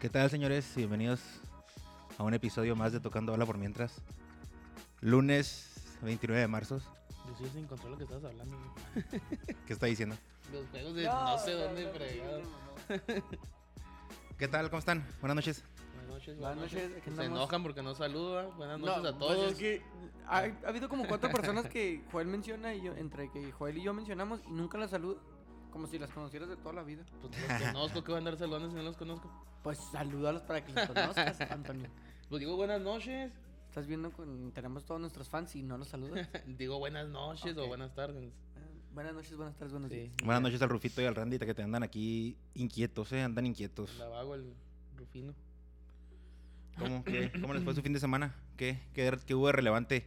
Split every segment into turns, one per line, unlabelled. ¿Qué tal, señores? Bienvenidos a un episodio más de Tocando Bola por Mientras. Lunes 29 de marzo.
Yo sí sin control lo que estabas hablando. güey.
¿Qué está diciendo?
Los juegos de no, sé dónde fregados.
¿Qué tal? ¿Cómo están? Buenas noches.
Buenas noches,
Buenas noches, aquí
Se
andamos.
enojan porque no saluda. Buenas noches
No,
a todos.
Pues es que ha, ha habido como cuatro personas que Joel menciona y yo, entre que Joel y yo mencionamos y nunca las saludo. Como si las conocieras de toda la vida.
Pues los conozco, que van a andar saludando si no los conozco.
Pues salúdalos para que los conozcas, Antonio.
Pues digo buenas noches.
Estás viendo con tenemos todos nuestros fans y no los saludas.
Digo buenas noches
Ok.
o buenas tardes.
Eh, Buenas noches, buenas tardes, buenos
Sí.
días.
Buenas noches al Rufito y al Randy que te andan aquí inquietos, ¿eh? Andan inquietos.
La vago el Rufino.
¿Cómo, qué? ¿Cómo les fue su fin de semana? ¿Qué, qué, qué hubo de relevante?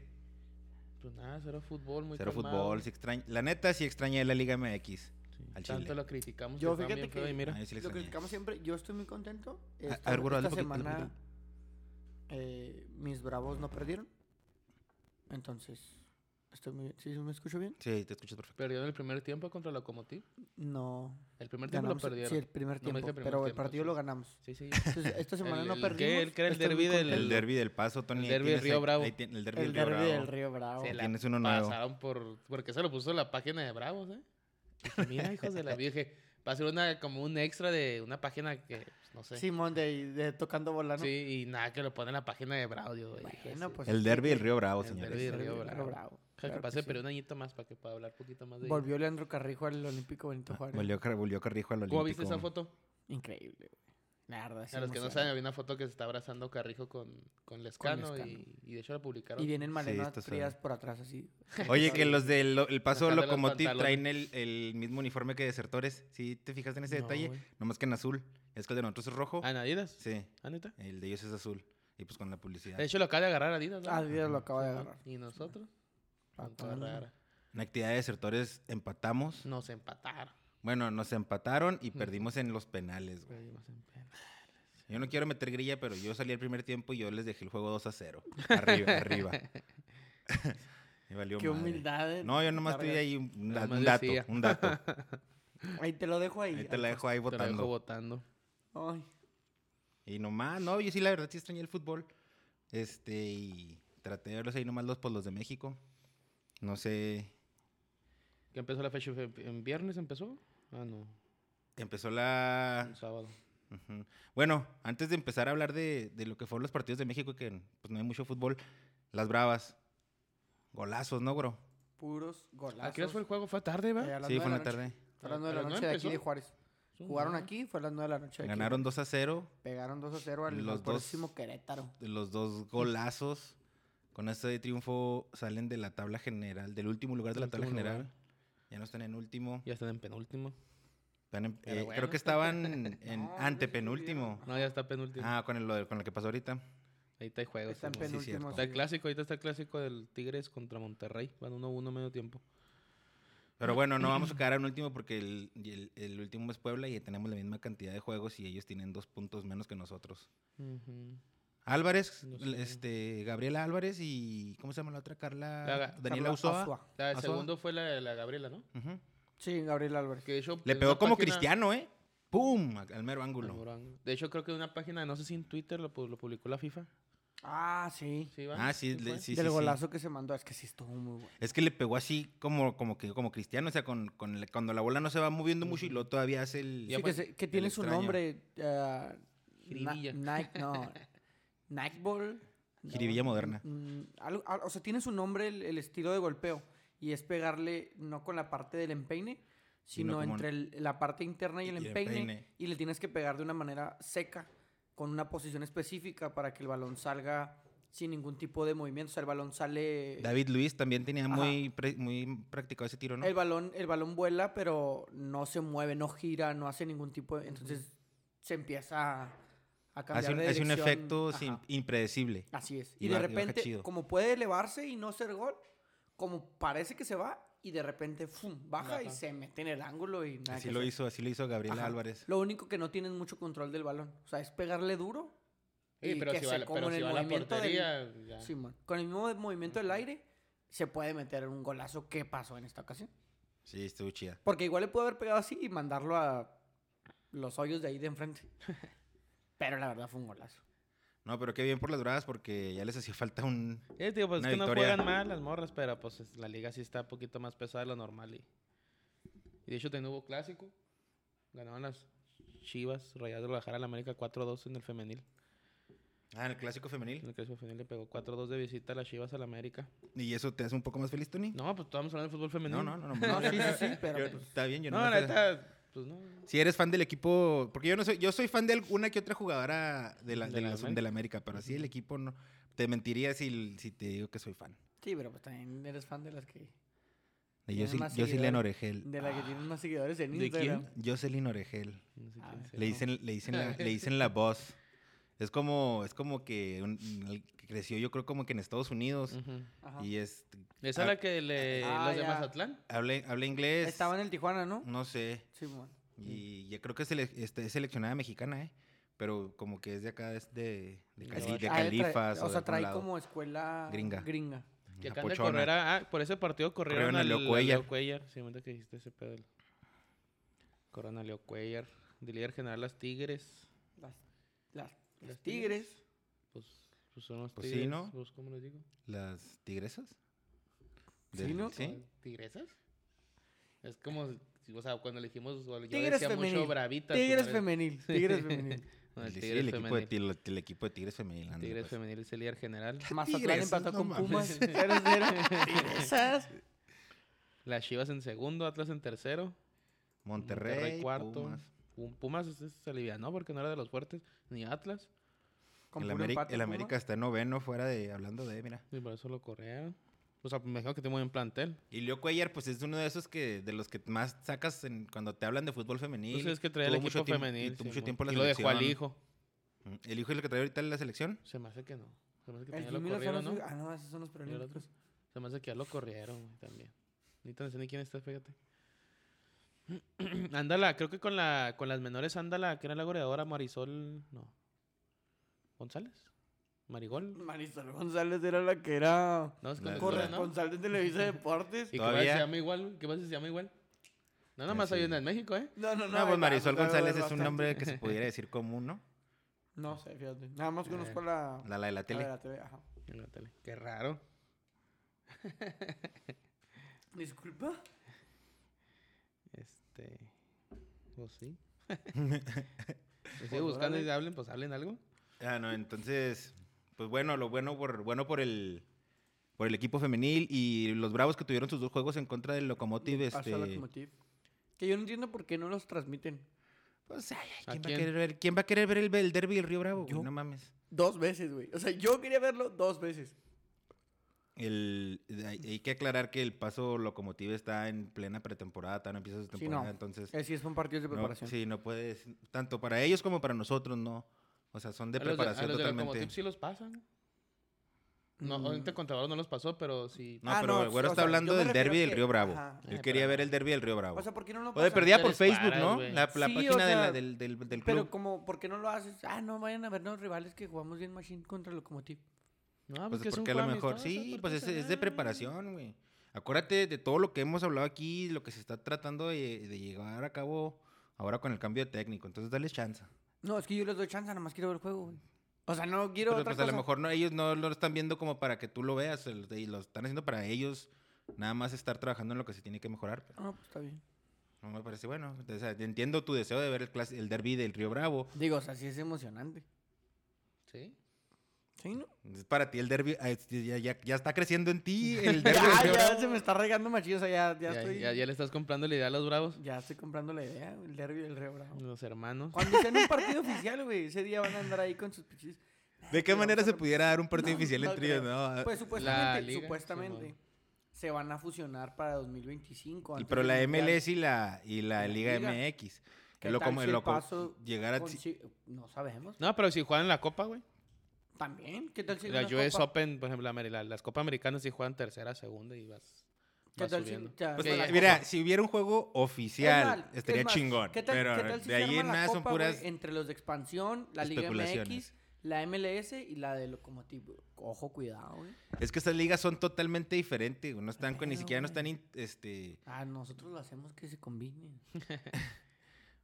Pues nada, cero fútbol, muy
Cero
calmado.
fútbol, sí extraña. La neta sí extraña la Liga MX.
Sí.
al
Tanto
Chile.
lo criticamos.
Yo
que estaba
fíjate
bien feo
que-
y mira.
Ahí sí
Lo
la
que
extrañé.
criticamos siempre, yo estoy muy contento.
A-
Esta,
a ver, güey, dale
esta
poquito, dale
semana
poquito.
eh, mis bravos no perdieron. Entonces, estoy muy bien. ¿Sí me escucho bien?
Sí, te escuchas perfecto.
Perdieron el primer tiempo contra la Comotiv.
No.
El primer tiempo
Ganamos
lo
el-
perdieron.
Sí, el primer
No me
tiempo,
dice primer
pero el
tiempo,
partido
sí.
lo ganamos.
Sí, sí.
Entonces, esta semana
El-
no
el-
perdimos.
¿qué? ¿El que era el
estoy muy
derbi del-
contento.
El derby del Paso, Tony.
El
ahí
derbi
tienes-
Río
ahí-
Bravo.
ahí tien- el derby
El
del Río
derbi del
Bravo.
Río Bravo.
Se la
Tienes uno nuevo.
pasaron por... Porque se lo puso la página de Bravos, ¿eh? Dije, Mira, hijos de la virgen. Va a ser una, como un extra de una página que, pues, no sé. Sí.
Simón de, de tocando bola, ¿no?
y nada, que lo pone en la página de Bravos. Yo, güey, dije,
Bueno,
sí.
pues
El
es que-
derby del Río Bravo,
El
señores.
derbi
el
del Río
derbi del
Bravo. Deja
claro
que
que
pase,
sí.
pero un añito más para que pueda hablar un poquito más de ello.
Volvió Leandro Carrijo al Olímpico Benito Juárez.
Volvió, Car- volvió Carrijo al Olímpico.
¿Cómo viste esa foto?
Increíble, güey. La verdad, sí
a los que no
emociona.
saben, había una foto que se está abrazando Carrijo con, con Lescano,
Lescano.
Y, y de hecho la publicaron.
Y vienen malenas
está suave.
frías por atrás, así.
Oye, que los del lo- el paso
Bajando los
Locomotive
pantalones.
traen el, el mismo uniforme que Desertores. ¿Sí te fijaste en ese
No,
detalle?
güey.
Nomás que en azul. Es que el de nosotros es rojo.
¿Ah, en Adidas?
Sí,
¿Ah, neta?
el de ellos es azul. Y pues con la publicidad.
De hecho lo acaba de agarrar Adidas. ¿no?
Ah, Dios lo acaba de agarrar.
¿Y nosotros?
Ah,
Tanto agarrar.
En actividad de Desertores empatamos.
Nos empataron.
Bueno, nos empataron
Mm.
y perdimos en los penales, güey.
Perdimos en pena.
Yo no quiero meter grilla, pero yo salí al primer tiempo y yo les dejé el juego 2 a 0. Arriba, arriba. Me valió
Qué
madre.
humildad. eh,
No, yo nomás estoy
cargas.
ahí un, un
Nomás
dato,
decía.
un dato.
Ahí te lo pues, dejo ahí.
Ahí te la dejo ahí
Te lo dejo
votando.
votando.
Ay,
Y nomás, no, yo sí la verdad sí extrañé el fútbol. Este, y traté de verlos ahí nomás los por los de México. No sé,
¿Qué empezó la fecha? ¿Fue ¿En viernes empezó? Ah, no.
empezó la...
Ah,
El sábado.
Ujú. Bueno, antes de empezar a hablar de, de lo que fueron los partidos de México, que pues no hay mucho fútbol, las bravas. Golazos, ¿no, bro?
puros golazos.
¿A qué hora fue el juego? ¿Fue tarde,
Eh,
¿va?
a las nueve
Sí, fue
de
en la
noche.
tarde.
Fue a las
¿A
9 de
las
la
nueve
noche de aquí de
empezó?
Juárez. Jugaron aquí, fue a las 9 de la noche. de aquí.
Ganaron 2 a 0,
Pegaron 2 a 0 al
Los
los
dos.
Querétaro.
los dos golazos. Con este triunfo salen de la tabla general, del último lugar de la tabla
Último lugar.
general. Ya no están en último.
Ya están en penúltimo.
Están en-
Pero
eh,
bueno.
Creo que estaban en
No,
antepenúltimo.
No, ya está penúltimo.
Ah, con, el, lo de- con lo que pasó ahorita.
Ahí está el juego.
Están
Simón.
sí, cierto.
penúltimos.
Está el clásico, ahorita está el clásico del Tigres contra Monterrey. Van 1-1 medio tiempo.
Pero bueno, no vamos a quedar en último porque el, y el- el último es Puebla y tenemos la misma cantidad de juegos y ellos tienen dos puntos menos que nosotros. Álvarez,
No sé.
este, Gabriela Álvarez y ¿cómo se llama la otra? Carla,
La-
Daniela
Carla
Usoa.
Azua.
La
Azua.
segundo fue la, la Gabriela, ¿no?
Ujú.
Sí, Gabriel Álvarez.
Que de hecho,
Le
en
pegó
una
como
página-
cristiano, ¿eh? ¡Pum! Al mero
Al
ángulo.
muro ángulo. De hecho, creo que una página, no sé si en Twitter lo, pu- lo publicó la FIFA.
Ah, sí.
¿Sí, va?
Ah, sí, le-
fue?
sí, sí,
Del
sí.
golazo que se mandó. Es que sí estuvo muy bueno.
Es que le pegó así como, como que como cristiano, o sea, con, con el- cuando la bola no se va moviendo mucho y luego todavía hace el.
Ya
Sí,
fue
que, se- que
el
tiene su
extraño.
nombre. eh, Na-
Jiribilla.
Nike, no. Nightball. no,
Jiribilla moderna.
mm, algo- al- o sea, tiene su nombre el, el estilo de golpeo. Y es pegarle no con la parte del empeine,
Sino
sino
como
entre el- la parte interna y el,
y el
empeine,
empeine.
Y le tienes que pegar de una manera seca, con una posición específica para que el balón salga sin ningún tipo de movimiento. O sea, el balón sale.
David Luis también tenía
Ajá.
muy, pre- muy practicado ese tiro, ¿no?
El balón, el balón vuela, pero no se mueve, no gira, no hace ningún tipo de... Entonces se empieza a, a cambiar
Hace un,
de
hace un
dirección.
efecto
Ajá.
sin- impredecible.
Así es.
y
Y, de
baja- y baja
repente,
chido.
como puede elevarse y no ser gol, como parece que se va y de repente, ¡fum!, baja, y
Baja.
se mete en el ángulo y nada
Así
que
lo
hacer.
hizo, así lo hizo Gabriel
Ajá.
Álvarez.
Lo único que no tienen mucho control del balón. O sea, es pegarle duro
Sí, pero
que
si va,
se
la-
coma
pero
en
si
el
va la
movimiento del-
portería. ya.
Simón. Con el mismo movimiento del aire se puede meter un golazo que pasó en esta ocasión.
Sí, estuvo chida.
Porque igual le puedo haber pegado así y mandarlo a los hoyos de ahí de enfrente. Pero la verdad fue un golazo.
No, pero qué bien por las bravas porque ya les hacía falta un...
Eh, tío, pues
Una
es que
victoria.
no juegan mal las morras, pero pues es- la liga sí está un poquito más pesada de lo normal. Y, y de hecho también hubo clásico. Ganaban las Chivas, Rayadas de Guadalajara, la América 4-2 en el femenil.
Ah, en el clásico
En
femenil.
el clásico femenil le pegó 4-2 de visita a las Chivas a la América.
¿Y eso te hace un poco más feliz, Tony?
No, pues estábamos hablando de fútbol femenil.
No, no, no. no,
No,
yo-
sí, sí, sí, pero
yo-
pues-
Está bien, yo
No,
no.
la neta, pues no.
Si eres fan del equipo, porque yo no soy, yo soy fan de alguna que otra jugadora de la, de
De la
la-
América.
de la América, pero así el equipo no. Te mentiría si, si te digo que soy fan.
Sí, pero pues también eres fan de las que.
De
Tiene
Josel-
más
Jocelyn
seguidores.
Oregel.
De las que tienen más seguidores en
¿De quién?
Instagram.
Jocelyn Oregel.
no sé
Ah,
quién sea.
Le dicen, le dicen la, le dicen la voz. Es como, es como que un- el que creció, yo creo como que en Estados Unidos.
Ujú.
Ajá.
Y es
Esa
Ah.
es la que le.
Ah,
los de
ya.
Mazatlán.
habla, habla inglés.
Estaba en el Tijuana, ¿no?
No sé.
Sí, bueno.
Y ya creo que sele- este, es seleccionada mexicana, ¿eh? Pero como que es de acá, es de, de,
De Baja-
Cali- de
Ah, él trae-
Califas.
O sea,
de algún
trae
lado.
como escuela
Gringa.
gringa.
Que
Una
acaban de
pochona.
correr a- ah, por ese partido corrieron
Corrieron a
al
Leo
Leo
Cuellar.
Cuellar. Sí, ahorita que dijiste ese pedo. Corrieron a Leo Cuellar. De líder general las Tigres.
Las, las, los
Las Tigres.
tigres.
Pues, pues son los
Pues sí,
Tigres.
¿no?
pues, ¿Cómo les digo?
¿Las tigresas?
Sí,
Del-
¿no?
¿Sí?
¿Tigresas? Es como, si- o sea, cuando elegimos, yo
Tigres
decía
femenil.
mucho bravitas.
Tigres
femenil.
femenil. Tigres femenil.
El, sí,
tigres
el equipo de,
femenil.
Tigre- el equipo de Tigres femenil. ándale,
Tigres
pues.
femenil es el líder general.
Mazatlán
Tigresas,
empató
no
con
mames.
Pumas. 0-0. Tigresas.
Las Chivas en segundo, Atlas en tercero.
Monterrey, cuarto.
Pum- Pumas es- es- se alivianó porque no era de los fuertes, ni Atlas.
Con
el
puro
Ameri-
empate
el
Pumas.
América está en noveno fuera de, hablando de, mira.
Y por eso lo corrieron. O sea, me imagino que tengo buen plantel.
Y Leo Cuellar, pues es uno de esos que, de los que más sacas en- cuando te hablan de fútbol femenil.
Entonces Pues es que traía el
Tuvo mucho
equipo
tiempo- y
femenil.
tuvo mucho
Simón.
tiempo en la
y lo dejó al
selección.
hijo.
Mm, ¿El hijo es el que trae ahorita en la selección?
Se me hace que no. Se me hace que
El
también lo
Jimmy Lozano
corrieron,
es-
¿no?
Ah, no, esos son los
el otro?
problemas.
Se me hace que ya lo corrieron güey, también. Ni tan sé ni quién está, fíjate. ándala, creo que con la con las menores ándala, que era la goleadora Marisol, no. ¿González? ¿Marigol?
Marisol González era la que era
No, es
La-
conductora, ¿no?
corresponsal de Televisa Deportes.
¿Y qué más
Todavía.
se llama igual? ¿Qué más se llama igual? No, nada más
Así.
hay una en México, ¿eh?
No, no, no.
No,
ahí
pues
va,
Marisol
pues, ahí va a
González
haber
es un
bastante.
nombre que se pudiera decir común, ¿no?
No sé, fíjate. Nada más conozco a la.
Eh, La, la de la
a
tele.
la tele, ajá.
En la tele. Qué raro.
Disculpa.
Este. Pues sí. Si
Pues,
sigo buscando y
órale.
hablen, pues hablen algo.
Ah, no, entonces, pues bueno, lo bueno por, bueno por el por el equipo femenil y los Bravos que tuvieron sus dos juegos en contra del Locomotive,
Pasa
este,
Lokomotiv. Que yo no entiendo por qué no los transmiten.
pues, ay, ay,
¿A
¿quién, va a
quién?
querer ver, quién va a querer ver el, el derby del Río Bravo? güey?
Yo.
No mames.
Dos veces, güey. O sea, yo quería verlo dos veces.
El, hay, hay que aclarar que el paso Locomotive está en plena pretemporada, todavía no empieza su
Sí,
temporada,
no.
entonces...
Eh, sí, son partidos de
no-
preparación.
sí, no puedes, tanto para ellos como para nosotros, no. O sea, son de
A los a
preparación
los de
totalmente.
Locomotiv sí los pasan. No,
Mm.
ahorita contra Barón no los pasó, pero sí.
No,
Ah,
pero
no,
el güero
o
está
sea,
hablando
yo me
del
refiero
derby del
que-
Río Bravo.
ajá.
Él
Ay,
quería
pero-
ver el derby del Río Bravo.
O sea, ¿por qué no lo
O de
pasan?
perdida
te
por
les
Facebook,
paras,
¿no?
güey.
La, la
Sí, o
página de la,
sea,
del, del, del
Pero
club.
como, ¿por qué no lo haces? Ah, no, vayan a vernos rivales que jugamos bien Machine contra Locomotiv.
No,
pues
porque es un
porque a lo
juego
mejor.
amistoso,
Sí,
¿por
pues
qué
es,
será?
es de preparación, güey. Acuérdate de todo lo que hemos hablado aquí, lo que se está tratando de, de llevar a cabo ahora con el cambio de técnico. Entonces, dale chance.
No, es que yo les doy chance, nada más quiero ver el juego, güey. O sea, no quiero
Pero
otra
pues a lo
cosa.
mejor no, ellos no lo están viendo como para que tú lo veas. el- Y lo están haciendo para ellos. Nada más estar trabajando en lo que se tiene que mejorar. pero
No, pues está bien.
no me parece bueno. O sea, entiendo tu deseo de ver el, clas- el derby del Río Bravo.
Digo, o sea, sí es emocionante.
Sí.
Sí, ¿no?
Es para ti el derby. ah, es- Ya, ya- ya está creciendo en ti el derby del
Ya,
Río
ya
Bravo.
se me está regando machillo, o sea, ya, ya,
Ya,
estoy...
ya-
Ya,
ya le estás comprando la idea a los bravos.
estoy comprando la idea, güey, el derbi del Río Bravo.
Los hermanos.
Cuando sea en un partido oficial, güey, ese día van a andar ahí con sus pichis.
¿De qué
Pero
manera
vamos a
se
ver.
pudiera dar un partido
No,
oficial
no
entre ellos?
creo. Pues
Ah,
No,
La
supuestamente,
liga,
supuestamente,
Simón.
se van a fusionar para 2025.
y-
antes
pero
del
la
Mundial.
MLS y la, y
La
la Liga,
Liga.
MX.
¿Qué
Es lo
tal
como-
si
es
el
lo como
paso
llegar a... si-
consi- No sabemos.
No, pero si juegan la Copa, güey.
También, ¿qué tal si
La
una
US
copa?
Open, por ejemplo, la Ameri- la- las Copas Americanas sí juegan tercera, segunda y vas,
¿Qué
vas
tal si-
subiendo.
ya-
pues,
Que ya-
mira, si hubiera un juego
Es
oficial,
mal,
estaría
es más,
chingón.
¿qué tal-
pero
qué tal si
de
se
ahí
arma
en
la
nada son
copa, güey,
puras...
entre los de expansión, la Liga MX,
especulaciones.
la MLS y la de Locomotivo. Ojo, cuidado, güey.
Es que estas ligas son totalmente diferentes. güey, No están con... Ni
Pero,
siquiera no
güey.
están... in- este
Ah, nosotros lo hacemos que se combinen.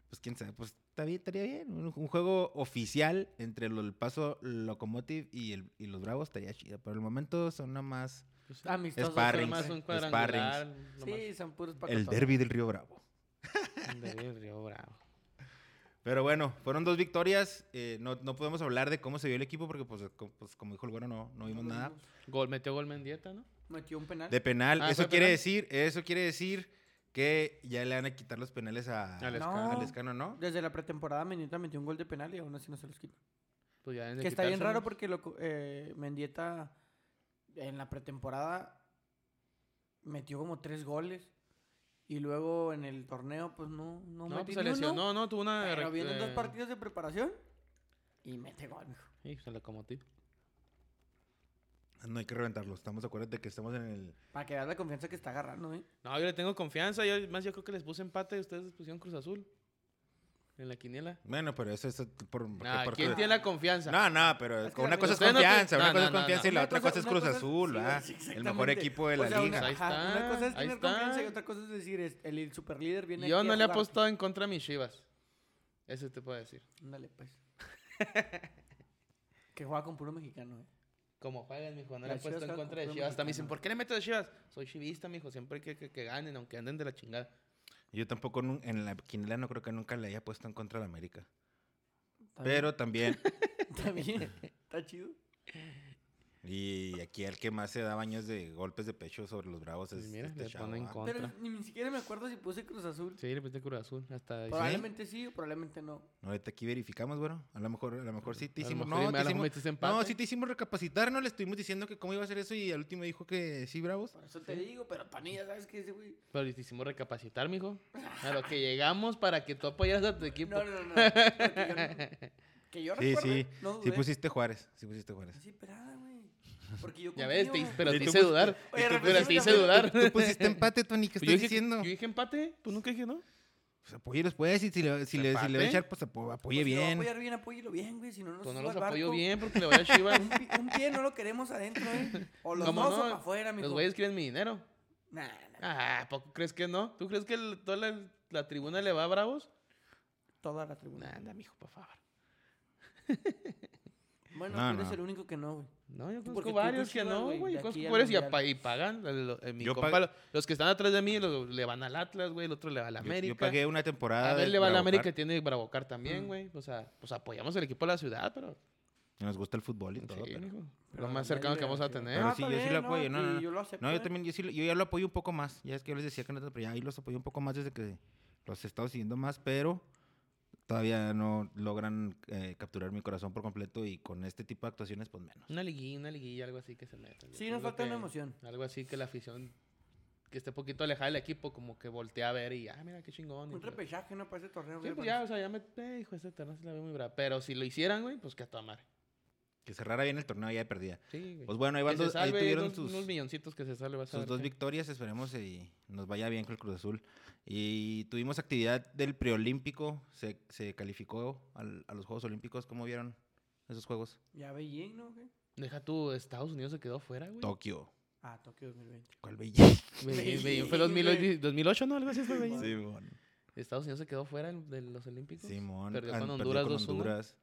Pues quién sabe, pues está bien, estaría bien. Un, un juego oficial entre lo- el paso Locomotive y, el, y los Bravos estaría chido. Por el momento son nada más
Pues, sí.
Amistosos.
Nada
Sparring.
más
Sparrings,
un cuadrangular. lo
Sí, son puros
el
pacotazos.
derby del Río Bravo.
más- de ahí el Río Bravo.
Pero bueno, fueron dos victorias. eh, no, no podemos hablar de cómo se vio el equipo porque, pues, co- pues, como dijo el güero, no, no vimos nada.
Gol, metió gol Mendieta, ¿no?
Metió un penal.
De penal.
Ah,
eso
¿fue
quiere
penal?
decir, eso quiere decir que ya le van a quitar los penales a,
Al
al,
Escano.
No.
Escano, ¿no?
Desde la pretemporada Mendieta metió un gol de penal y aún así no se los quita.
Pues ya deben de
Que está bien
quitárselo.
raro porque lo, eh, Mendieta en la pretemporada metió como tres goles y luego en el torneo pues no no,
No,
metió
pues se
ni uno,
lesionó. No, no, tuvo una...
pero
rec-
vienen dos
eh,
partidos de preparación y mete gol. mijo.
Sí, pues el Locomotive.
No hay que reventarlo. Estamos, acuérdate que estamos en el.
Para que veas la confianza que está agarrando, ¿eh?
No, yo le tengo confianza. Yo, más yo creo que les puse empate y ustedes les pusieron Cruz Azul. En la quiniela.
Bueno, pero eso es por. porque-
Nah,
porque-
Ah, ¿Quién tiene la confianza?
No, no, pero
Es que
una
la-
cosa es
ustedes no tienen-
confianza, una
no,
cosa
no,
es
no,
confianza y
no.
la
Una
otra cosa es
una
Cruz
es-
Azul,
sí,
¿verdad?
sí,
El
exactamente.
mejor equipo de
O
la
sea,
liga.
Una,
Ahí
ajá,
está,
una cosa es
ahí
tener
está.
confianza y otra cosa es decir, es- el, el superlíder viene
Yo
aquí
no
a
le he
jugarte.
apostado en contra de mis Chivas. Eso te puedo decir.
Ándale, pues. que juega con puro mexicano, ¿eh?
Como juegan, mijo, no
Las
le he puesto
Chivas
en
juegan
contra de
con puro
Chivas. Hasta me
mexicano.
dicen, ¿por qué le meto de Chivas? Soy chivista, mijo, siempre que, que, que ganen, aunque anden de la chingada.
Yo tampoco nun- en la quiniela no creo que nunca le haya puesto en contra de América.
Está bien.
Pero también,
Está bien, está chido.
y aquí el que más se da baños de golpes de pecho sobre los bravos
Pues
es
mira,
este
le
chavo,
ponen
¿ah?
con-
Pero
Contra.
ni, ni siquiera me acuerdo si puse Cruz Azul.
Sí, le metí Cruz Azul. Hasta
Probablemente sí o probablemente no.
Ahorita aquí verificamos, bueno. A lo mejor, a lo mejor sí te
A lo
hicimos.
mejor y
No,
me-
te
a lo mejor
hicimos,
metiste empate.
no, sí te hicimos recapacitar, no le estuvimos diciendo que cómo iba a ser eso y al último dijo que sí, bravos.
Por eso te digo, pero Tony ya sabes que ese güey.
Pero te hicimos recapacitar, mijo. A lo que llegamos para que tú apoyaras a tu equipo.
No, no, no. no. Que yo, no- que yo
Sí,
recuerde,
sí.
no
Sí
dudé.
pusiste Juárez. Sí pusiste Juárez.
Así, esperada, güey. Porque yo.
ya ves, te,
confío. Pues
hice- pero
Y
te
tú
hice
pus-
dudar.
Oye,
Y tú
Pero te
repetiste
hice
también.
dudar.
Tú pusiste empate, Tony, ¿qué
Pues
estás
yo dije-
diciendo?
Yo dije empate. Pues nunca dije no.
Pues apóyelos, pues, y si le, si le, si le va a
Empate.
echar, pues apo- apoye
Pues si lo va a
bien.
apoyar bien, apóyelo bien, güey. Si no, no
Pues no
suba
los
al
apoyo
barco.
bien porque le voy a Chivas.
Un, pi- un pie no lo queremos adentro, ¿eh? O los dos
¿Cómo
o
no?
para afuera, mijo.
Los güeyes quieren mi dinero.
Nah, nah,
Ah, ¿a poco crees que no? ¿Tú crees que el- toda la, la tribuna le va a Bravos?
Toda la tribuna.
Nah, anda, mijo, por favor.
Bueno,
No,
tú eres
no.
el único que no, güey.
No, yo
Porque
conozco
tú
varios
tus
que
Chivas,
no,
güey,
güey.
de
Yo
aquí
conozco
al
varios y, a-
Mundial.
y pagan. Lo- lo- eh, mi
Yo
compa,
pag-
lo- los que están atrás de mí lo- le van al Atlas, güey. El otro le va al
Yo-
América.
Yo, pagué una temporada.
A ver,
de
le va la
Bravo
América y
Card.
tiene Bravocar también,
Mm.
güey. O sea, pues apoyamos el equipo de la ciudad, pero.
Nos gusta el fútbol y
sí,
todo. pero-
mijo,
pero
lo más
la
cercano que vamos a
liberación.
tener.
Pero
Ah,
sí,
está
yo sí
bien,
lo
no,
apoyo. No, no,
y
no.
yo lo acepto,
No, yo
¿eh?
también, yo, sí lo- yo ya lo apoyo un poco más. Ya es que yo les decía que no, tanto, pero ya ahí los apoyo un poco más desde que los he estado siguiendo más, pero todavía no logran eh, capturar mi corazón por completo y con este tipo de actuaciones, pues menos.
Una liguilla, una liguilla, algo así que se meta. Yo
Sí, nos
creo
falta una
que-
emoción.
Algo así que la afición que esté poquito alejada del equipo, como que voltea a ver y, ah, mira qué chingón. y
Un
todo.
repechaje, ¿no? Para ese torneo.
Sí,
güey,
pues
para-
ya, o sea, ya me. Eh, hijo, esta terna se la veo muy brava. Pero si lo hicieran, güey, pues que a toda madre.
Que cerrara bien el torneo ya de perdida.
Sí, güey.
Pues bueno, ahí,
Que
van
se
dos- ahí
salve,
tuvieron
unos,
sus,
unos milloncitos que se salve. Vas a
sus
ver
dos
qué.
victorias, esperemos y nos vaya bien con el Cruz Azul. Y tuvimos actividad del preolímpico, se, se calificó al- a los Juegos Olímpicos. ¿Cómo vieron esos Juegos?
Ya Beijing, ¿no? güey?
Deja tú, Estados Unidos se quedó fuera, güey.
Tokio.
Ah, Tokio 2020.
¿Cuál belleza?
Güey, güey,
Sí,
Fue 2008, 2008, ¿no? Algo así fue, güey.
Simón.
Estados Unidos se quedó fuera del- de los Olímpicos.
Simón.
Perdió
han-
con Honduras 2-1.
Honduras.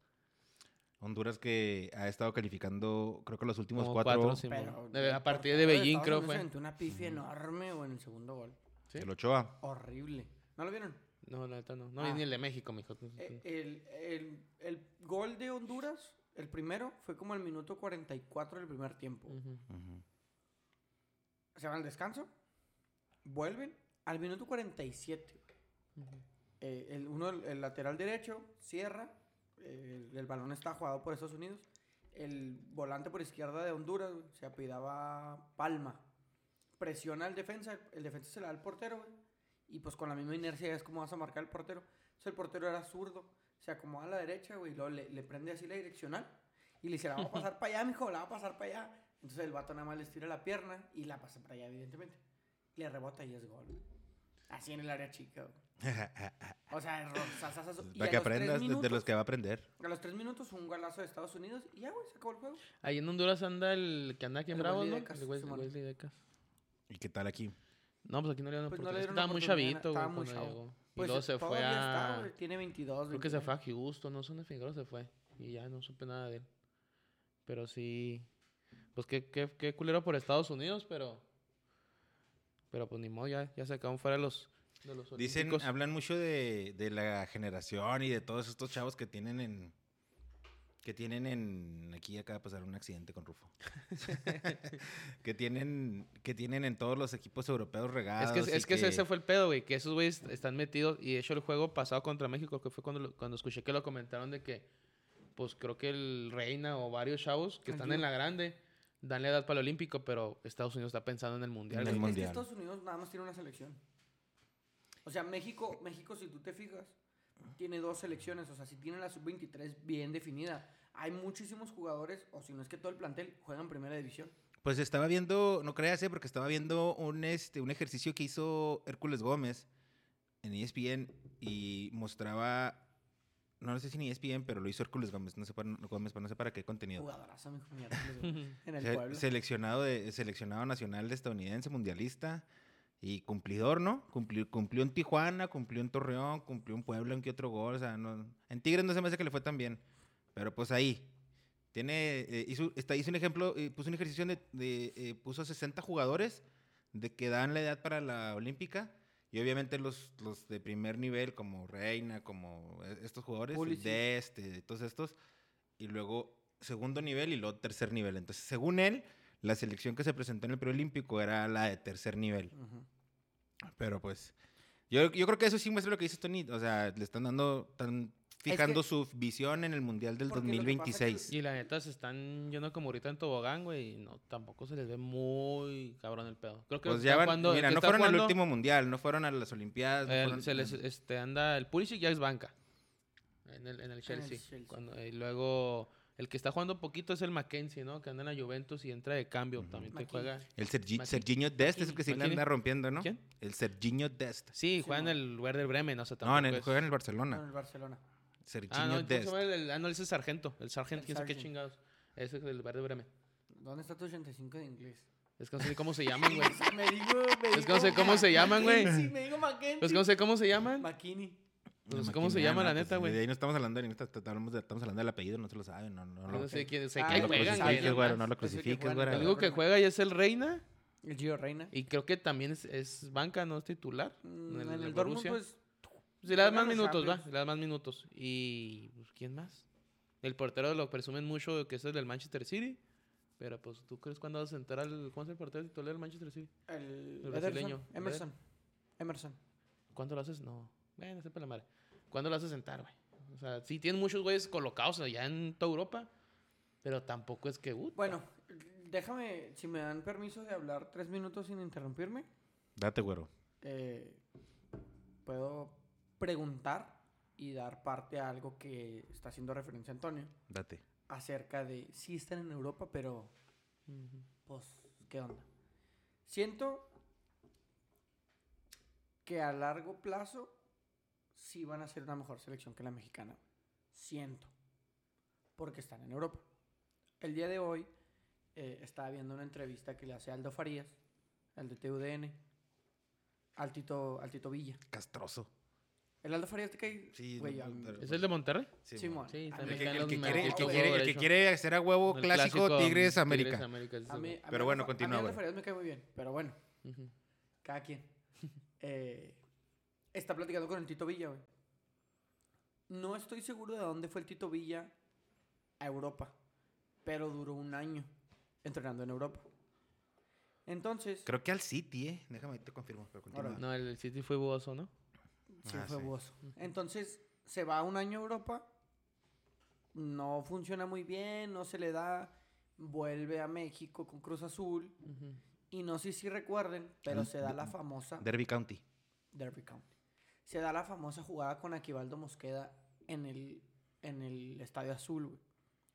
Honduras que ha estado calificando, creo que los últimos
Como
cuatro.
Simón.
Pero,
De-
el
a partir de
portero
Beijing,
Estados
creo
Unidos se
fue.
aventó una pifia enorme, güey, en el segundo gol.
¿sí?
El Ochoa.
Horrible. ¿No lo vieron?
No, la neta no. No,
Ah.
y ni el de México, mijo.
Eh, El, el, el gol de Honduras, el primero, fue como el minuto 44 del primer tiempo.
Ujú.
Ujú.
Se van al descanso, vuelven al minuto 47.
Ujú.
eh, el, uno, el, el lateral derecho cierra, eh, el, el balón está jugado por Estados Unidos, el volante por izquierda de Honduras güey, se apidaba Palma, presiona al defensa, el, el defensa se la da al portero, güey, y pues con la misma inercia es como vas a marcar el portero. Entonces el portero era zurdo, se acomoda a la derecha, güey, y luego le, le prende así la direccional y le dice, la va a pasar para allá, mijo, la va a pasar para allá. Entonces el vato nada más le estira la pierna y la pasa para allá, evidentemente. Le rebota y es gol. güey. Así en el área chica, güey. O sea, error, sa, sa, sa, sa. Y a
Para que
los tres
aprendas de- de,
minutos-
los que va a aprender.
A los tres minutos, un golazo de Estados Unidos y ya, güey, se acabó el juego.
Ahí en Honduras anda el que anda aquí en
El
Bravo,
Wesley
¿no?
Decas,
El Wes-
Simón.
Wesley Decas.
¿Y qué tal aquí?
No, pues aquí no le dieron
Pues no Pues
oportunidad.
le dieron
Estaba muy
oportunidad,
chavito, güey.
estaba muy
cuando
chavo.
llegó. y luego se fue
Pues, todavía
a.
está, güey, tiene 22.
Creo que se
23.
fue a Houston, no sé dónde Figueroa se fue. Y ya no supe nada de él. Pero sí. Pues qué, qué, qué culero por Estados Unidos, pero. Pero pues ni modo, ya, ya se acabaron fuera los. De los
Dicen,
olímpicos.
hablan mucho de, de la generación y de todos estos chavos que tienen en. Que tienen en. Aquí acaba de pasar un accidente con Rufo. que tienen. Que tienen en todos los equipos europeos
Es
regados.
que,
y
es que ese- ese fue el pedo, güey. Que esos güeyes están metidos. Y de hecho, el juego pasado contra México, que fue cuando, lo- cuando escuché que lo comentaron de que, pues creo que el Reina o varios chavos que
El
están en
Jun.
la grande dan la edad para el Olímpico, pero Estados Unidos está pensando en el Mundial.
En
Es
el
güey.
que
Mundial.
Estados Unidos nada más tiene una selección. O sea, México, México, si tú te fijas, tiene dos selecciones. O sea, si tiene la sub-23 bien definida. Hay muchísimos jugadores, o si no es que todo el plantel, juegan primera división.
Pues estaba viendo, no creas, eh, porque estaba viendo un, este, un ejercicio que hizo Hércules Gómez en E ESPN y mostraba, no sé si en E ESPN, pero lo hizo Hércules Gómez, no sé para, Gómez, pero no sé para qué contenido.
Jugadorazo, mijo, mi Hércules, güey, En el
Se-
pueblo.
seleccionado, de, seleccionado nacional de estadounidense, mundialista y cumplidor, ¿no? Cumplió, cumplió en Tijuana, cumplió en Torreón, cumplió en Puebla, en que otro gol, o sea, no- en Tigres no se me hace que le fue tan bien, pero pues ahí. Tiene, eh, hizo, está, hizo un ejemplo, eh, puso un ejercicio de, de, eh, puso 60 jugadores de que dan la edad para la olímpica y obviamente los, los de primer nivel como Reina, como eh, estos jugadores,
Pulisic.
de este, de todos estos, y luego segundo nivel y luego tercer nivel. Entonces, según él, la selección que se presentó en el preolímpico era la de tercer nivel.
Ujú.
Ah.
Pero pues, yo, yo creo que eso sí muestra lo que dice Tony. O sea, le están dando, están fijando su visión en el Mundial del
Porque lo que pasa es
2026.
que-
Y la neta se están yendo como ahorita en tobogán, güey. Y no, tampoco se les ve muy cabrón el pedo. Creo que
Pues
está
ya van,
jugando- el
mira,
que
no
está
fueron al
jugando,
último Mundial, no fueron a las Olimpiadas. no
el-
fueron-
se les este, anda. El Pulisic ya es banca. En el, en el Chelsea.
Chelsea.
Cuando- y luego. El que está jugando poquito es el Mackenzie, ¿no? Que anda en la Juventus y entra de cambio.
Ujú.
También que
Mackenzie.
juega.
El Sergi-
Maqui-
Serginho Dest es el que sí le
Maquini.
anda rompiendo, ¿no?
¿Quién?
El Serginho Dest.
Sí, juega en
Simón.
el Werder Bremen, o sea,
No,
tampoco
en el,
es-
juega en el
Con
Barcelona.
el Barcelona.
Serginho
Ah, no, ¿cómo se
Dest.
llama el- ah, no, ese es Sargento. El Sargento,
El
quién sabe qué
Sargent.
chingados. Ese es el Werder Bremen.
¿Dónde está tu 85 de inglés?
Es que no sé cómo se llaman, güey.
Me dijo, me
Es que no sé cómo se llaman, güey.
Sí, me dijo Mackenzie.
Es que no sé cómo se llaman.
Makini.
No sé
Una
cómo se
máquina,
llama,
no,
la
pues,
neta, güey.
De ahí no estamos hablando, de- estamos, estamos hablando del apellido, no se lo saben. No, no,
No,
lo-
sé quién, sé
Ah,
que
no lo
juegan,
sabe,
crucifiques,
güey.
güero,
nomás.
no lo
Pues sí que
crucifiques,
juegan,
güero.
El
pero-
único que juega ya es el Reina
El Gio Reina.
y creo que también es, es banca, no es titular.
Mm, En
en el
el Dortmund,
Borussia.
pues,
Si le das más
juegan los
minutos, va,
Champions.
le das más minutos. Y pues, ¿quién más? El portero lo presumen mucho que es el del Manchester City. Pero pues tú crees cuando vas a sentar al. ¿Cuándo es el portero titular del Manchester City?
el,
El
Ederson,
brasileño.
Emerson. Emerson.
¿Cuándo lo haces? No. Bueno, sepa la madre. ¿Cuándo lo haces sentar, güey? O sea, sí tienen muchos güeyes colocados allá en toda Europa. Pero tampoco es que. uh,
Bueno, déjame, si me dan permiso de hablar tres minutos sin interrumpirme,
Date, güero.
eh, puedo preguntar y dar parte a algo que está haciendo referencia Antonio
Date.
acerca de si están en Europa, pero
ujú.
pues, ¿qué onda? Siento que a largo plazo sí van a ser una mejor selección que la mexicana. Siento. Porque están en Europa. El día de hoy eh, estaba viendo una entrevista que le hace Aldo Farías, el de TUDN, al Tito, al Tito Villa.
Castroso.
¿El Aldo Farías te cae?
Sí,
Güey,
no,
a mí-
pero-
¿Es el de Monterrey?
Simón.
Sí,
A
El
mí-
también
que,
están
el
los
que
mar-
quiere,
el
el que
juego
quiere- el que
derecho.
quiere hacer a huevo
El
clásico,
mm,
Tigres América.
ese
a mí-
güey.
a mí
Pero
Aldo
bueno,
Fa- a mí
continúa,
Aldo
güey.
Farías me cae muy bien, pero bueno.
Ujú.
Cada quien. Eh, está platicando con el Tito Villa, güey. No estoy seguro de dónde fue el Tito Villa a Europa, pero duró un año entrenando en Europa. Entonces,
Creo que al City, ¿eh? Déjame, te confirmo. Pero continúa.
Ahora,
No, el del City fue buoso, ¿no?
sí
Ah,
fue
sí.
buoso. Entonces, se va un año a Europa, no funciona muy bien, no se le da, vuelve a México con Cruz Azul,
Ujú.
y no sé si recuerden, pero
El
se da
de-
la famosa...
Derby County.
Derby County. Se da la famosa jugada con Aquivaldo Mosqueda en el, en el Estadio Azul, güey.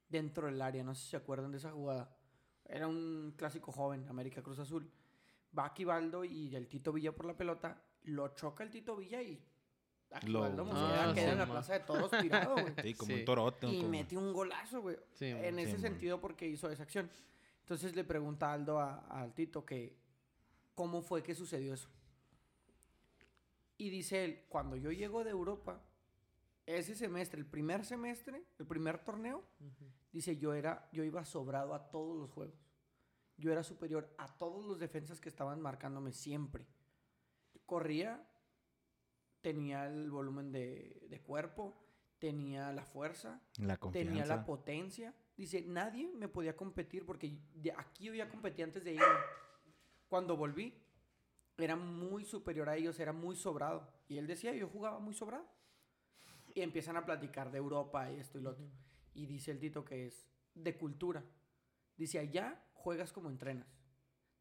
Dentro del área, no sé si se acuerdan de esa jugada. Era un clásico joven, América Cruz Azul. Va Aquivaldo y el Tito Villa por la pelota. Lo choca el Tito Villa y Aquivaldo
Ah,
Mosqueda queda en la
sí, ma.
plaza de todos tirado, güey.
Sí, como
Sí.
un torote.
Y
como-
metió un golazo, güey.
Sí,
en
sí,
ese
mon.
sentido, porque hizo esa acción. Entonces le pregunta Aldo a, al Tito que cómo fue que sucedió eso. Y dice él, cuando yo llego de Europa, ese semestre, el primer semestre, el primer torneo, dice, yo, era, yo iba sobrado a todos los juegos. Yo era superior a todos los defensas que estaban marcándome siempre. Corría, tenía el volumen de, de cuerpo, tenía la fuerza,
La confianza.
tenía la potencia. Dice, nadie me podía competir porque de aquí yo ya competía antes de irme. Cuando volví, era muy superior a ellos, era muy sobrado. Y él decía, yo jugaba muy sobrado. Y empiezan a platicar de Europa y esto y lo otro. Y dice el Tito que es de cultura. Dice, allá juegas como entrenas.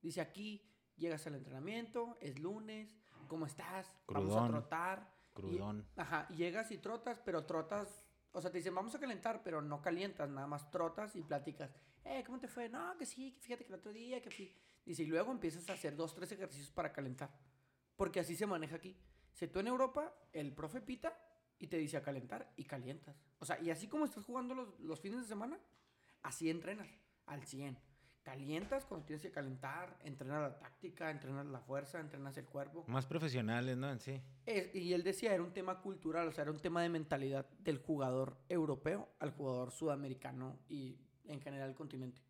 Dice, aquí llegas al entrenamiento, es lunes, ¿cómo estás? Vamos
Crudón.
a trotar.
Crudón.
Y- ajá, y llegas y trotas, pero trotas, o sea, te dicen, vamos a calentar, pero no calientas, nada más trotas y platicas. Eh, ¿cómo te fue? No, que sí, que fíjate que el otro día, que fui. Dice, y luego empiezas a hacer dos, tres ejercicios para calentar. Porque así se maneja aquí. Si tú en Europa, el profe pita y te dice a calentar y calientas. O sea, y así como estás jugando los, los fines de semana, así entrenas, al 100. Calientas cuando tienes que calentar, entrenas la táctica, entrenas la fuerza, entrenas el cuerpo.
Más profesionales, ¿no? En sí.
Es- y él decía, era un tema cultural, o sea, era un tema de mentalidad del jugador europeo al jugador sudamericano y en general el continente.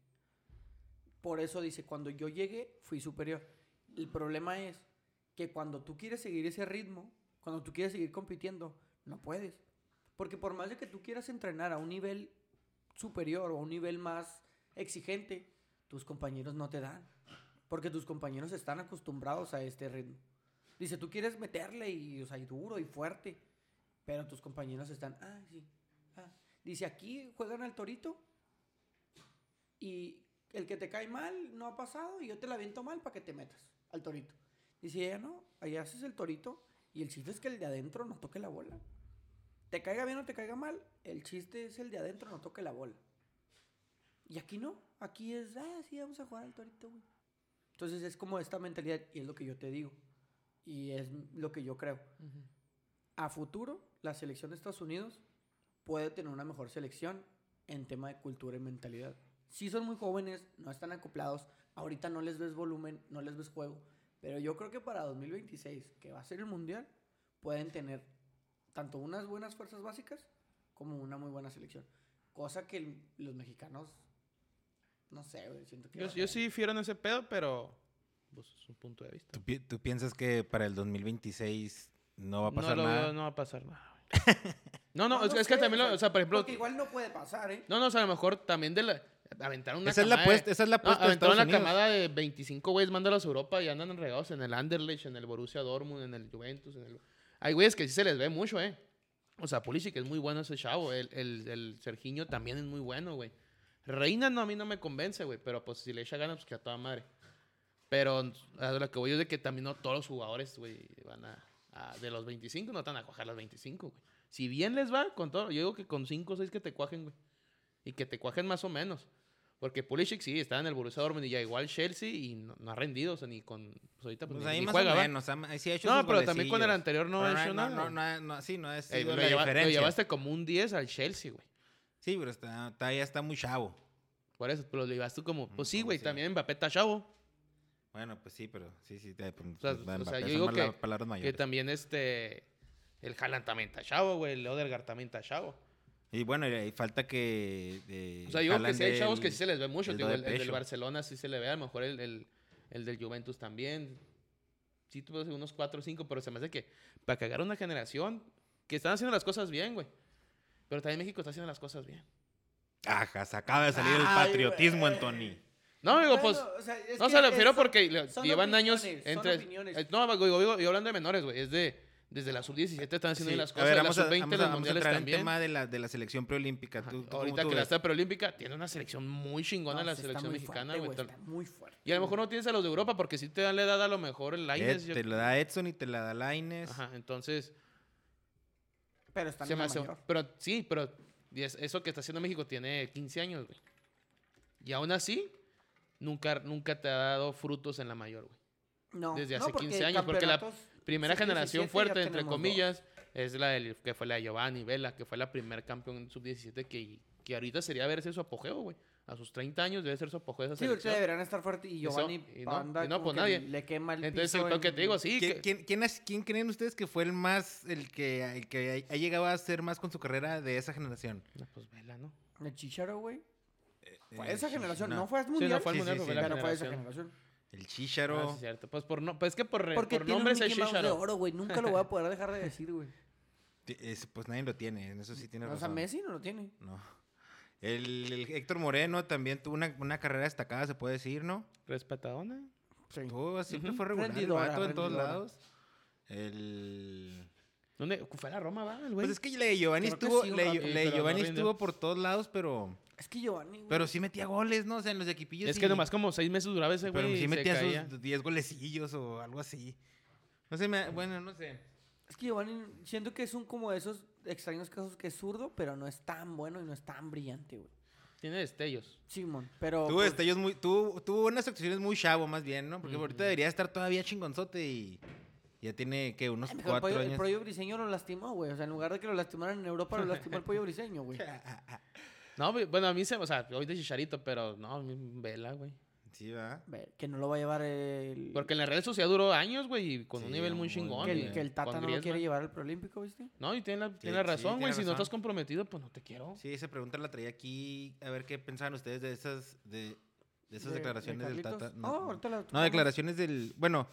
Por eso dice, cuando yo llegué fui superior. El problema es que cuando tú quieres seguir ese ritmo, cuando tú quieres seguir compitiendo, no puedes. Porque por más de que tú quieras entrenar a un nivel superior o a un nivel más exigente, tus compañeros no te dan. Porque tus compañeros están acostumbrados a este ritmo. Dice, tú quieres meterle y, o sea, y duro y fuerte. Pero tus compañeros están, ah, sí. ah". Dice, aquí juegan al torito y el que te cae mal no ha pasado y yo te la aviento mal para que te metas al torito. Dice, ya no, allá haces el torito y el chiste es que el de adentro no toque la bola. Te caiga bien o te caiga mal, el chiste es el de adentro no toque la bola. Y aquí no, aquí es, ah, sí, vamos a jugar al torito, güey. Entonces es como esta mentalidad y es lo que yo te digo. Y es lo que yo creo. A futuro, la selección de Estados Unidos puede tener una mejor selección en tema de cultura y mentalidad. Sí son muy jóvenes, no están acoplados, ahorita no les ves volumen, no les ves juego, pero yo creo que para 2026, que va a ser el Mundial, pueden tener tanto unas buenas fuerzas básicas como una muy buena selección. Cosa que el- los mexicanos, no sé, güey, siento que...
Yo,
va a
yo
ser-
sí fiero en ese pedo, pero pues, es un punto de vista.
¿Tú, pi- tú piensas que para el 2026 no va a pasar
no, lo veo,
nada?
no va a pasar nada. güey. No, no, es,
no
es que
sé,
también, lo- o sea, por ejemplo,
porque igual no puede pasar, ¿eh?
no, no, o sea, a lo mejor también de la, aventaron una
Esa es la
camada de-
apuesta, esa es la
No,
apuesta de
aventaron
Estados
una
Unidos.
camada de 25 güeyes, mándalos a Europa y andan enregados en el Anderlecht, en el Borussia Dortmund, en el Juventus. En el... Hay güeyes que sí se les ve mucho, ¿eh? O sea, Pulisic es muy bueno ese chavo. El, el, el Serginho también es muy bueno, güey. Reina no, a mí no me convence, güey. Pero pues si le echa ganas, pues que a toda madre. Pero a lo que voy es de que también no todos los jugadores, güey, van a, a- De los 25, no te van a cuajar las 25, güey. Si bien les va, con todo. Yo digo que con 5 o 6 que te cuajen, güey. Y que te cuajen más o menos. Porque Pulisic sí, está en el Borussia Dortmund y ya igual Chelsea y no, no ha rendido, o sea, ni con... Pues ahorita pues,
Pues
ni-
ahí
ni
más
juega,
o
¿va?
menos. am- ahí sí ha hecho
No,
sus
pero también con el
golecillos.
anterior no
Pero
ha hecho nada,
No,
güey.
no, ha- no, sí, no ha
Eh,
sido
lo,
la
lleva- lo
diferencia.
llevaste como un 10 al Chelsea, güey.
Sí, pero está, todavía está muy chavo.
Por eso, pero lo llevaste como... Pues sí,
como
güey,
sea.
también Mbappé está chavo.
Bueno, pues sí, pero sí, sí. te- pues,
O sea,
pues, va,
o sea,
Mbappé,
yo
son
digo
mal-
que-
palabras
Que
mayores.
también este... El Haaland también está chavo, güey. El Odegaard también está chavo.
Y bueno, y, y falta que... eh,
O sea, yo creo que
Haaland
sí hay
dé
chavos
el-
que sí se les ve mucho.
les
tío,
da de
el, el del
pecho.
Barcelona sí se le ve, a lo mejor el, el- el del Juventus también. Sí, tuve unos 4 o 5, pero se me hace que para cagar una generación que están haciendo las cosas bien, güey. Pero también México está haciendo las cosas bien.
Ajá, se acaba de salir el
Ay,
patriotismo,
güey.
Anthony.
No, digo, pues.
Bueno, o sea, es
No
que
se lo
es-
refiero
son-
porque le-
son
llevan años
opiniones, son
entre.
opiniones.
eh, No, digo, digo- yo hablando de menores, güey. Es de. Desde la sub-17 están haciendo
Sí,
bien las
a
cosas.
ver,
de la
vamos a-
sub-20
vamos
los
a- vamos a
mundiales
entrar en
este también.
tema de la, de la selección preolímpica.
Ajá,
¿Tú- tú cómo
Ahorita
tú
que la
ves?
está preolímpica, tiene una selección muy chingona
No,
la
sí está
selección
muy
mexicana,
fuerte,
güey. tal-
Está muy fuerte.
Y a lo mejor no tienes a los de Europa porque sí te dan la edad a lo mejor el Lainez.
Eh, Te la da Edson y te la da Laines.
Ajá, entonces.
Pero están
se
en
me
la
hace-
mayor.
pero sí, pero y es- eso que está haciendo México tiene 15 años, güey. Y aún así, nunca, nunca te ha dado frutos en la mayor, güey.
No,
desde
no,
hace
porque
15 años, porque la
campeonatos
Primera
sub-17 ya
generación fuerte, entre
tenemos dos.
comillas, es la del, que fue la de Giovanni Vela, que fue la primer campeón sub-17 que, que ahorita sería verse su apogeo, güey. A sus 30 años debe ser su apogeo esa
Sí, ahorita
selección.
deberían estar fuertes y
Eso,
Giovanni
y no,
Panda
y no,
como
pues,
que
nadie.
le quema el
Entonces,
piso
lo que
en-
te digo, sí.
¿Quién,
que-
quién- quién has- quién creen ustedes que fue el más, el que, el que ha ha llegado a ser más con su carrera de esa generación?
No, pues Vela, ¿no?
El Chicharo, güey. Fue
Eh,
esa
sí,
generación,
no.
no, fue al mundial.
fue al
mundial,
sí,
pero fue
pero
la
fue esa
generación.
generación.
El Chicharo.
Ah, sí, cierto. Pues, por no, pues es que por, re-
Porque
por
tiene un
nombre es el
Mickey Mouse de
Shisharo.
oro, güey. Nunca lo voy a poder dejar de decir, güey.
pues nadie lo tiene, en eso sí tiene
O
razón.
sea, Messi no lo tiene.
No. El, el Héctor Moreno también tuvo una, una carrera destacada, se puede decir, ¿no?
Respetadona.
Sí.
Tuvo- siempre fue regular el
Rendidora,
vato en todos
rendidora.
lados. El...
¿Dónde? Fue a la Roma, va, el güey.
Pues es que la de Giovanni
Creo que
estuvo,
sí, un
la de-
rato.
la de
Sí, pero no
Giovanni
rindió.
estuvo por todos lados, pero,
Es que Giovanni, güey.
pero sí metía goles, ¿no? O sea, en los de equipillos
Es
sí-
que nomás como seis meses duraba ese este güey.
Pero
y
sí
se
metía
caía.
sus 10 golecillos o algo así. No sé, me- bueno, no sé.
Es que Giovanni, siento que es un como de esos extraños casos que es zurdo, pero no es tan bueno y no es tan brillante, güey.
Tiene destellos.
Simón, pero.
Tuvo
pues,
destellos muy, tuvo, tuvo unas actuaciones muy chavo más bien, ¿no? Porque ahorita
Ujú.
debería estar todavía chingonzote y ya tiene, que Unos
a lo mejor el,
Pues cuatro
pollo, el
años.
pollo briseño lo lastimó, güey. O sea, en lugar de que lo lastimaran en Europa, lo lastimó el pollo briseño, güey.
No, güey, bueno, a mí se... O sea, hoy de Chicharito, pero no, a mí Vela, güey.
Sí, va.
Ve, Que no lo va a llevar el.
Porque en la Real Sociedad duró años, güey, y con un
Sí,
nivel muy
muy
chingón.
que,
bien.
y
el, que el
con
Tata no lo
Griezmann.
quiere llevar al Proolímpico, ¿viste?
No, y tiene la, tiene la
sí,
razón,
tiene
güey. Si no
razón.
estás comprometido, pues no te quiero.
Sí, esa pregunta la traía aquí. A ver qué pensaban ustedes de esas, de, de esas
De- de
declaraciones del
Carlitos.
Tata.
No, ahorita la
No,
tocamos.
declaraciones del. Bueno,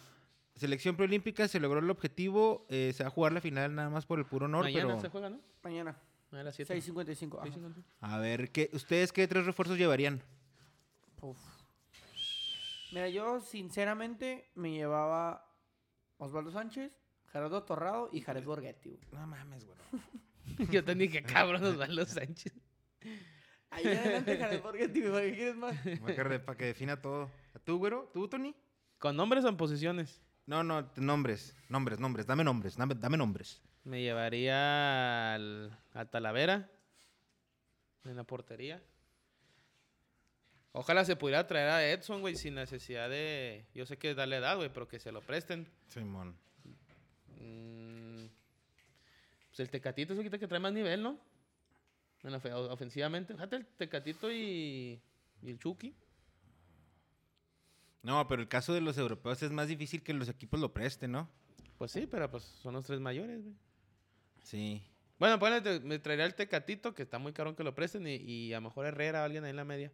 selección preolímpica, se logró el objetivo. eh, se va a jugar la final nada más por el puro honor,
Mañana
pero.
se juega, ¿no?
Mañana,
A las 7.
6.55. ajá.
A ver, ¿qué, ¿ustedes qué tres refuerzos llevarían?
Uf. Mira, yo sinceramente me llevaba Osvaldo Sánchez, Gerardo Torrado y Jared Borghetti, güey.
No mames, güey.
Yo te dije, cabrón, Osvaldo Sánchez.
Ahí adelante Jared Borghetti, güey, ¿qué quieres más?
Para que, re- pa' que defina todo. ¿Tú, güero? ¿Tú, Tony?
Con nombres o en posiciones.
No, no, t- nombres. Nombres, nombres. Dame nombres. Dame, dame nombres.
Me llevaría al, a Talavera en la portería. Ojalá se pudiera traer a Edson, güey, sin necesidad de. Yo sé que es darle edad, güey, pero que se lo presten.
Simón.
Mm, pues el Tecatito es el que trae más nivel, ¿no? En la fe- ofensivamente. Fíjate, el Tecatito y, y el Chucky.
No, pero el caso de los europeos es más difícil que los equipos lo presten, ¿no?
Pues sí, pero pues son los tres mayores, güey.
Sí.
Bueno, pues me traería el Tecatito, que está muy caro que lo presten, y, y a lo mejor Herrera o alguien ahí en la media.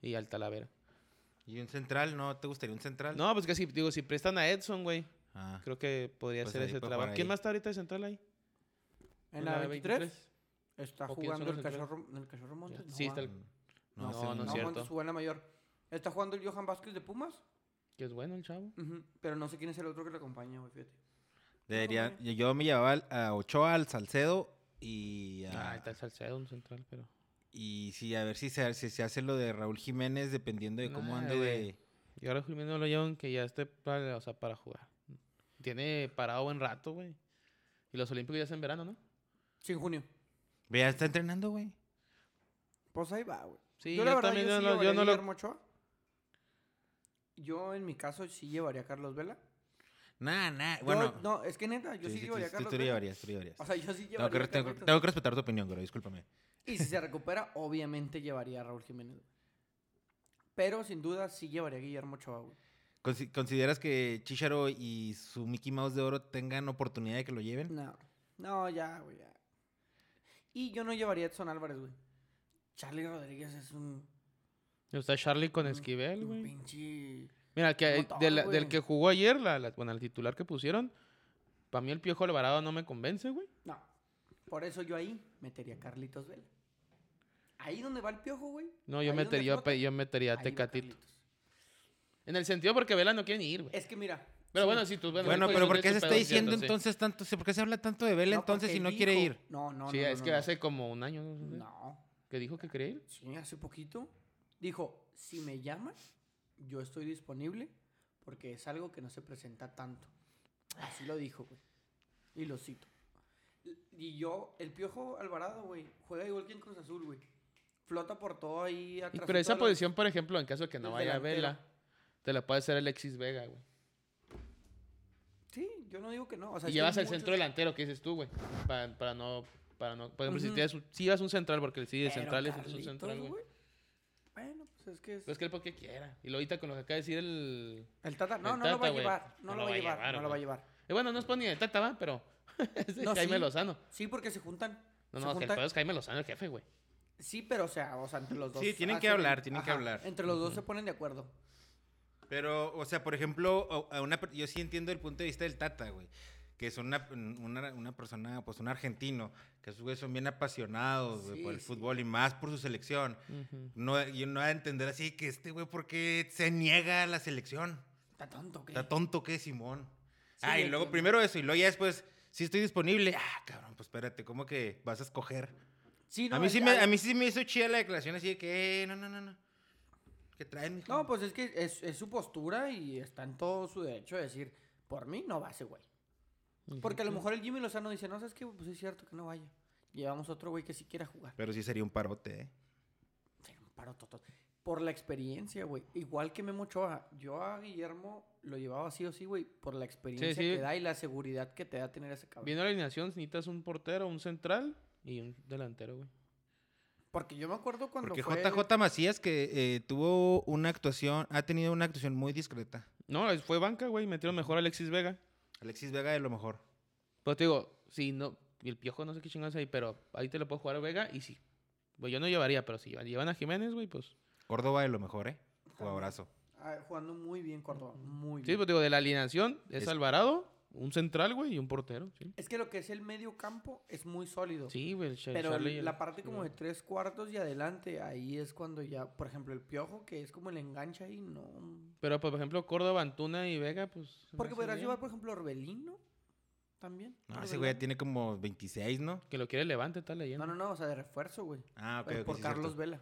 Y al Talavera.
¿Y un central? ¿No te gustaría un central?
No, pues que si, digo, si prestan a Edson, güey,
Ah.
creo que podría
Pues
ser
ahí
ese
puede jugar
trabajo. ¿Quién
ahí.
más está ahorita de central ahí?
En la 23 está
¿O quién son
jugando
los
el
centrales?
cachorro, el cachorro Montes.
sí,
va.
está el-
No,
No,
ese
no es
No,
cierto.
Montes jugó en la mayor. Está jugando el Johan Vázquez de Pumas,
Que es bueno el chavo.
ujú, pero no sé quién es el otro que lo acompaña, güey, fíjate.
Debería,
No,
yo- yo me llevaba al- a Ochoa, al Salcedo y a,
Ah, está el Salcedo, un central, pero.
y sí, a ver si se, si se hace lo de Raúl Jiménez dependiendo de cómo
Nah,
ande
güey.
de...
Y ahora Jiménez no lo llevan que ya esté para, o sea, para jugar. Tiene parado buen rato, güey. Y los Olímpicos ya es en verano, ¿no?
Sí, en junio.
Ve, ya está entrenando, güey.
Pues ahí va, güey.
Sí,
yo la verdad
también
yo,
no
sí
lo- yo
llevaría
no
a
lo-
Guillermo Ochoa. Yo en mi caso sí llevaría a Carlos Vela.
Nah, nah,
Yo-
bueno.
no, es que neta, yo sí, llevaría a
tú,
Carlos
tú lo
Vela.
llevarías, tú lo llevarías.
O sea, yo sí
tengo,
llevaría
que,
a
re- tengo-
Carlitos.
tengo que respetar tu opinión, güey, discúlpame.
Y si se recupera, obviamente llevaría a Raúl Jiménez. Pero sin duda sí llevaría a Guillermo Ochoa, güey.
Consi- ¿Consideras que Chicharo y su Mickey Mouse de oro tengan oportunidad de que lo lleven?
No, no, ya, güey, ya. Y yo no llevaría a Edson Álvarez, güey. Charlie Rodríguez es un,
Está Charlie con
Mm,
Esquivel,
un
güey.
pinche...
Mira, el que, el-
montón,
de la- del
güey.
que jugó ayer, la, la- bueno, el titular que pusieron, para mí el Piojo Alvarado no me convence, güey.
No, por eso yo ahí metería a Carlitos Vela. Ahí donde va el piojo, güey.
No, yo
ahí donde
metería, yo
flota,
pe- yo metería
ahí
a
va
Tecatito.
Carlitos.
En el sentido porque Vela no quiere ni ir, güey.
Es que mira.
Pero
sí,
bueno, si tú...
Bueno,
pues,
pero
yo
¿por
estoy
qué se está
pedo,
diciendo
sí.
entonces tanto? ¿Por qué se habla tanto de Vela
no,
entonces
porque
si no quiere
dijo-
ir?
No, no,
Sí,
no,
es
no,
que
no.
hace como un año, no sé,
No,
que dijo que quería ir.
sí, hace poquito. Dijo, si me llamas, yo estoy disponible porque es algo que no se presenta tanto. Así lo dijo, güey. Y lo cito. Y yo, el Piojo Alvarado, güey, juega igual que en Cruz Azul, güey. Flota por todo ahí
Y-
atrás.
pero esa posición, por ejemplo, en caso de que no
del
vaya
delantero.
Vela, te la puede hacer Alexis Vega, güey.
Sí, yo no digo que no. O sea, es
y
que
llevas
hay
el centro
muchos-
delantero, que dices tú, güey. Para, para no. Para no. Por ejemplo, si
Ujú.
tienes un- si llevas un central, porque sí, de
Pero
central es un
Carlitos,
central, güey.
Bueno, pues es que es...
Pues es que el porque quiera. Y lo ahorita con lo que acaba de decir el.
El Tata, no,
el
no lo va
Tata,
a
güey,
llevar. No lo va a llevar, no lo va a
güey.
llevar.
Eh, bueno, no es por ni de Tata, va, pero. es de
No,
Jaime
sí.
Lozano.
Sí, porque se juntan.
No,
se
no, es que el
juntan-
pedo es Jaime Lozano, el jefe, güey.
Sí, pero o sea, o sea, entre los dos.
Sí, tienen que
hacen-
hablar, tienen que hablar.
Entre los dos se ponen de acuerdo.
Pero, o sea, por ejemplo, o- a una per- yo sí entiendo el punto de vista del Tata, güey. Que son una, una, una persona, pues un argentino, que sus güeyes son bien apasionados güey,
Sí,
por el
sí.
fútbol y más por su selección. No, yo no voy a entender así que este güey, ¿por qué se niega a la selección?
Está tonto, ¿qué?
Está tonto que es Simón.
Sí,
ah, y
lo
luego
entiendo.
primero eso, y luego ya después, si estoy disponible. Ah, cabrón, pues espérate, ¿cómo que vas a escoger?
Sí,
a, mí
el-
sí me, a mí sí me hizo chida la declaración así de que, "Eh, no, no, no, no. ¿Qué traen, mijo?
No, pues es que es, es su postura y está en todo su derecho de decir, por mí no va ese güey. Porque a lo mejor el Jimmy Lozano dice, no, ¿sabes qué? Pues sí es cierto que no vaya. Llevamos otro güey que sí quiera jugar.
Pero sí sería un parote, ¿eh?
Sería un paro totot. Por la experiencia, güey. Igual que Memo Ochoa. Yo a Guillermo lo llevaba sí o sí, güey. Por la experiencia
sí.
que da y la seguridad que te da tener ese cabrón.
Viendo la alineación, necesitas un portero, un central y un delantero, güey.
Porque yo me acuerdo cuando
Porque
fue...
JJ Macías que eh, tuvo una actuación, ha tenido una actuación muy discreta.
No, es- fue banca, güey. Metieron mejor a Alexis Vega.
Alexis Vega de lo mejor.
Pero te digo, si no. y El piojo no sé qué chingados ahí, pero ahí te lo puedo jugar a Vega y sí. Güey, yo no llevaría, pero si llevan- llevan a Jiménez, güey, pues.
Córdoba de lo mejor, ¿eh? Jugadorazo.
Ah, jugando muy bien Córdoba, muy
Sí,
bien.
pues digo, de la alineación es,
Es-
Alvarado, un central, güey, y un portero. Sí,
Es que lo que es el medio campo es muy sólido.
sí güey, el Char-
Pero
Charlie y
el-
el-
la parte como
sí,
de tres cuartos y adelante, ahí es cuando ya, por ejemplo, el piojo, que es como el enganche ahí, no.
Pero, pues, por ejemplo, Córdoba, Antuna y Vega, pues... se me
Porque
hace
podrás
bien.
llevar, por ejemplo, Orbelino también.
No, Ah, ese güey ya
Orbelón.
tiene como 26, ¿no?
Que lo quiere Levante, está leyendo.
No, no, no, o sea, de refuerzo, güey.
Ah, ok.
Pero
ok,
por
sí,
Carlos
cierto.
Vela.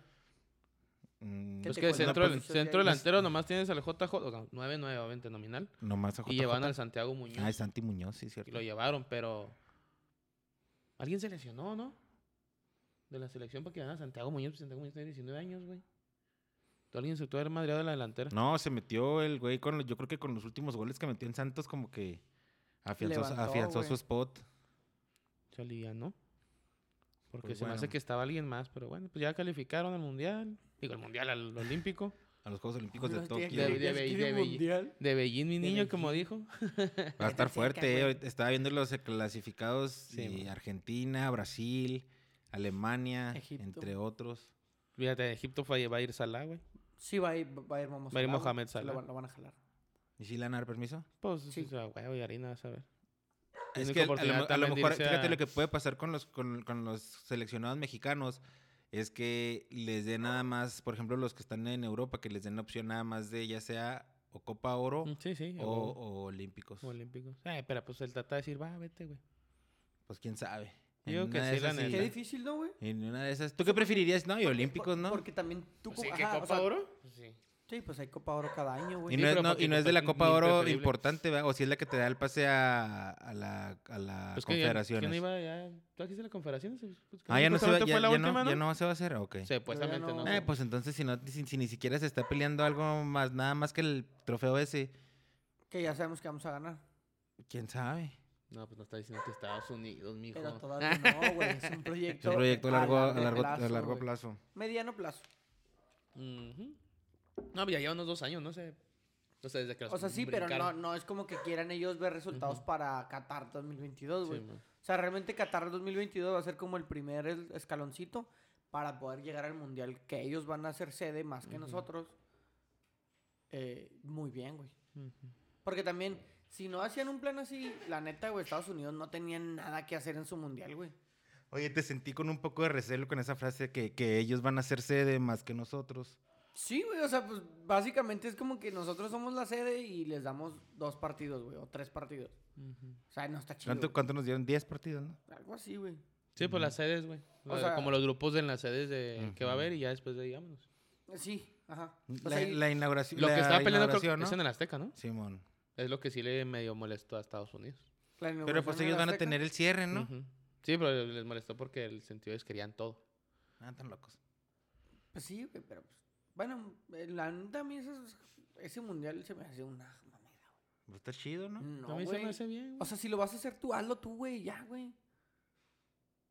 Mm,
¿Qué
Es
te
Pues que de
cuesta? Una
centro,
posición
centro
de ahí.
delantero nomás tienes al JJ, o sea, 9-9, obviamente, nominal.
nomás a JJ.
Y llevaron al Santiago Muñoz.
Ah, es Santi Muñoz, sí,
y
cierto.
lo llevaron, pero... Alguien se lesionó, ¿no? De la selección para que van a Santiago Muñoz. pues, Santiago Muñoz tiene 19 años, güey. Tú, Alguien se tuvo haber madreado de la delantera.
No, se metió el güey con, los- yo creo que con los últimos goles que metió en Santos como que afianzó,
Levantó,
afianzó
güey.
su spot.
Se alivianó. Porque
Pues
se me hace
bueno.
que estaba alguien más, pero bueno, pues ya calificaron al mundial. Digo, al mundial, al olímpico.
A los Juegos Olímpicos de
Los tiene
Tokio.
de-
que-
de-
es que
de-
un
de-
mundial.
De Beijing, mi
De
niño, como dijo.
Va a estar
Cerca,
fuerte,
güey.
eh. Ahorita Estaba viendo los eh, clasificados
Sí,
y
man.
Argentina, Brasil, Alemania,
Egipto.
entre otros.
Fíjate, Egipto fue, va a ir Salah, güey.
Sí, va a ir, va a ir Mohamed
Va a ir
Salah, güey. Sí,
Mohamed
lo
Salah.
van- Lo van a jalar.
¿Y si le van a dar permiso?
Pues,
Sí.
sí, sea, güey, harina, a saber.
Es
Única
que a lo,
oportunidad
mo- a lo
también de
mejor,
irse
fíjate
a-
lo que puede pasar con los, con, con los seleccionados mexicanos es que les den nada más, por ejemplo, los que están en Europa, que les den la opción nada más de ya sea o Copa Oro
Oh.
Mm, Sí, sí.
o,
O,
o Olímpicos.
olímpicos. Eh, pero pues el tata decir, va, vete, güey.
Pues quién sabe.
Digo
En
que
una de
sí, la
esas
neta.
Qué
la-
difícil, ¿no, güey?
En una de esas. ¿Tú qué preferirías? No, y Olímpicos,
Por-
¿no?
Porque también tú...
Pues sí,
como-
¿qué
ajá, o
Copa
sea,
Oro? Pues, sí.
Sí, pues hay Copa Oro cada año, güey.
Y
Sí,
no, es,
pero
no-
porque
y no es de
pues,
la
es
Copa
bien
Oro
preferible.
importante, ¿verdad? o si es la que te da el pase a, a la, a la
Pues que ya,
Confederaciones.
¿quién iba ya? ¿Tú aquí la confederación? Pues,
ah, ya no, se va,
justamente
ya,
fue la
ya
última,
no,
¿no?
ya no se va a hacer, ok.
Supuestamente
Yo
no.
ya
Eh, pues entonces si, no, si, si ni siquiera se está peleando algo más, nada más que el trofeo ese,
Que ya sabemos que vamos a ganar.
quién sabe.
No, pues no está diciendo que Estados Unidos, mijo.
Pero todavía no, güey. Es un
Es
proyecto.
un proyecto a largo, a largo,
plazo,
a largo
güey.
plazo.
Mediano plazo.
Ujú. No, pues ya lleva unos dos años, no sé. O sea, desde que los
O sea, sí, pero no,
brincaron.
no es como que quieran ellos ver resultados
Ujú.
para Qatar 2022,
Sí,
güey.
man.
o sea, realmente Qatar 2022 va a ser como el primer el- escaloncito para poder llegar al mundial que ellos van a ser sede más que
Ujú.
nosotros. Eh, muy bien, güey.
Ujú.
Porque también, si no hacían un plan así, la neta, güey, Estados Unidos no tenían nada que hacer en su mundial, güey.
Oye, te sentí con un poco de recelo con esa frase que, que ellos van a ser sede más que nosotros.
Sí, güey, o sea, pues básicamente es como que nosotros somos la sede y les damos dos partidos, güey, o tres partidos.
Ujú.
O sea, no está chido.
¿Cuánto,
güey.
cuánto nos dieron? 10 partidos, ¿no?
Algo así, güey.
Sí, pues las sedes, güey.
O
La-
sea-
como los grupos de las sedes de que va a
Ujú.
haber y ya después de ahí vámonos.
Sí, ajá. O
La,
sea, y-
la inauguración.
Lo
la
que estaba peleando creo
inauguración,
que es en
¿no?
el Azteca, ¿no?
Simón.
Es lo que sí le medio molestó a Estados Unidos.
la
Pero
inauguración
pues
del
ellos van a
Azteca.
tener el cierre, ¿no?
Ujú. Sí, pero les molestó porque el sentido es querían todo.
Ah, tan locos.
Pues sí, güey, pero pues. Bueno, eh, la neta a mí esos- ese mundial se me hace una mamada, güey.
Pues está chido, ¿no?
No,
a mí se
güey.
me hace bien.
O
güey.
sea, si lo vas a hacer tú, hazlo tú, güey, ya, güey.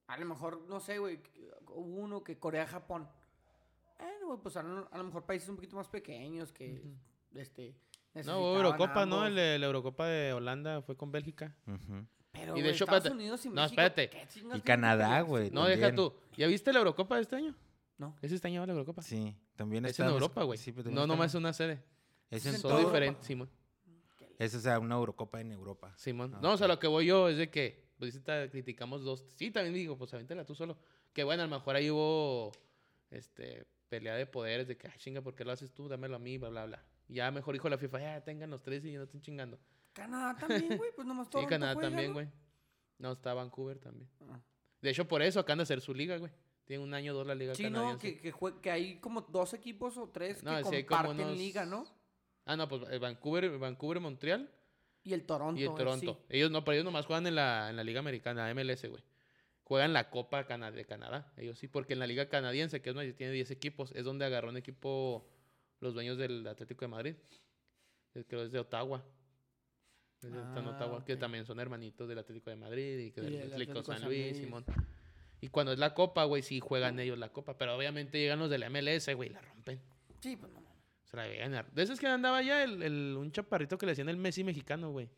A lo mejor, no sé, güey, que- hubo uno que Corea-Japón. Bueno, güey, pues a lo, a lo mejor países un poquito más pequeños que, este,
no,
necesitaban
hubo Eurocopa, ¿no?
ambos.
El de- la Eurocopa de Holanda fue con Bélgica.
Ujú.
Pero,
Y de
güey,
hecho,
Estados
espérate.
Unidos y
No,
México,
espérate.
¿qué chingas
Y
tiene que
Canadá,
ver?
güey.
No, deja
también.
tú. ¿Ya viste la Eurocopa de este año?
No.
¿Es este año va la Eurocopa?
Sí, también
es
está
en
Mex-
Europa, güey.
sí, pero también
no,
está
nomás es
Mex-
una sede.
Es
Es
en
en
todo.
Todo
toda
diferente,
Europa.
Simón.
Es, o sea, una Eurocopa en Europa.
Sí, man.
Ah,
no, o sea,
ok.
lo que voy yo es de que, pues sí, te criticamos dos. Sí, también digo, pues avéntala tú solo. Que bueno, a lo mejor ahí hubo, este, pelea de poderes de que, ah, chinga, ¿por qué lo haces tú? Dámelo a mí, bla, bla, bla. Y Ya mejor dijo la FIFA, ya tengan los tres y ya no estén chingando.
Canadá también, güey, pues nomás todo.
sí, Canadá también, güey. No, está Vancouver también. De hecho, por eso acaban de hacer su liga, güey. Tiene un año o dos la liga
Chino,
canadiense.
que, que, jue- que hay como dos equipos o tres
No,
que
sí hay
comparten
como unos-
liga, ¿no?
Ah, no, pues el Vancouver, el Vancouver, Montreal
Y el Toronto.
y el
en
Toronto.
sí.
Ellos no, pero ellos nomás juegan en la, en la Liga Americana, la MLS, güey. Juegan la Copa Cana- de Canadá, ellos sí, porque en la Liga Canadiense, que es donde tiene 10 equipos, es donde agarró un equipo los dueños del Atlético de Madrid. Es que es de Ottawa. Es de- está en
Ah,
Ottawa, que
ok.
también son hermanitos del Atlético de Madrid y que
Y
del
del
Atlético,
Atlético
San,
San
Luis,
Luis.
Simón. Y cuando es la Copa, güey, sí juegan ellos la Copa, pero obviamente llegan los de la MLS, güey, y la rompen.
Sí, pues no. mames.
Se la debe ganar. De esas que andaba ya el, el- un chaparrito que le decían el Messi mexicano, güey.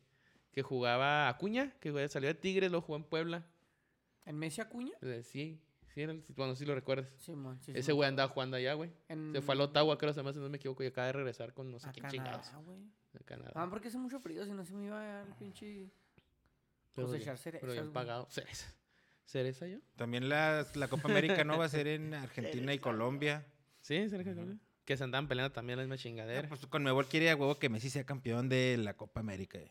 Que jugaba a Cuña, que güey, salió de Tigres, lo jugó en Puebla.
¿En Messi Acuña?
Eh, Sí, sí, era el- bueno, sí lo recuerdas.
Sí, man, sí, sí,
Ese
me
güey
acuerdo.
andaba jugando allá, güey.
En...
Se fue al Ottawa, creo, además, si no me equivoco, y acaba de regresar con no sé
A
qué chingados.
Canadá, güey.
De Canadá.
Ah, porque hace mucho frío, si no se me iba al pinche...
pero
pues,
bien,
echar cerezas,
pero bien
güey.
pagado. Cereza. ¿Cereza yo?
También la, la Copa América no va a ser en Argentina y Colombia.
Sí, cereza. Colombia. Que se andaban peleando también la misma chingadera.
Ah,
No, pues Conmebol quiere a huevo que Messi sea campeón de la Copa América. eh.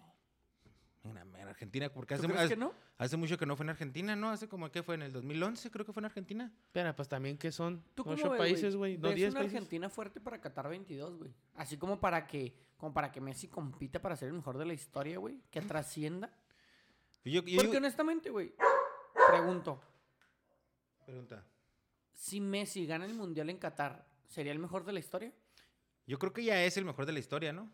En Am- en Argentina, porque
¿Tú
hace,
crees que
hace,
no?
hace mucho que no fue en Argentina, ¿no? Hace como que fue en el 2011, creo que fue en Argentina.
Pero pues también que son
¿Tú cómo
ocho
ves,
países, güey. No,
ves
diez
una
países.
Argentina fuerte para Qatar 22, güey. Así como para que como para que Messi compita para ser el mejor de la historia, güey, que trascienda.
Y Yo, yo
Porque
digo-
honestamente, güey, pregunto,
Pregunta.
si Messi gana el mundial en Qatar, ¿sería el mejor de la historia?
Yo creo que ya es el mejor de la historia, ¿no?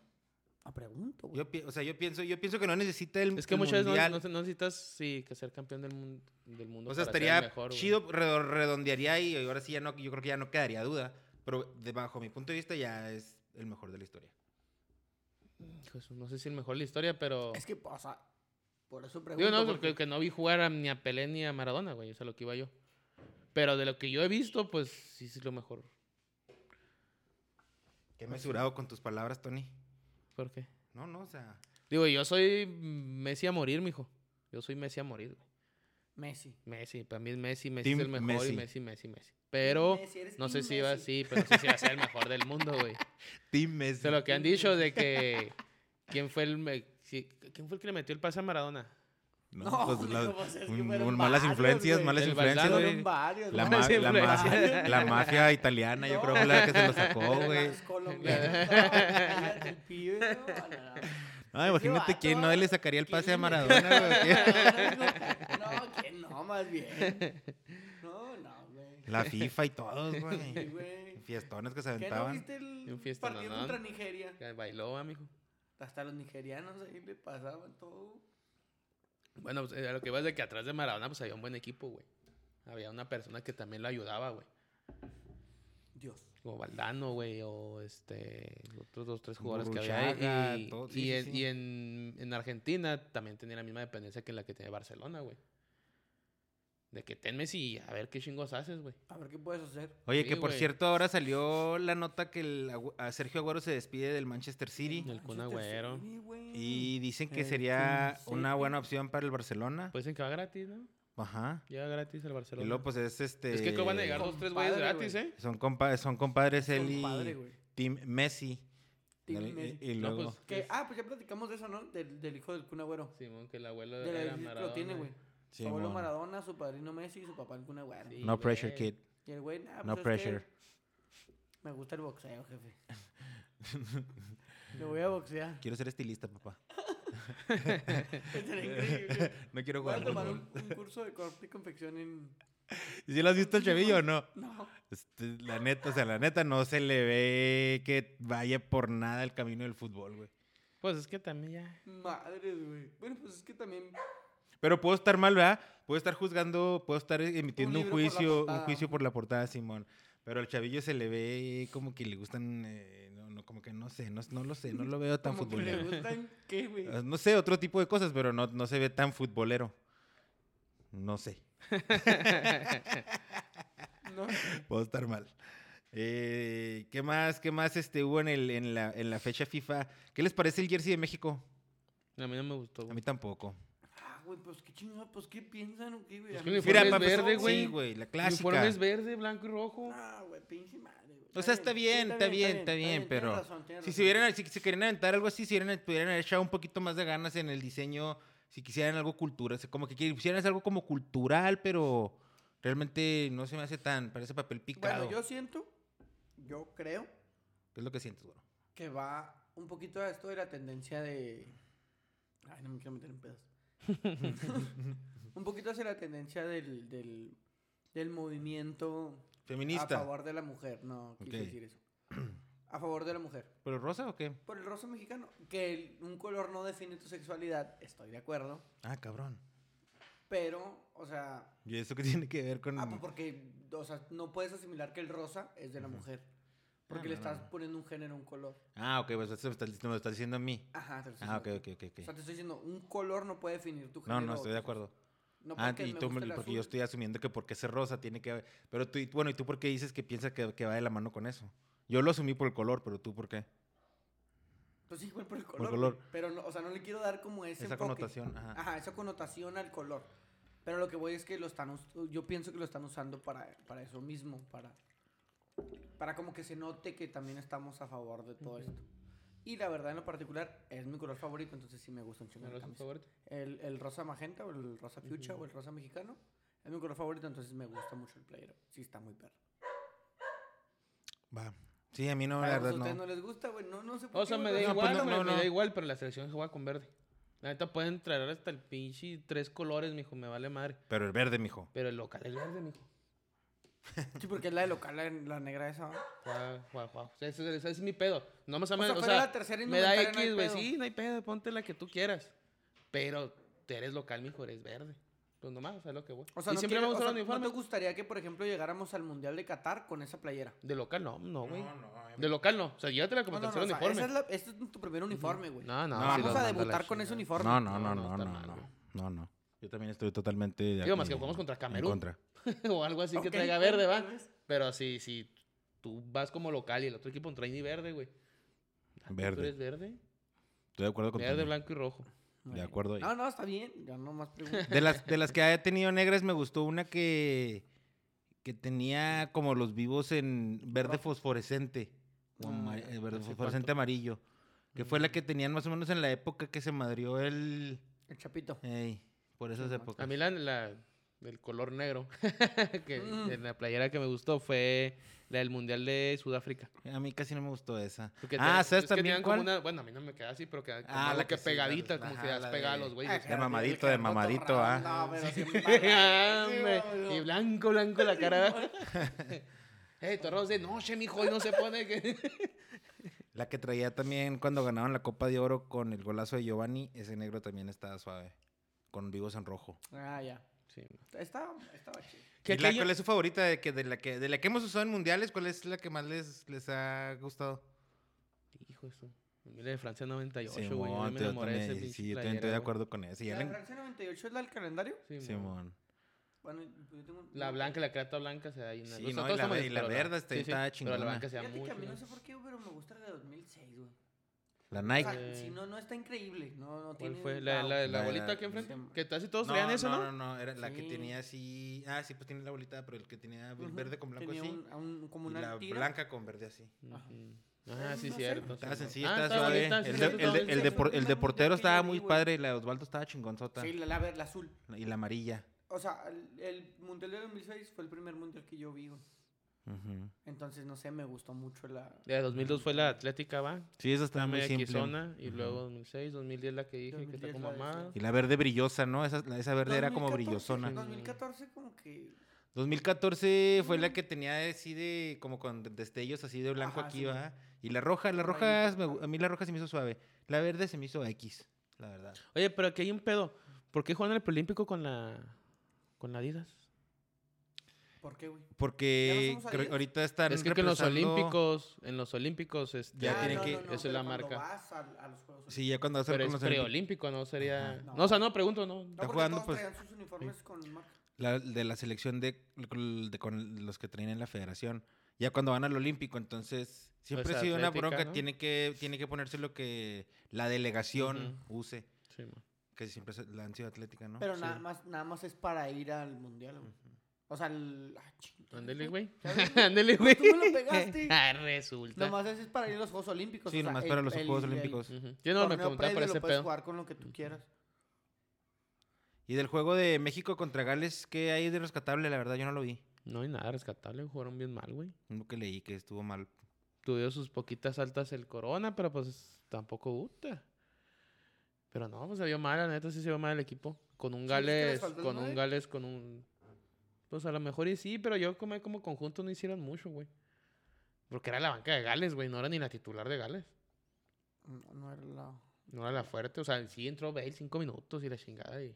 No pregunto, güey.
Yo, pi- o sea, yo pienso, yo pienso que no necesita el,
Es que
el
muchas veces
mundial.
no, no necesitas sí, que ser campeón del, mun- del mundo.
o sea,
para ser el
estaría
mejor, güey.
chido, redo- redondearía y ahora sí ya no, yo creo que ya no quedaría duda. Pero de bajo mi punto de vista ya es el mejor de la historia.
Pues, no sé si el mejor de la historia, pero.
Es que, o sea, por eso pregunto.
Digo, no,
porque-
porque que no vi jugar a- ni a Pelé ni a Maradona, güey. O sea, lo que iba yo. Pero de lo que yo he visto, pues sí, sí es lo mejor.
Qué mesurado con tus palabras, Tony.
¿Por qué?
No, no, o sea,
Digo, yo soy Messi a morir, mijo. Yo soy Messi a morir, güey.
Messi.
Messi, para mí es Messi, Messi
Team
es el mejor
Messi.
y Messi, Messi, Messi. Pero
Messi, eres
no sé
team
si iba
Messi.
así, pero no sé si iba a ser el mejor del mundo, güey.
Team Messi.
De lo que han dicho de que quién fue el me- si- quién fue el que le metió el pase a Maradona.
No,
No,
pues,
güey,
la-
¿cómo vas a decir que
un-
fueron
un- malas
varios,
influencias,
güey?
malas
El
influencias,
Valdano,
güey.
Fueron varios,
La,
güey.
ma-
Malas
la ma-
influencias.
la mafia italiana, yo creo que fue la que se lo sacó,
Los
güey.
colombianos, no, el pibe, no, no, no.
No, imagínate
vato,
quién no le sacaría el
¿Quién
pase a
le
Maradona, güey.
metió? No, que no, más bien. No, no, güey.
La FIFA y todos,
Sí,
güey.
güey.
Fiestones que se
¿Qué no
aventaban.
viste el
Un fiesta,
partido
no, no.
contra Nigeria?
Que Bailó, amigo.
Hasta los nigerianos ahí le pasaban todo.
Bueno, pues, eh, a lo que iba es de que atrás de Maradona pues había un buen equipo, güey. Había una persona que también lo ayudaba, güey.
Dios.
Como Valdano, güey, o este, otros dos, tres jugadores que había.
Burruchaga,
ahí. Y,
todo-
y
sí, sí,
en,
sí.
y en- en Argentina también tenía la misma dependencia que la que tenía Barcelona, güey. De que ten Messi y a ver qué chingos haces, güey.
A ver qué puedes hacer.
Oye,
Sí,
que por
güey.
cierto, ahora salió la nota que el Agü- a Sergio Agüero se despide del Manchester City.
El Kun
Manchester
Agüero.
City, güey.
Y dicen que
El
sería
Kun
una
City.
buena opción para el Barcelona.
Pues dicen que va gratis, ¿no?
Ajá.
Llega gratis al
Y
Barcelona.
luego, pues es este.
es que cómo van a llegar dos, tres güeyes
Compadre,
gratis,
güey.
¿eh?
Son, compa- son compadres él y
Compadre, güey.
Team Messi.
Team
Dale, y-
Messi.
Y,
No,
luego.
pues,
Que- ah, pues ya platicamos de eso, ¿no? Del, del hijo del Kun Agüero.
Simón, que el abuelo
De
era
la que
Maradona.
lo tiene, güey.
Sí,
su abuelo
mon.
Maradona, su padrino Messi y su papá el Kun Agüero.
Sí.
No pressure,
güey.
kid.
Y el güey, nah,
No
pues, es que
pressure.
Me gusta el boxeo, jefe. Me voy a boxear.
Quiero ser estilista, papá.
Estaría increíble.
No quiero
Voy
jugar.
a tomar
fútbol.
un, un curso de corte y confección en...
¿Y si lo has visto el chavillo o no?
No.
Este, la neta, o sea, la neta no se le ve que vaya por nada el camino del fútbol, güey.
Pues es que también ya.
Madres, güey. Bueno, pues es que también.
Pero puedo estar mal, ¿verdad? Puedo estar juzgando, puedo estar emitiendo un,
libro por la
juicio, un
portada.
juicio por la portada, Simón. Pero al chavillo se le ve como que le gustan, eh, no, no, como que no sé, no, no lo sé, no lo veo tan
Como que le
futbolero.
gustan qué, güey.
Ah, No sé, otro tipo de cosas, pero no, no se ve tan futbolero. No sé, Ah.
No.
puedo estar mal. Eh, ¿Qué más, qué más este, hubo en, el, en, la, en la fecha FIFA? ¿Qué les parece el jersey de México?
A mí no me gustó.
A
güey.
mí tampoco.
Ah, güey, pues qué chingada, pues qué piensan o qué, güey.
Es
A
que
mí
el
se
Mira,
me
es
para
hizo-
empezar,
verde, güey.
sí, güey, la
El uniforme
clásica.
es verde, blanco y rojo.
Ah, güey, pinche madre, güey.
O sea, está bien, está bien, está bien,
tienes
pero
razón, tienes
Si
razón.
se hubieran, si, si querían aventar algo así, si hubieran, pudieran haber echado un poquito más de ganas en el diseño, si quisieran algo cultural, como que quisieran hacer algo como cultural, pero realmente no se me hace tan, parece papel picado.
Bueno, yo siento, yo creo
¿Qué es lo que sientes, güey?
que va un poquito a esto de la tendencia de. Ay, no me quiero meter en pedos. un poquito hacia la tendencia del, del, del movimiento a
Feminista.
favor de la mujer. No, quise
Ok.
decir eso. A favor de la mujer.
¿Pero rosa o qué?
Por el rosa mexicano, que el- un color no define tu sexualidad, estoy de acuerdo.
Ah, cabrón.
Pero, o sea,
¿Y eso qué tiene que ver con...?
Ah, pues porque, o sea, no puedes asimilar que el rosa es de la mujer. Porque
Ah, no,
le
no,
estás
no.
poniendo un género, un color.
Ah, ok, pues eso me está, me lo estás diciendo a mí.
Ajá, te lo estoy
Ah, ok,
diciendo.
ok, ok. ok.
O sea, te estoy diciendo, un color no puede definir tu género.
No, no,
o
estoy
tu
de
sexo.
acuerdo.
No
Ah,
porque
y
me
tú, me-
guste el
porque yo
azul.
estoy asumiendo que porque es rosa tiene que haber... Pero tú, y- bueno, ¿y tú por qué dices que piensas que, que va de la mano con eso? Yo lo asumí por el color, pero ¿tú por qué?
Pues sí, güey, por el color.
el
güey.
color.
Pero, no, o sea, no le quiero dar como ese
Esa
enfoque. Ah.
connotación, ah. ajá.
Ajá, esa connotación al color. Pero lo que voy es que lo están... us- Yo pienso que lo están usando para, para eso mismo, para... Para como que se note que también estamos a favor de todo esto. Y la verdad, en lo particular, es mi color favorito, entonces sí me gusta un chingo
¿No
la
es tu
camisa.
favorito?
El, el rosa magenta o el rosa fucha o el rosa mexicano. Es mi color favorito, entonces me gusta mucho el playero. Sí, está muy perro.
Va. Sí, a mí no, la
Pero, pues,
verdad
a ustedes
no.
no les gusta, güey. No, no sé por
O sea,
qué,
me da
güey.
No, pues,
igual,
no,
me,
no,
me
no.
da igual, pero la selección juega con verde. La neta pueden traer hasta el pinche tres colores, mijo, me vale madre.
Pero el verde, mijo.
Pero el local es verde, mijo.
Sí, porque es la de local, la, la negra esa. ¿va?
Juega, juega, juega. O sea, ese, ese es mi pedo. No me
sea,
o
fuera
sea,
la tercera
me da
indumentaria, no hay
X, güey.
pedo.
Sí, no hay pedo, ponte la que tú quieras. Pero eres local, mijo, eres verde. Pues nomás, o sea, es lo que voy.
O sea,
y
no
siempre
quiere-
me gustan
o sea,
los uniformes.
¿No te gustaría que, por ejemplo, llegáramos al Mundial de Qatar con esa playera?
De local no, no, güey.
no.
De local no. O sea, llévatela como
No, no, no,
tercer
o sea,
uniforme.
esa es la- este es tu primer uniforme, güey.
No, no,
sí,
Vamos
los
a
manda
la
debutar con
chingada.
ese uniforme.
No, no,
No, no,
no, no,
está
no,
mal, güey.
no. No, no. Yo también estoy totalmente de
Digo, más que
aquí
jugamos contra Camerún.
En contra.
o algo así que
Ok,
traiga verde, ¿va?
tal vez.
Pero si, si tú vas como local y el otro equipo trae ni verde, güey. Ah, ¿tú
Verde.
eres verde?
Estoy de acuerdo contigo.
Verde, blanco y rojo.
De acuerdo ahí.
No, no, está bien. Ya no más preguntas.
De las, de las que he tenido negras, me gustó una que, que tenía como los vivos en verde
Rojo.
fosforescente. o
Mm,
amar- eh,
Ah, no
verde
sé cuánto.
fosforescente
Mm.
amarillo. Que fue la que tenían más o menos en la época que se madrió el.
El chapito.
Ey, por esas
Simón.
épocas.
A mí la, la del color negro, que
Mm.
en la playera que me gustó fue la del Mundial de Sudáfrica.
A mí casi no me gustó esa.
Porque
ah,
tenía-
¿sabes
es que
también
tenían como
cuál?
una- bueno, a mí no me queda así, pero queda como
Ah,
algo
la
que
que sí, la de-
pegadita, como que
ajá,
das
la
pegada a
de-
los güeyes.
De mamadito, de mamadito,
ah.
ah.
No, pero sí,
Ah, hombre,
güey.
y blanco, blanco la cara. Eh, Torros de noche, mijo, hoy no se pone que...
La que traía también cuando ganaban la Copa de Oro con el golazo de Giovanni, ese negro también estaba suave. Con vivos en rojo.
Ah, ya.
Sí.
Estaba, estaba chido.
¿Y
Que
la-
aquello-
¿Cuál es su favorita de, que, de, la que, de la que hemos usado en mundiales? ¿Cuál es la que más les, les ha gustado?
Hijo de su... Mira, de Francia 98, güey.
Simón,
yo me
yo
enamoré de ese
también-
pinche
sí, yo
playera,
también estoy de
güey.
acuerdo con eso. Ya
¿La
la-
Francia 98 es la del calendario?
Simón.
Simón.
Bueno, yo tengo...
La blanca, la creta blanca se da ahí.
Sí,
Los
no, y
otros
la-
tamaños,
y la
pero
verde está- está
Pero la
chingona.
blanca se da
Fíjate
muy
que a mí no
chingona.
sé por qué, pero me gusta la de 2006, güey.
La
O
Nike.
sea,
Sí.
si no, no está increíble. No, no
¿Cuál
tiene
fue?
un
¿La,
wow.
la, la,
La-
bolita aquí enfrente?
Simón.
Que casi todos traían eso,
no,
¿no?
no, era la que
Sí.
tenía así. Ah, sí, pues tiene la bolita, pero el que tenía
Ujú.
verde con blanco
Tenía
así.
un- a un- como
y
una
la
tira.
blanca con verde así.
Ajá.
Ujú. Ah, sí,
no sé.
cierto.
Estaba
Simón.
sencilla,
Ah,
estaba
estaba
suave.
bonita, sí,
el, de,
cierto,
el
estaba
de- el
sencilla.
de por- el de portero
Yo
estaba
vi,
muy
güey.
padre. La de Osvaldo estaba chingonzota.
Sí, la, la, la azul.
Y la amarilla.
O sea, el, el Mundial de 2006 fue el primer Mundial que yo vi, güey.
Ujú.
Entonces, no sé, me gustó mucho la...
La de 2002 fue la Atlética, va.
Sí,
Está
esa estaba Ah, muy
media
simple.
quizona. Y
Ujú.
luego 2006, 2010 la que dije que
2010
está
la
como
de-
amada.
Y la verde brillosa, ¿no? Esa, la- esa verde era como
2014,
brillosona.
¿no?
2014 como que...
2014 fue la que tenía así de, como con destellos así de blanco
Ajá,
aquí,
sí.
¿va? Y la roja, la roja,
Rayita.
me- a mí la roja se me hizo suave. La verde se me hizo X, la verdad.
Oye, pero aquí hay un pedo. ¿Por qué juegan el preolímpico con la. con la Adidas?
¿Por qué, güey?
Porque
¿Ya no somos
creo-
Adidas?
ahorita están
es que, que en los
reemplazando-
Olímpicos, en los Olímpicos, este,
Ya
Ah,
tienen
no,
que-
no, no,
esa es
pero
la
cuando
marca.
vas al- a los Juegos Olímpicos.
Sí, ya cuando vas a
Pero es
reconocer-
preolímpico, no sería.
Ajá.
No.
No.
o sea, no pregunto, no.
No, porque
jugando,
todos
pues-
traían sus uniformes con marca.
la- de la selección de, de con los que traen en la federación. Ya cuando van al Olímpico, entonces siempre
Pues
ha sido una
atlética,
bronca.
¿no?
Tiene, que, tiene que ponerse lo que la delegación use,
Sí, mo.
que siempre se- la han sido atlética, ¿no?
Pero
Sí.
nada, más, nada más es para ir al mundial, güey. O sea, el. ah, chingada,
Ándele,
güey.
güey.
¿Sabes?
Ándele, güey.
pues, Tú me lo pegaste.
ah, resulta.
Nomás es, es para ir a los Juegos Olímpicos.
Sí,
pues, o sea,
nomás
el-
para los
el-
Juegos
el
Olímpicos.
Ujú. Yo no
torneo
me preguntaba por
previo
ese
lo puedes
pedo.
jugar con lo que tú quieras.
Y del juego de México contra Gales, ¿qué hay de rescatable? La verdad, yo no lo vi.
No hay nada rescatable, jugaron bien mal, güey.
Lo que leí que estuvo mal.
Tuvieron sus poquitas altas el corona, pero pues tampoco gusta. Pero no, pues se vio mal, la neta sí se vio mal el equipo. Con un
Sí, es que les
Gales,
faltó el
con un
nueve.
Gales, con un... Pues a lo mejor y sí, pero yo como, como conjunto no hicieron mucho, güey. Porque era la banca de Gales, güey, no era ni la titular de Gales.
No, no era la.
No era la fuerte, o sea, sí entró Bale cinco minutos y la chingada y...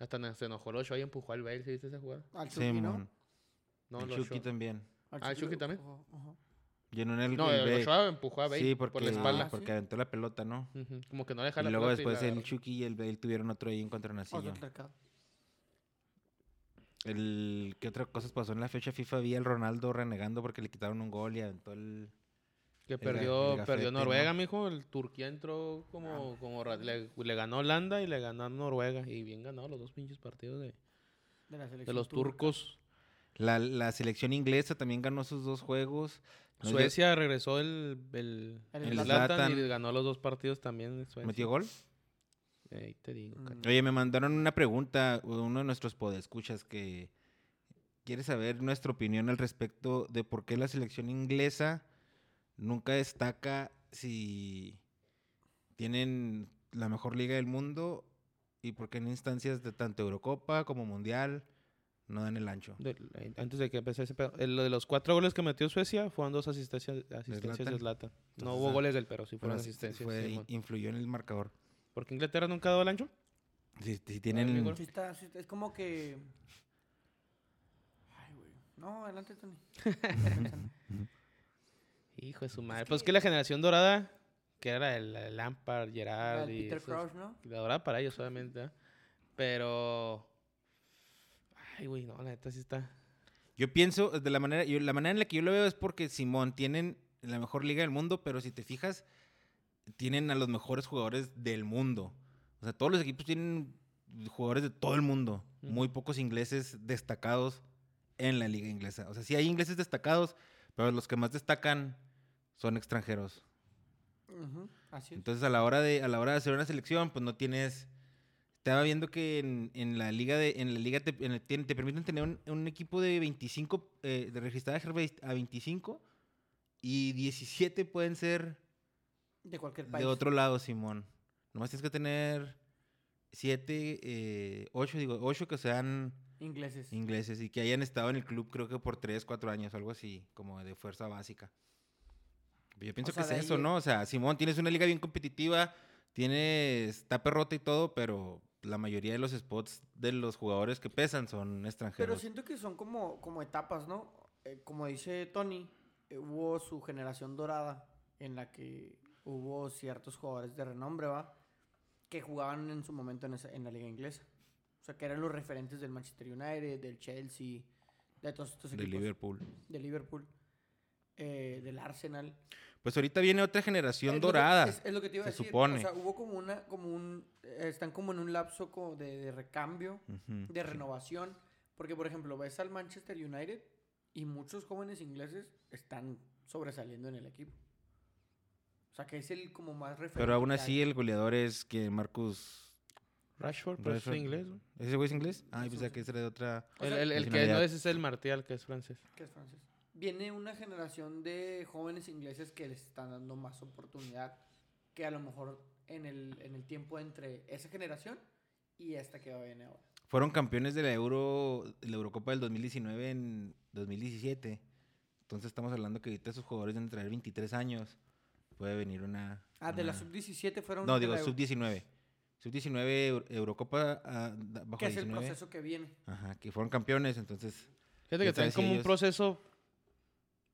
Hasta na- se enojó el Ochoa y empujó al Bale, ¿sí viste esa jugada?
Al Chucky,
Sí,
¿no?
mon.
No,
El
el
Chucky
Ochoa.
también.
Ah, Chucky también.
Ojo, ojo.
Llenó en el.
No,
el
el
B.
Ochoa empujó a Bale
Sí, porque,
por la espalda.
Ah,
porque
sí.
aventó la pelota, ¿no?
Ujú, Como que no deja
Y
la
luego
pelota
después
la-
el Chucky y el Bale tuvieron otro ahí encontronacillo.
Otro altercado.
El, ¿Qué otras cosas pasó en la fecha FIFA? Vi al Ronaldo renegando porque le quitaron un gol y aventó el...
Que
ga- el
perdió,
gafete,
perdió
¿no? Ah.
Noruega, mijo. El Turquía entró como, como ra- le, le ganó Holanda y le ganó Noruega. Y bien ganado los dos pinches partidos de,
De, la
de
selección
los
turca.
turcos.
La, la selección inglesa también ganó sus dos juegos. No, yo-
Suecia regresó el, el,
El
el
Zlatan.
Zlatan y le ganó los dos partidos también. Suecia.
¿Metió gol?
Ahí te digo.
Mm.
cacho.
Oye, me mandaron una pregunta, uno de nuestros podescuchas que quiere saber nuestra opinión al respecto de por qué la selección inglesa nunca destaca si tienen la mejor liga del mundo y por qué en instancias de tanto Eurocopa como Mundial no dan el ancho.
Del- eh, antes de que empecé ese pedo, el- lo de los cuatro goles que metió Suecia fueron dos asistencias, asistencias
Zlatan.
de Zlatan. No
Entonces,
hubo
ah,
goles del pero sí
Pero
fueron
sí
asistencias.
fue-
Simón.
influyó en el marcador.
¿Por qué Inglaterra nunca ha dado el ancho?
Si, si
mi
tienen
gol.
Sí está- sí está- es como que. Ay, güey. No, adelante, Tony.
Hijo de su madre. pues que la generación dorada, que era el, Lampard, Gerard
Al
y
Peter
esos-
Crouch, ¿no?
la dorada para ellos solamente, ¿ah? Pero ay, güey, no, la neta sí está.
Yo pienso de la manera, yo- la manera en la que yo lo veo es porque Simón tienen la mejor liga del mundo, pero si te fijas, tienen a los mejores jugadores del mundo. O sea, todos los equipos tienen jugadores de todo el mundo.
Ujú.
Muy pocos ingleses destacados en la liga inglesa. O sea, sí hay ingleses destacados, pero los que más destacan son extranjeros.
Ujú, Así es.
Entonces, a la hora de, a la hora de hacer una selección, pues no tienes. Estaba viendo que en, en la liga de, en la liga te, en el- te- te permiten tener un, un equipo de 25 eh, de registrada a 25 y 17 pueden ser
De cualquier país.
de otro lado, Simón. Nomás tienes que tener 7, 8, digo, 8 que sean
Ingleses.
ingleses y que hayan estado en el club creo que por 3, 4 años, algo así, como de fuerza básica. Yo pienso
sea,
que
de
es
ahí
eso,
el-
¿no? O sea, Simón, tienes una liga bien competitiva, tienes, está perrota y todo, pero la mayoría de los spots de los jugadores que pesan son
Pero
extranjeros.
siento que son como, como etapas, ¿no? Eh, como dice Tony, eh, hubo su generación dorada en la que hubo ciertos jugadores de renombre, ¿va? Que jugaban en su momento en, esa- en la liga inglesa. O sea, que eran los referentes del Manchester United, del Chelsea, de todos estos
de
equipos.
Liverpool.
de Liverpool, eh, del Arsenal.
Pues ahorita viene otra
Es
generación
lo que-
dorada.
es, es lo que te iba a
se
decir.
supone.
O sea, hubo como una, como un, eh, están como en un lapso co- de, de recambio,
Ujú.
de renovación, porque por ejemplo ves al Manchester United y muchos jóvenes ingleses están sobresaliendo en el equipo. O sea, que es el como más referente.
Pero aún
que
así
hay.
el goleador es que Marcus...
Rashford, pero es
Rashford.
inglés. güey.
¿Ese güey es inglés? Ah,
Sí,
pensaba
sí.
que ese era de otra...
O
el
sea,
el- el que
nacionalidad.
no es es el Martial, que es francés.
que es francés. Viene una generación de jóvenes ingleses que les están dando más oportunidad que a lo mejor en el, en el tiempo entre esa generación y esta que va a venir ahora.
fueron campeones de la Euro, de la Eurocopa del 2019 en 2017. Entonces estamos hablando que ahorita esos jugadores deben traer 23 años. Puede venir una...
Ah, de la
una-
sub-17 fueron...
No,
de
digo
la Euro-
sub-19. Sub-19 Euro- Eurocopa ah, da- bajo
Que es el
19.
proceso que viene.
Ajá, que fueron campeones, entonces...
Fíjate que
Ya
traen
sabes si
como un
ellos-
proceso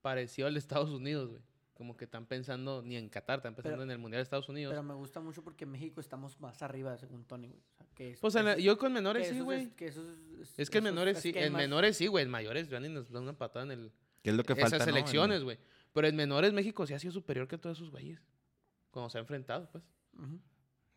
parecido al de Estados Unidos, güey. Como que están pensando ni en Qatar, están pensando
Pero-
en el Mundial de Estados Unidos.
Pero me gusta mucho porque en México estamos más arriba, según Tony, güey. O sea, que es-
pues en la-
que
yo con
esos
menores
es-
sí, güey.
que esos es-
Es que en
esos
menores sí, en
esquemas-
menores sí, güey. En mayores, Joanny nos da una patada en el,
Que es lo que
esas
falta, ¿no? En-
selecciones, güey. Pero en menores México sí ha sido superior que todos esos güeyes. Cuando se ha enfrentado, pues.
Ujú.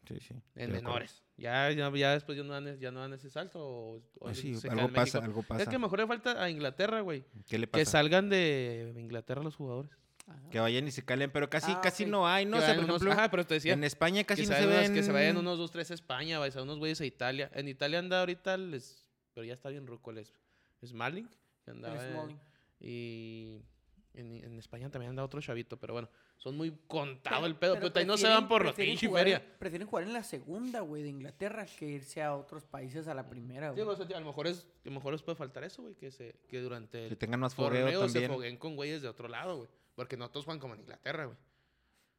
Sí, sí. estoy
En
de acuerdo.
menores. Ya, ya, ya después ya no, dan, es- ya no dan ese salto. O, o
Pues sí,
se queda
algo
en
pasa,
México.
algo pasa.
Es que mejor le falta a Inglaterra, güey.
¿Qué le pasa?
Que salgan de Inglaterra los jugadores.
Ajá.
Que vayan y se calen, pero casi,
Ah,
casi
ok.
no hay, ¿no?
Que
O sea,
vayan
por
unos-
ejemplo,
ajá, pero te decía.
en España
que,
casi no
se
se ven...
que se vayan unos dos, tres a España, vais a unos güeyes a Italia. En Italia anda ahorita, les, pero ya está bien ruco, les Smalling, que
El
andaba en-
Smalling.
Y en, en España también anda otro chavito, pero bueno, son muy contado el pedo.
Pero
Pero, ahí no se
prefieren-
van por la
prefieren
pinche
jugar en-
feria.
Prefieren jugar en la segunda, güey, de Inglaterra que irse a otros países a la primera,
Sí, pues,
güey.
o sea, a lo mejor es, a lo mejor les puede faltar eso, güey, que se, que durante
Que
el
tengan más
torneo
fogueo
se
también.
fogueen con güeyes de otro lado, güey. Porque no todos juegan como en Inglaterra, güey.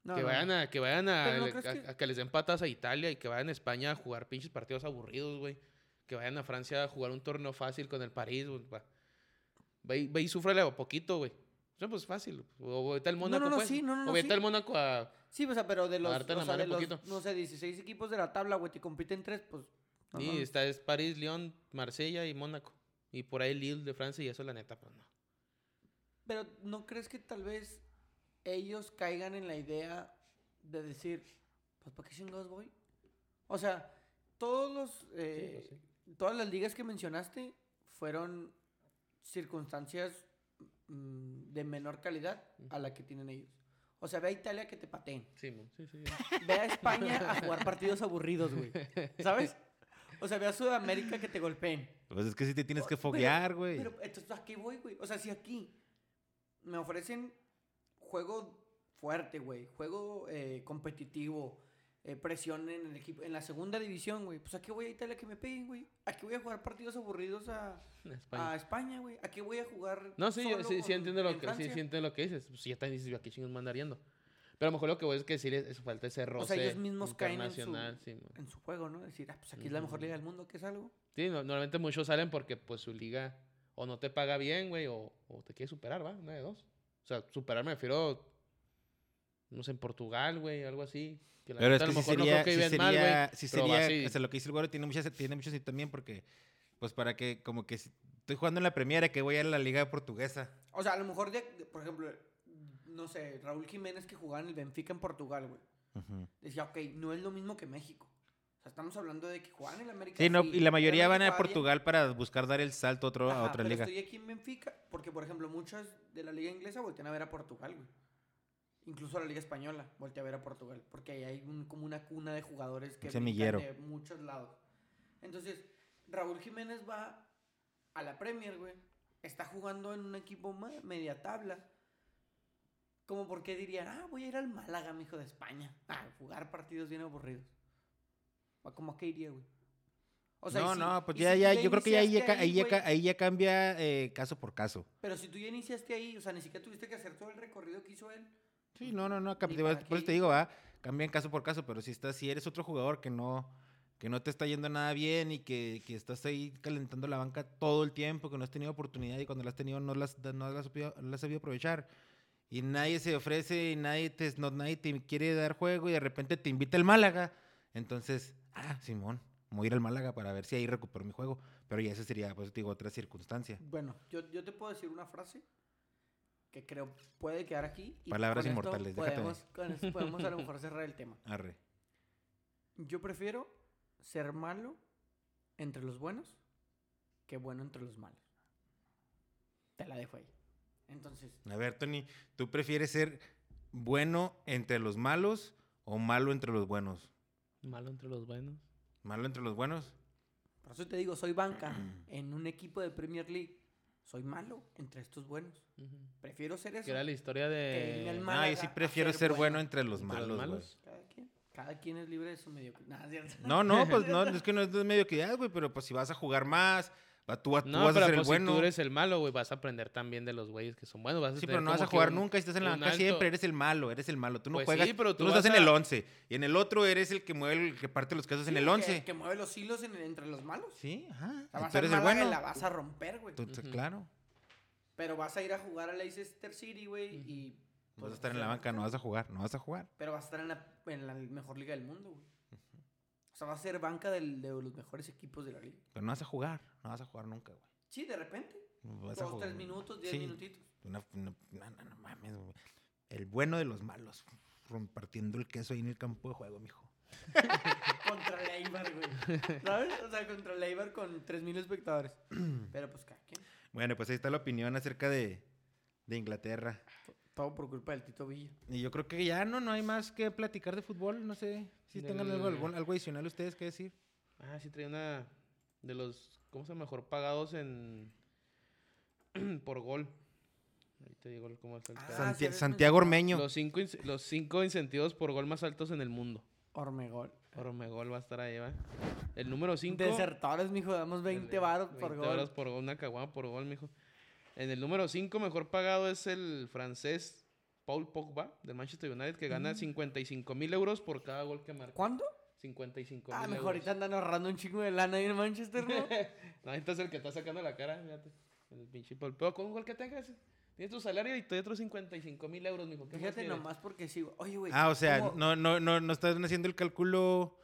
No,
que,
no,
vayan
no.
a, que vayan a,
Pero ¿no
a-
crees
a-
que-
a que les den patas a Italia y que vayan a España a jugar pinches partidos aburridos, güey. Que vayan a Francia a jugar un torneo fácil con el París, güey. Va, Ve y- ve y súfrele a poquito, güey. Eso pues fácil. O vete al
No, no,
Mónaco,
no,
pues.
sí, no, no,
o
no,
vete
sí.
al Mónaco a...
Sí, pues, o sea, pero de los,
Darte la
o sea,
mano
de los,
poquito.
no sé, 16 equipos de la tabla, güey, te compiten tres, pues... no
sí,
mames.
está es París, León, Marsella y Mónaco. Y por ahí Lille de Francia y eso, la neta, pues no.
Pero ¿no crees que tal vez ellos caigan en la idea de decir, pues ¿para qué chingados voy? O sea, todos los, eh,
pues,
todas las ligas que mencionaste fueron circunstancias mm, de menor calidad a la que tienen ellos. O sea, ve a Italia que te pateen.
Sí, mo- sí, sí.
Ve a España a jugar partidos aburridos, güey. ¿Sabes? O sea, ve a Sudamérica que te golpeen.
Pues es que sí te tienes que
Oh, Pero-
foguear, güey.
Pero entonces, ¿a qué voy, güey? O sea, si aquí me ofrecen juego fuerte, güey, juego eh, competitivo, eh, presión en el equipo, en la segunda división, güey, pues ¿a qué voy a Italia que me peguen, güey? ¿A qué voy a jugar partidos aburridos a
En España.
a España, güey? ¿A qué voy a jugar?
No, sí, yo
solo
sí, sí
con-
entiendo lo
en
que, sí,
Francia?
sí entiendo lo que dices. Pues ya están dices, ¿a qué chingos me andan yendo? Pero a lo mejor lo que voy a decir es, es falta ese roce
sea, ellos mismos caen en su-
internacional. sí, mo.
En su juego, ¿no? Decir, ah, pues aquí es la mejor
Ujú.
liga del mundo, que es algo.
Sí, no- normalmente muchos salen porque pues su liga o no te paga bien, güey, o, o te quiere superar, ¿va? Una de dos. O sea, superar me refiero, no sé, en Portugal, güey, algo así. Que la
Pero es
neta
que
a lo
sí
mejor no creo
sería,
que
sí
viven mal, güey,
sería, sí
pero va
sería-
así.
o sea, lo que dice el güero tiene muchas, tiene mucho sentido también porque, pues para que, como que si estoy jugando en la Premier, que voy a la liga portuguesa.
O sea, a lo mejor, de, de- por ejemplo, no sé, Raúl Jiménez que jugaba en el Benfica en Portugal, güey. decía, ok, no es lo mismo que México. O sea, estamos hablando de que juegan en la América.
Sí, no, y la mayoría van
obviamente
a
juega bien.
Portugal para buscar dar el salto a, otro, a
Ajá,
otra
pero
liga.
Estoy aquí en Benfica, porque por ejemplo, muchos de la liga inglesa voltean a ver a Portugal, güey. Incluso la liga española voltea a ver a Portugal, porque ahí hay un- como una cuna de jugadores que brincan
Un semillero.
de muchos lados. Entonces, Raúl Jiménez va a la Premier, güey. Está jugando en un equipo ma- media tabla. Como porque dirían, ah, voy a ir al Málaga, mijo de España, a jugar partidos bien aburridos. ¿A ¿Cómo a qué iría, güey? O sea, y
no,
si-
no, pues
y
ya,
si tú
ya, yo creo que ya ahí, ya,
iniciaste
ca- ahí ya
güey,
ca- ahí ya cambia eh, caso por caso.
pero si tú ya iniciaste ahí, o sea, ni siquiera tuviste que hacer todo el recorrido que hizo él.
Sí, no, no, no, cap-
Ni
digo,
para
por eso
qué
te
ir.
digo, va, cambian caso por caso, pero si estás, si eres otro jugador que no, que no te está yendo nada bien y que, que estás ahí calentando la banca todo el tiempo, que no has tenido oportunidad y cuando la has tenido no las no las has sabido, no las has sabido aprovechar. Y nadie se ofrece y nadie te, no, nadie te quiere dar juego y de repente te invita el Málaga. Entonces, ah, Simón, voy a ir al Málaga para ver si ahí recupero mi juego. Pero ya esa sería, pues te digo, otra circunstancia.
Bueno, yo, yo te puedo decir una frase que creo puede quedar aquí. y
Palabras
con esto
inmortales, déjate
podemos, con esto podemos a lo mejor cerrar el tema.
Arre.
Yo prefiero ser malo entre los buenos que bueno entre los malos. Te la dejo ahí. Entonces,
A ver, Tony, ¿tú prefieres ser bueno entre los malos o malo entre los buenos?
Malo entre los buenos.
¿Malo entre los buenos?
por eso te digo, soy banca en un equipo de Premier League. Soy malo entre estos buenos.
Ujú.
Prefiero ser eso.
Que era la historia
Que irme al
de...
mar.
No, yo
Málaga
sí
a
prefiero
ser
ser
bueno.
bueno entre los
¿Entre los
malos, güey.
malos?
Cada quien. Cada quien es libre de su mediocridad. Nah, es cierto.
No, no, pues no, es que no es de mediocridad, güey, pero pues si vas a jugar más, va- tú, va- tú
No,
vas
pero
a ser el
pues, si
bueno.
tú eres el malo, güey, vas a aprender también de los güeyes que son buenos. Vas a
Sí,
tener
pero no vas
como que
a jugar
un-
nunca, estás en la
un
banca siempre,
alto-
eres el malo, eres el malo. Tú no
Pues
juegas,
sí, pero
tú,
tú
no
vas
estás en el
a-
11. Y en el otro eres el que mueve, el que parte los casos en el
Sí, que-
11.
Que, mueve los hilos en- entre los malos.
Sí, ajá.
O sea, vas a
tú eres el
Málaga y
bueno.
la vas a romper, güey.
Tú- tú-
Ujú.
Claro.
Pero vas a ir a jugar a Leicester City, güey,
Ujú.
y...
Vas
pues,
a estar en la banca, no vas a jugar, no vas a jugar.
Pero vas a estar en la, en la mejor liga del mundo, güey. O sea, vas a ser banca del- de los mejores equipos de la liga.
Pero no vas a jugar, no vas a jugar nunca, güey.
Sí, de repente.
No vas a
Dos,
jugar,
tres
güey.
minutos, diez
Sí,
minutitos.
una- una- no, no, no mames, güey. El bueno de los malos, compartiendo el queso ahí en el campo de juego, mijo.
Contra Leibar, güey. ¿Sabes? O sea, contra Leibar con tres mil espectadores. Pero pues, cada quien.
Bueno, pues ahí está la opinión acerca de, de Inglaterra.
Todo por culpa del Tito Villa.
Y yo creo que ya no, no hay más que platicar de fútbol. No sé si tengan algo,
Del-
algún- algo adicional ustedes que decir.
Ah, sí, trae una de los, ¿cómo se llama? Mejor pagados en... por gol. Ahí te digo cómo está el
Ah,
pedo.
Santi-
sí habías
Santiago
mencionado.
Ormeño.
Los cinco, ince- los cinco incentivos por gol más altos en el mundo.
Ormegol.
Ormegol va a estar ahí, ¿va? El número 5.
Desertores, mijo. Damos 20 varos por gol.
varos por gol, una caguama por gol, mijo. En el número 5 mejor pagado es el francés Paul Pogba del Manchester United que
Mm.
gana 55 mil euros por cada gol que marca.
¿Cuánto?
55 mil
Ah, mejor
euros.
ahorita andan ahorrando un chingo de lana ahí en Manchester, ¿no?
No, ahorita es el que está sacando la cara, fíjate. El pinche Paul. Pero con un gol que tengas, tienes tu salario y te doy otros 55 mil euros, mijo. ¿Qué más
Fíjate
quieres?
nomás porque sí, güey. Oye, güey.
Ah, o sea,
¿cómo-
no, no, no, no están haciendo el cálculo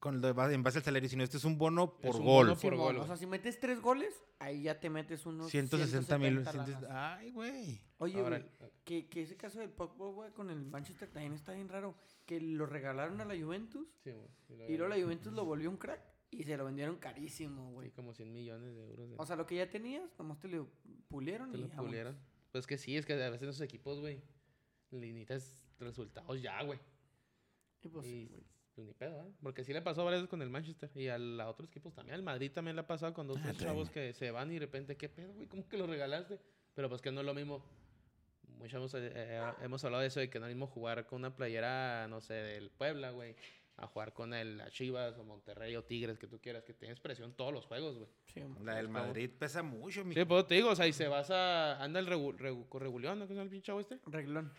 con lo de ba- en base al salario, sino este es un bono por
un
gol.
bono por
Simón,
gol,
O
güey.
sea, si metes tres goles, ahí ya te metes unos
160 mil.
170
ciento-
lanas.
Ay, güey.
Oye,
Ahora,
güey, que, que ese caso del Pogba, güey, con el Manchester también está bien raro. Que lo regalaron a la Juventus
sí, güey, sí lo
y luego
ganó.
la Juventus lo volvió un crack y se lo vendieron carísimo,
Sí,
güey.
como 100 millones de euros. de-
O sea, lo que ya tenías, nomás te lo pulieron
Te
y
lo
vámonos.
pulieron. Pues que sí, es que a veces esos equipos, güey, le necesitas resultados ya, güey.
Y pues,
Y-
sí, güey.
Pues ni pedo, ¿eh? Porque sí le pasó varias veces con el Manchester y a, la- a otros equipos también. Al Madrid también le ha pasado con dos
Ah,
tres
también.
chavos que se van y de repente, ¿qué pedo, güey? ¿Cómo que lo regalaste? Pero pues que no es lo mismo. Muchos hemos, eh, eh, hemos hablado de eso, de que no es lo mismo jugar con una playera, no sé, del Puebla, güey, a jugar con el a Chivas o Monterrey o Tigres, que tú quieras, que tienes presión todos los juegos, güey.
Sí, güey.
La del
Vamos.
Madrid pesa mucho, mi.
Sí, pues te digo, o sea, y se vas a. Anda el regu, regu, Corregulión, ¿no? ¿Cómo se llama el pinche chavo este?
Reguilón.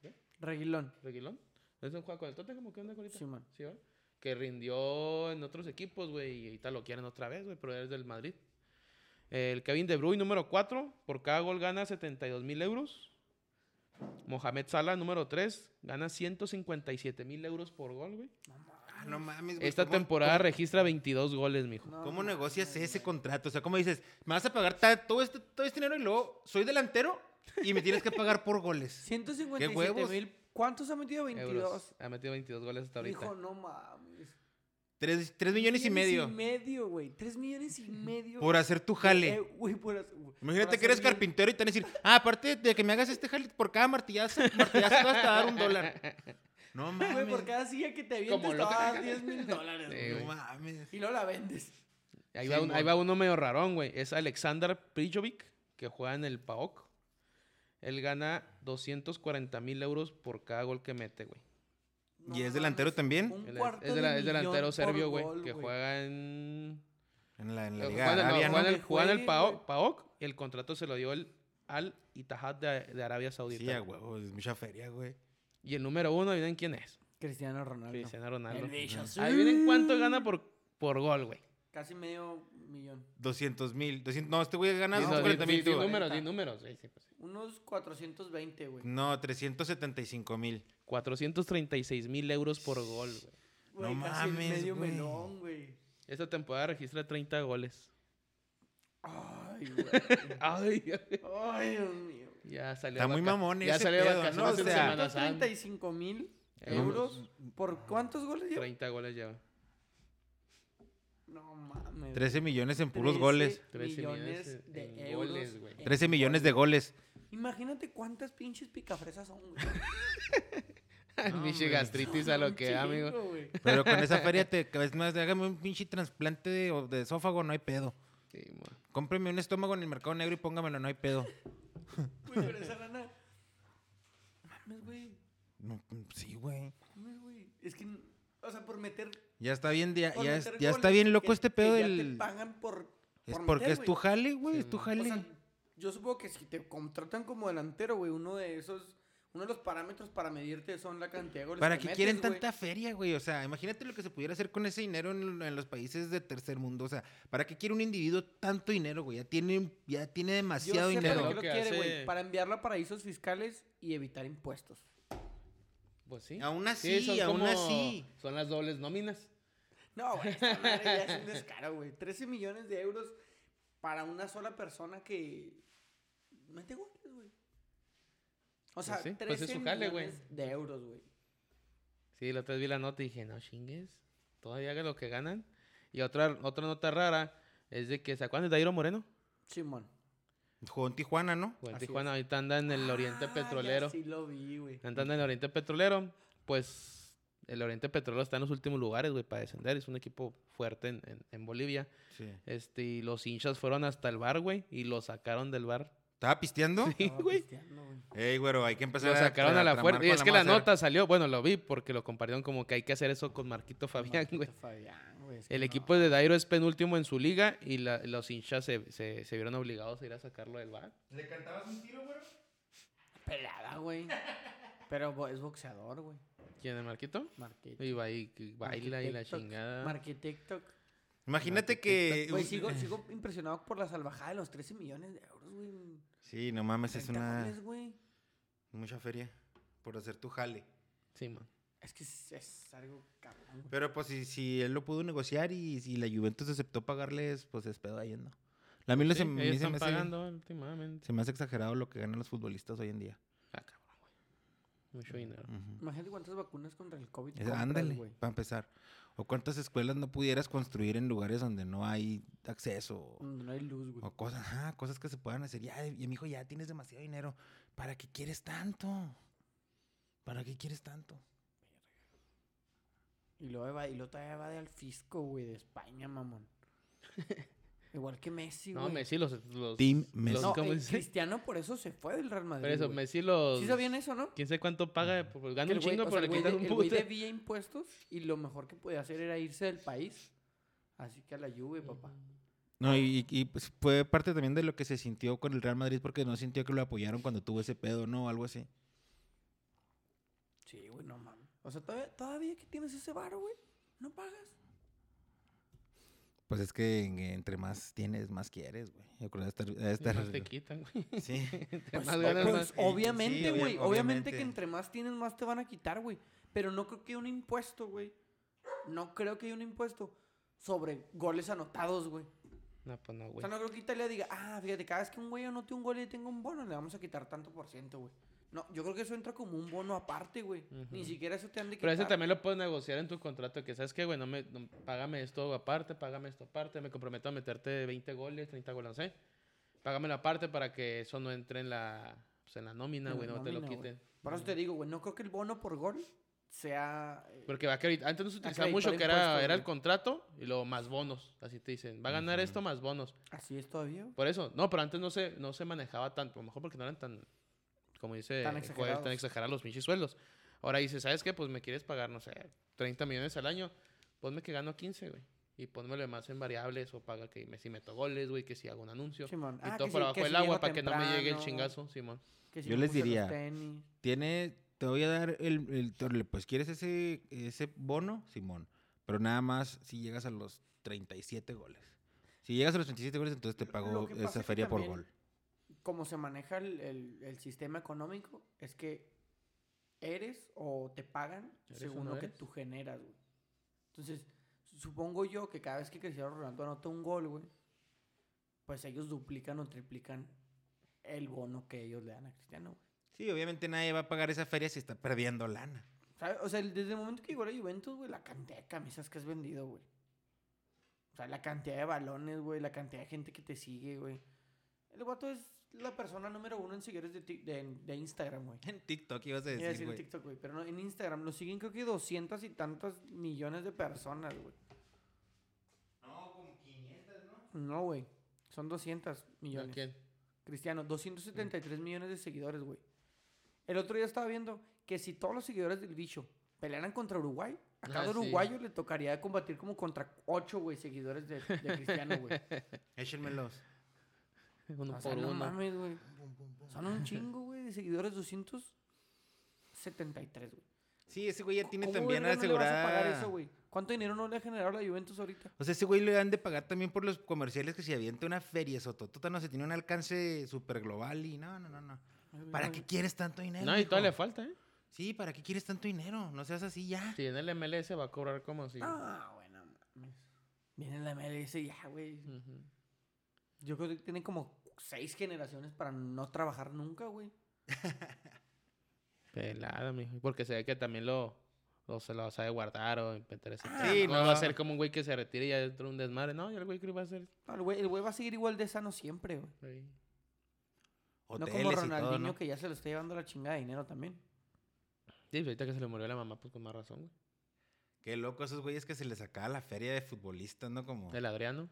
¿Qué?
Reguilón.
Reguilón. ¿Es un juega con el Tottenham o qué onda con ahorita?
Sí, man.
Sí, ¿verdad? Que rindió en otros equipos, güey, y ahorita lo quieren otra vez, güey, pero es del Madrid. El Kevin De Bruyne, número 4, por cada gol gana 72 mil euros. Mohamed Salah, número 3, gana 157 mil euros por gol, güey.
Ah, no mames, güey,
Esta
¿cómo-
temporada
cómo-
registra 22 goles, mijo.
No,
¿Cómo
no,
negocias
no, no,
ese
no.
contrato? O sea, ¿cómo dices, me vas a pagar ta- todo este, todo este dinero y luego soy delantero y me tienes que pagar por goles?
157
huevos?
mil. ¿Cuántos ha metido? 22.
Euros. Ha metido 22 goles hasta ahorita.
Hijo, no mames.
Tres, tres millones y medio
y medio, güey. Tres millones y medio.
por hacer tu jale.
Eh, güey, por hacer- güey,
Imagínate
por
que eres
hacer bien-
carpintero y te van a decir, ah, aparte de que me hagas este jale, por cada martillazo, martillazo te vas a dar un dólar. No
Güey, por
mames.
cada silla que te avientas
Como
te
loca.
vas 10 mil dólares,
Sí,
güey.
No
güey.
mames.
Y luego la vendes.
Ahí, va un- ahí
Simón.
va uno medio rarón, güey. Es Alexander Prijovic, que juega en el PAOK. Él gana 240 mil euros por cada gol que mete, güey.
¿Y es delantero también?
Un
Él es-
cuarto
es,
de
dela- es
millón
delantero
por
serbio, güey,
gol,
que juega en...
En la, en la
eh,
Liga
Juega en el-
Arabia,
no, juega
¿no?
en el,
Que
juega en el
juegue,
PAO-
güey.
PAOK y el contrato se lo dio el al Ittihad de, de Arabia Saudita.
Sí, a huevo, es mucha feria, güey.
Y el número uno, ¿adivinen quién es?
Cristiano Ronaldo.
Cristiano Ronaldo.
El bicho, sí.
Adivinen cuánto gana por, por gol, güey.
Casi medio millón.
200 mil. 200, no, este güey gana
Di- di-
240
di-
mil.
di
tú.
números, di números. Sí, sí, pues.
Unos 420, güey.
No, 375 mil.
436 mil euros por gol, güey.
Güey,
No
casi el
mames,
medio
güey.
melón, güey.
Esta temporada registra 30 goles.
Ay, güey.
Ay,
Ay, Dios mío.
ya salió.
Está
de
muy
vaca-
mamón
Ya
ese
salió de
pedo,
vacaciones
¿no? O
en
sea,
Semana Santa. Eh, pues,
35 mil
Euros.
euros. ¿Por cuántos goles lleva?
30 goles lleva.
No mames.
13 millones en puros
13
goles.
13 millones
millones
en-
de
en
euros.
goles, güey.
en
13 millones de goles.
Imagínate cuántas pinches picafresas son, güey.
No,
Pinche
hombre.
gastritis a lo
Un
que da, amigo.
chingo, güey.
Pero con esa feria te es más, hágame un pinche trasplante de, o de esófago, no hay pedo.
Sí, mo.
Cómpreme un estómago en el mercado negro y póngamelo, no hay pedo.
Güey, pero esa lana. Mames, güey.
No, sí, güey.
Mames, güey. Es que, o sea, por meter.
Ya está bien, ya,
por
ya es-
meter
ya está
goles
bien loco
que-
este
que
pedo
ya te
del...
pagan por.
Es
por
porque
meter,
es tu
güey.
jale, güey, es tu
Simón.
jale.
O sea, yo supongo que si te contratan como delantero, güey, uno de esos. Uno de los parámetros para medirte son la cantidad de goles
¿Para
que
qué
metes,
quieren
güey.
tanta feria, güey? O sea, imagínate lo que se pudiera hacer con ese dinero en, en los países de tercer mundo. O sea, ¿para qué quiere un individuo tanto dinero, güey? Ya tiene, ya tiene
Yo
demasiado
sé para
dinero.
qué
Creo
lo
que
quiere, güey.
hace-
Para enviarlo a paraísos fiscales y evitar impuestos.
Pues sí.
Aún
Sí,
así,
son
aún
como-
así.
Son las dobles nóminas.
No, güey, esta madre ya es un descaro, güey. 13 millones de euros para una sola persona que mete goles, güey. O sea,
sí, pues
13
es su jale, güey.
millones de euros, güey.
Sí, la otra vez vi la nota y dije, no chingues, todavía que lo que ganan. Y otra, otra nota rara es de que, ¿se acuerdan de Dairo Moreno?
Simón.
Jugó en Tijuana, ¿no?
Pues en
Así
Tijuana ahorita anda en el Oriente
Ah,
Petrolero.
ya sí lo vi, güey.
Anda en el Oriente Petrolero, pues el Oriente Petrolero está en los últimos lugares, güey, para descender. Es un equipo fuerte en, en- en Bolivia.
Sí.
Este, y los hinchas fueron hasta el bar, güey, y lo sacaron del bar.
¿Estaba pisteando?
Estaba
güey.
pisteando, güey.
Ey, güero, hay que empezar
Lo sacaron a la
Pues tramar
fuerza. Y
con
es que la
mano
nota salió, bueno, lo vi porque lo compartieron como que hay que hacer eso con Marquito Fabián,
Marquito
güey.
Fabián, güey, es que
El
no.
equipo de Dairo es penúltimo en su liga y la- los hinchas se, se- se vieron obligados a ir a sacarlo del bar.
¿Le cantabas un tiro, güero?
Pelada, güey. Pero bo- es boxeador, güey.
¿Quién es Marquito?
Marquito.
Y, va y- que baila y la
Marquitectoc,
chingada.
Marquitectoc.
Imagínate que... uh,
Güey, sigo,
eh.
sigo impresionado por la salvajada de los 13 millones de euros, güey.
Sí, no mames, Pues es
30
una...
goles, güey.
Mucha feria por hacer tu jale.
Sí, man.
Es que es, es algo cabrón, güey.
Pero pues si, si él lo pudo negociar y si la Juventus aceptó pagarles, pues es pedo ahí, ¿no? A mí, lo
Pues Sí,
se, em- a mí
ellos
se,
están
me hace,
pagando últimamente.
se me hace exagerado lo que ganan los futbolistas hoy en día.
Ah, cabrón, güey. Mucho dinero.
Ujú.
Imagínate cuántas vacunas contra el COVID.
Es-
compras,
ándale,
güey.
para empezar. O cuántas escuelas no pudieras construir en lugares donde no hay acceso. o-
Cuando Mm, no hay luz, güey.
O cosas, ajá, cosas que se puedan hacer. Ya, y mi hijo, ya tienes demasiado dinero. ¿Para qué quieres tanto? ¿Para qué quieres tanto?
Y luego va, y luego todavía va de al fisco, güey, de España, mamón. Igual que Messi, güey.
No, Messi los... los
Team
los-
Messi.
No,
¿cómo
eh,
se dice?
Cristiano por eso se fue del Real Madrid.
Pero eso,
güey.
Messi los...
Sí sabían eso, ¿no?
Quién sabe cuánto paga, pues, pues, gana
Que
un
el güey-
chingo,
o sea,
pero le
el güey
quitas
de-
un
El güey
puto.
debía impuestos y lo mejor que podía hacer era irse del país. Así que a la Juve, papá.
No, y, y, pues, fue parte también de lo que se sintió con el Real Madrid porque no sintió que lo apoyaron cuando tuvo ese pedo, ¿no? Algo así.
Sí, güey, no mames. O sea, todavía, todavía que tienes ese varo, güey, no pagas.
Pues es que en- entre más tienes, más quieres, güey. Yo creo que estar- debe
Y
estar-
Más te quitan, güey.
Sí.
Pues,
más
o-
ganas,
pues,
más-
Sí, sí,
obviamente,
obvia-
güey. obviamente.
obviamente.
que entre más tienes, más te van a quitar, güey. Pero no creo que haya un impuesto, güey. No creo que haya un impuesto sobre goles anotados, güey.
No, pues no,
O
güey.
sea, no creo que Italia diga, ah, fíjate, cada vez que un güey anote un gol y tenga un bono, le vamos a quitar tanto por ciento, güey. No, yo creo que eso entra como un bono aparte, güey. Ni
Ujú.
siquiera eso te han de quitar.
Pero ese también lo puedes negociar en tu contrato, que sabes que, güey, no me, no- págame esto aparte, págame esto aparte, me comprometo a meterte 20 goles, 30 goles, no sé. Págame la parte para que eso no entre en la, pues, en la nómina,
En
güey,
la
no te lo
nómina, güey.
quiten.
Por eso te digo, güey, no creo que el bono por gol sea... eh,
Porque va que ahorita- antes no se utilizaba
Acreditar
mucho, que era,
impuestos,
era el
güey.
Pues
ah,
pues,
pues El otro día estaba viendo que si todos los seguidores del bicho pelearan contra Uruguay, a
Ah,
cada
sí.
uruguayo le tocaría combatir como contra ocho, güey, seguidores de, de Cristiano, güey.
Échenmelos.
Uno
O sea,
por
no
uno.
mames, güey. Son un chingo, güey, de seguidores 273, güey.
Sí, ese güey ya tiene
¿Cómo,
también
verga, no le vas a
asegurada.
pagar eso, güey? ¿Cuánto dinero no le ha generado la Juventus ahorita?
o sea, ese güey le han de pagar también por los comerciales que se avienta una feria, Sototota. No se tiene un alcance súper global y no, no, no, no. ¿Para qué quieres tanto dinero?
No, y
hijo?
todavía le falta, ¿eh?
Sí, ¿para qué quieres tanto dinero? No seas así ya.
Si en el MLS va a cobrar como si.
Ah, bueno, mames. Viene la MLS y ya, güey.
Ujú.
Yo creo que tienen como seis generaciones para no trabajar nunca, güey.
Pelada, mijo. Porque se ve que también lo, lo- se lo sabe guardar o meter ese
Ah,
pedo.
sí,
no.
no.
va a ser como un güey que se retire y ya dentro un desmadre. No, ya el güey creo que va a ser.
No, el güey, el güey va a seguir igual de sano siempre, güey.
ahí.
No
Hoteles
como
y
Ronaldinho
todo, ¿no?
que ya se lo está llevando la chingada de dinero también.
Sí, pues ahorita que se le murió a la mamá, pues con más razón, güey.
Qué loco esos güeyes que se les sacaba la feria de futbolistas, ¿no? Como
El Adriano.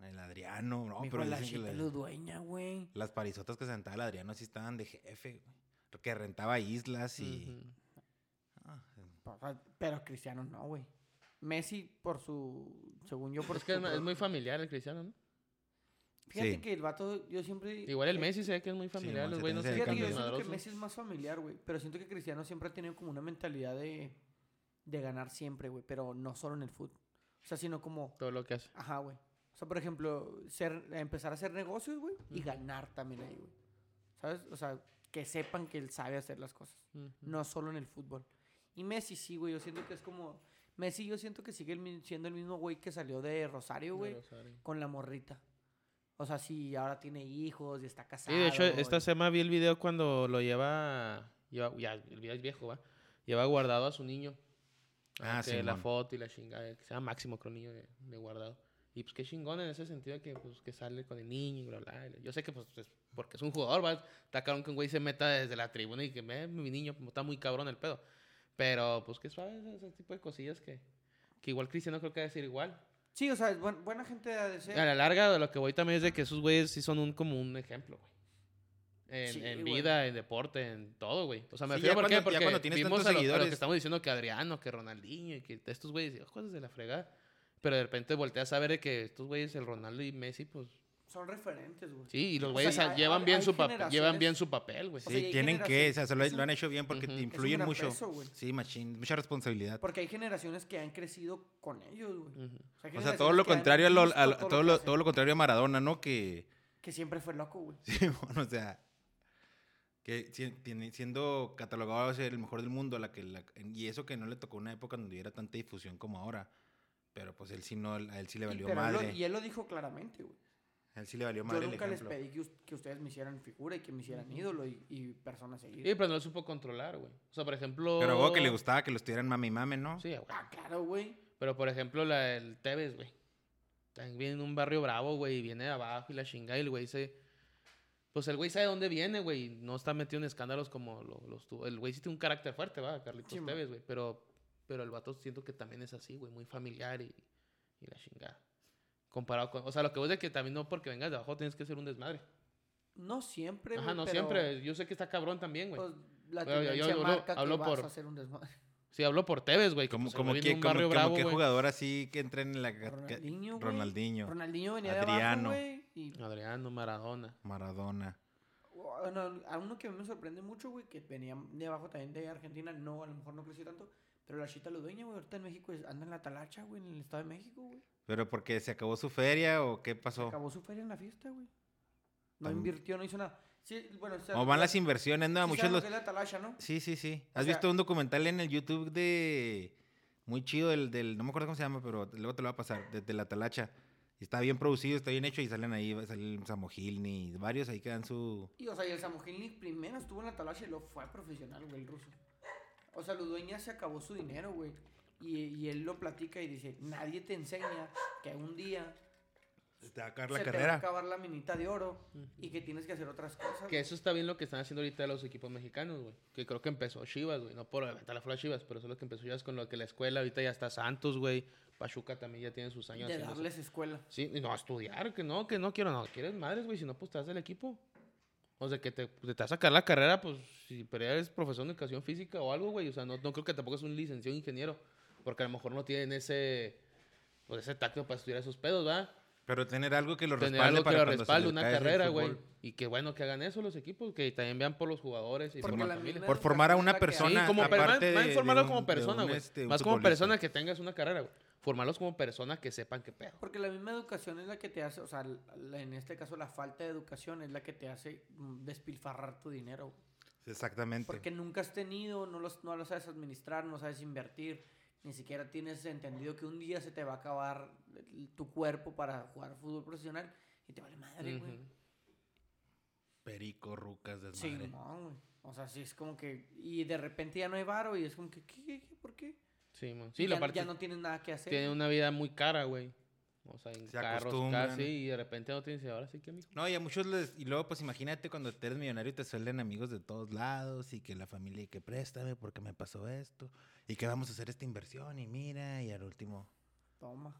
el Adriano, no,
Mijo,
pero
la
dicen que
chita
la-
lo dueña, güey.
las parisotas que se sentaba el Adriano sí estaban de jefe, güey. Que rentaba islas y...
Ujú.
Ah,
O sea, Pero Cristiano no, güey. Messi, por su. Según yo, por
Es que es,
su-
ma- es muy familiar el cristiano, ¿no?
Fíjate
Sí.
que el vato, yo siempre.
Igual el
eh,
Messi se ve que es muy familiar.
Simón,
los
se
güeyes no
tiene
se
ese
Fíjate que
cambio
yo
de
cambian
siento que
madrosos.
Messi es más familiar, güey. Pero siento que Cristiano siempre ha tenido como una mentalidad de, de ganar siempre, güey. Pero no solo en el fútbol. O sea, sino como,
Todo lo que hace.
ajá, güey. O sea, por ejemplo, ser, empezar a hacer negocios, güey. Y
Ujú.
ganar también ahí, güey. ¿Sabes? O sea, que sepan que él sabe hacer las cosas.
Ujú.
No solo en el fútbol. Y Messi sí, güey. Yo siento que es como... Messi yo siento que sigue el mi- siendo el mismo güey que salió de Rosario,
De
güey.
Rosario.
Con la morrita. O sea, sí, ahora tiene hijos y está casado.
Sí, de hecho,
y-
esta semana vi el video cuando lo lleva, lleva- ya, el video es viejo, ¿va? Lleva guardado a su niño.
Ah,
que La
Simón.
foto y la chingada, que se llama Máximo, creo, el niño de, de guardado. Y pues qué chingón en ese sentido que, pues, que sale con el niño y bla, bla. y Yo sé que, pues, es porque es un jugador, ¿va? Está cabrón que un güey se meta desde la tribuna y que, "Eh, mi niño, pues, está muy cabrón el pedo. Pero, pues, qué suave ese- ese tipo de cosillas que, que igual Cristiano creo que va a decir igual.
Sí, o sea, es buen- buena gente de ADC.
A la larga, de lo que voy también es de que esos güeyes sí son un, como un ejemplo, güey. En,
Sí,
en
güey.
vida, en deporte, en todo, güey. O sea, me
Sí,
refiero
ya
¿por qué?
cuando- ya
porque
cuando tienes
vimos
tantos
a lo- a lo
seguidores.
que estamos diciendo que Adriano, que Ronaldinho y que estos güeyes, oh, cosas de la fregada. Pero de repente volteas a ver de que estos güeyes, el Ronaldo y Messi, pues
Son referentes, güey.
sí, y los
O
güeyes
sea,
a-
hay-
llevan,
hay-
bien
hay
su pap- llevan
generaciones-
bien su papel, güey.
O sea,
sí,
y hay
tienen que, o sea, se lo,
generaciones-
lo han hecho bien porque
Ujú.
te
Es un
influyen
gran
mucho.
peso, güey.
sí, machín, mucha responsabilidad.
Porque hay generaciones que han crecido con ellos, güey.
Ujú.
hay
Mm. O sea,
generaciones
todo lo
que han
contrario a lo,
visto
a lo- todo,
que
lo, todo lo
hacen,
contrario a Maradona, ¿no? Que,
que siempre fue loco, güey.
sí, bueno, o sea, que si- tiene- siendo catalogado a ser el mejor del mundo, la que la- y eso que no le tocó una época donde hubiera tanta difusión como ahora. Pero pues él sí no, a él sí le
Y,
valió
pero él lo-
madre.
y él lo dijo claramente, güey.
A él sí le valió
Yo
madre el
nunca les
ejemplo.
pedí que, us- que ustedes me hicieran figura y que me hicieran ídolo y, y persona seguida.
Y pero no lo supo controlar, güey. O sea, por ejemplo.
Pero luego que le gustaba que lo estuvieran mame y mame, ¿no?
Sí, güey.
Ah, claro, güey.
Pero por ejemplo, la del Tevez, güey. También viene en un barrio bravo, güey, y viene de abajo y la chingada, y el güey se. Pues el güey sabe de dónde viene, güey. y No está metido en escándalos como lo- los tuvo. El güey sí tiene un carácter fuerte, va, Carlitos
Sí, man.
Tevez, güey. Pero, pero el vato siento que también es así, güey, muy familiar y, y la chingada. Comparado con. O sea, lo que vos de que también no porque vengas de abajo tienes que ser un desmadre.
No siempre,
Ajá,
güey,
no
pero,
siempre. Yo sé que está cabrón también, güey.
pues, la
Bueno, yo- yo
tendencia
hablo-
marca
hablo
que vas
por-
a hacer un desmadre.
Sí, hablo por Tevez, güey. que,
Como,
pues, el güey
como,
viene
que,
de un
como,
barrio
como
bravo,
qué
güey.
jugador así que entra en la... ca- ca-
Ronaldinho, güey.
Ronaldinho,
Ronaldinho venía
Adriano.
de abajo, güey. Y
Adriano, Maradona.
Maradona.
Bueno, a uno que a mí me sorprende mucho, güey, que venía de abajo también de Argentina, no, a lo mejor no creció tanto, pero la chita Ludueña, güey, ahorita en México es- anda en la talacha, güey, en el Estado de México, güey.
¿Pero porque se acabó su feria o qué pasó?
Acabó su feria en la fiesta, güey. No
Tam-
invirtió, no hizo nada. Sí, bueno, o sea,
O van las inversiones,
sí
¿no? Muchos
saben lo
los...
que es la talacha, ¿no?
Sí, sí, sí. ¿Has
sea-
visto un documental en el YouTube de... Muy chido, del, del... No me acuerdo cómo se llama, pero luego te lo va a pasar. Desde la talacha. Y Está bien producido, está bien hecho y salen ahí, sale el Samo Gilni, varios ahí que dan su...
Y, o sea, y el Samogilnik primero estuvo en la talacha y luego fue profesional, güey, el ruso. O sea, Ludueña se acabó su dinero, güey. Y, y él lo platica y dice, nadie te enseña que un día
Te va a acabar la
se te va a
carrera.
acabar la minita de oro y que tienes que hacer otras cosas.
Que eso está bien lo que están haciendo ahorita los equipos mexicanos, güey. Que creo que empezó Chivas, güey. No por aventar la flor a Chivas, pero eso es lo que empezó Chivas con lo que la escuela ahorita ya está Santos, güey. Pachuca también ya tiene sus años.
de
haciendo eso.
darles escuela.
Sí, y no, a estudiar, que no, que no quiero, no. ¿Quieres madres, güey? Si no, pues te das del equipo. O O sea, que te, te vas a sacar la carrera, pues, si pero ya eres profesor de educación física o algo, güey. O sea, no, no creo que tampoco es un licenciado ingeniero. Porque a lo mejor no tienen ese, pues, ese tacto para estudiar esos pedos, ¿verdad?
Pero tener algo que lo
Tener
respalde
algo que
para
lo
cuando se
respalde,
les
una
cae el
carrera, güey.
fútbol.
Y qué bueno que hagan eso los equipos, que también vean por los jugadores y
Porque
por la
la
familia.
misma-
Por formar a una
Sí, como
persona.
sí, como per- más,
aparte
más
de- de
formarlos
un-
como
de un,
persona, güey.
este, un
más como
futbolista.
persona que tengas una carrera, güey. Formarlos como personas que sepan qué pedo.
Porque la misma educación es la que te hace, o sea, la- en este caso la falta de educación es la que te hace mm, despilfarrar tu dinero. güey.
Exactamente.
Porque nunca has tenido, no, los, no lo sabes administrar, no sabes invertir, ni siquiera tienes entendido que un día se te va a acabar el- tu cuerpo para jugar fútbol profesional y te vale madre, güey.
Ujú.
Perico, rucas,
Sí,
desmadre.
O sea, sí, es como que. Y de repente ya no hay varo y es como que, ¿qué? qué, qué por qué?
Sí, man.
Y
Sí, la
ya,
parte
ya no tienes nada que hacer.
tiene una vida muy cara, güey. O sea, en
Se
carros
acostumbran.
casi y de repente no tienes ahora sí que mijo.
No, y a muchos les... Y luego, pues imagínate cuando te eres millonario y te suelen amigos de todos lados y que la familia y que préstame porque me pasó esto y que vamos a hacer esta inversión y mira y al último...
Toma.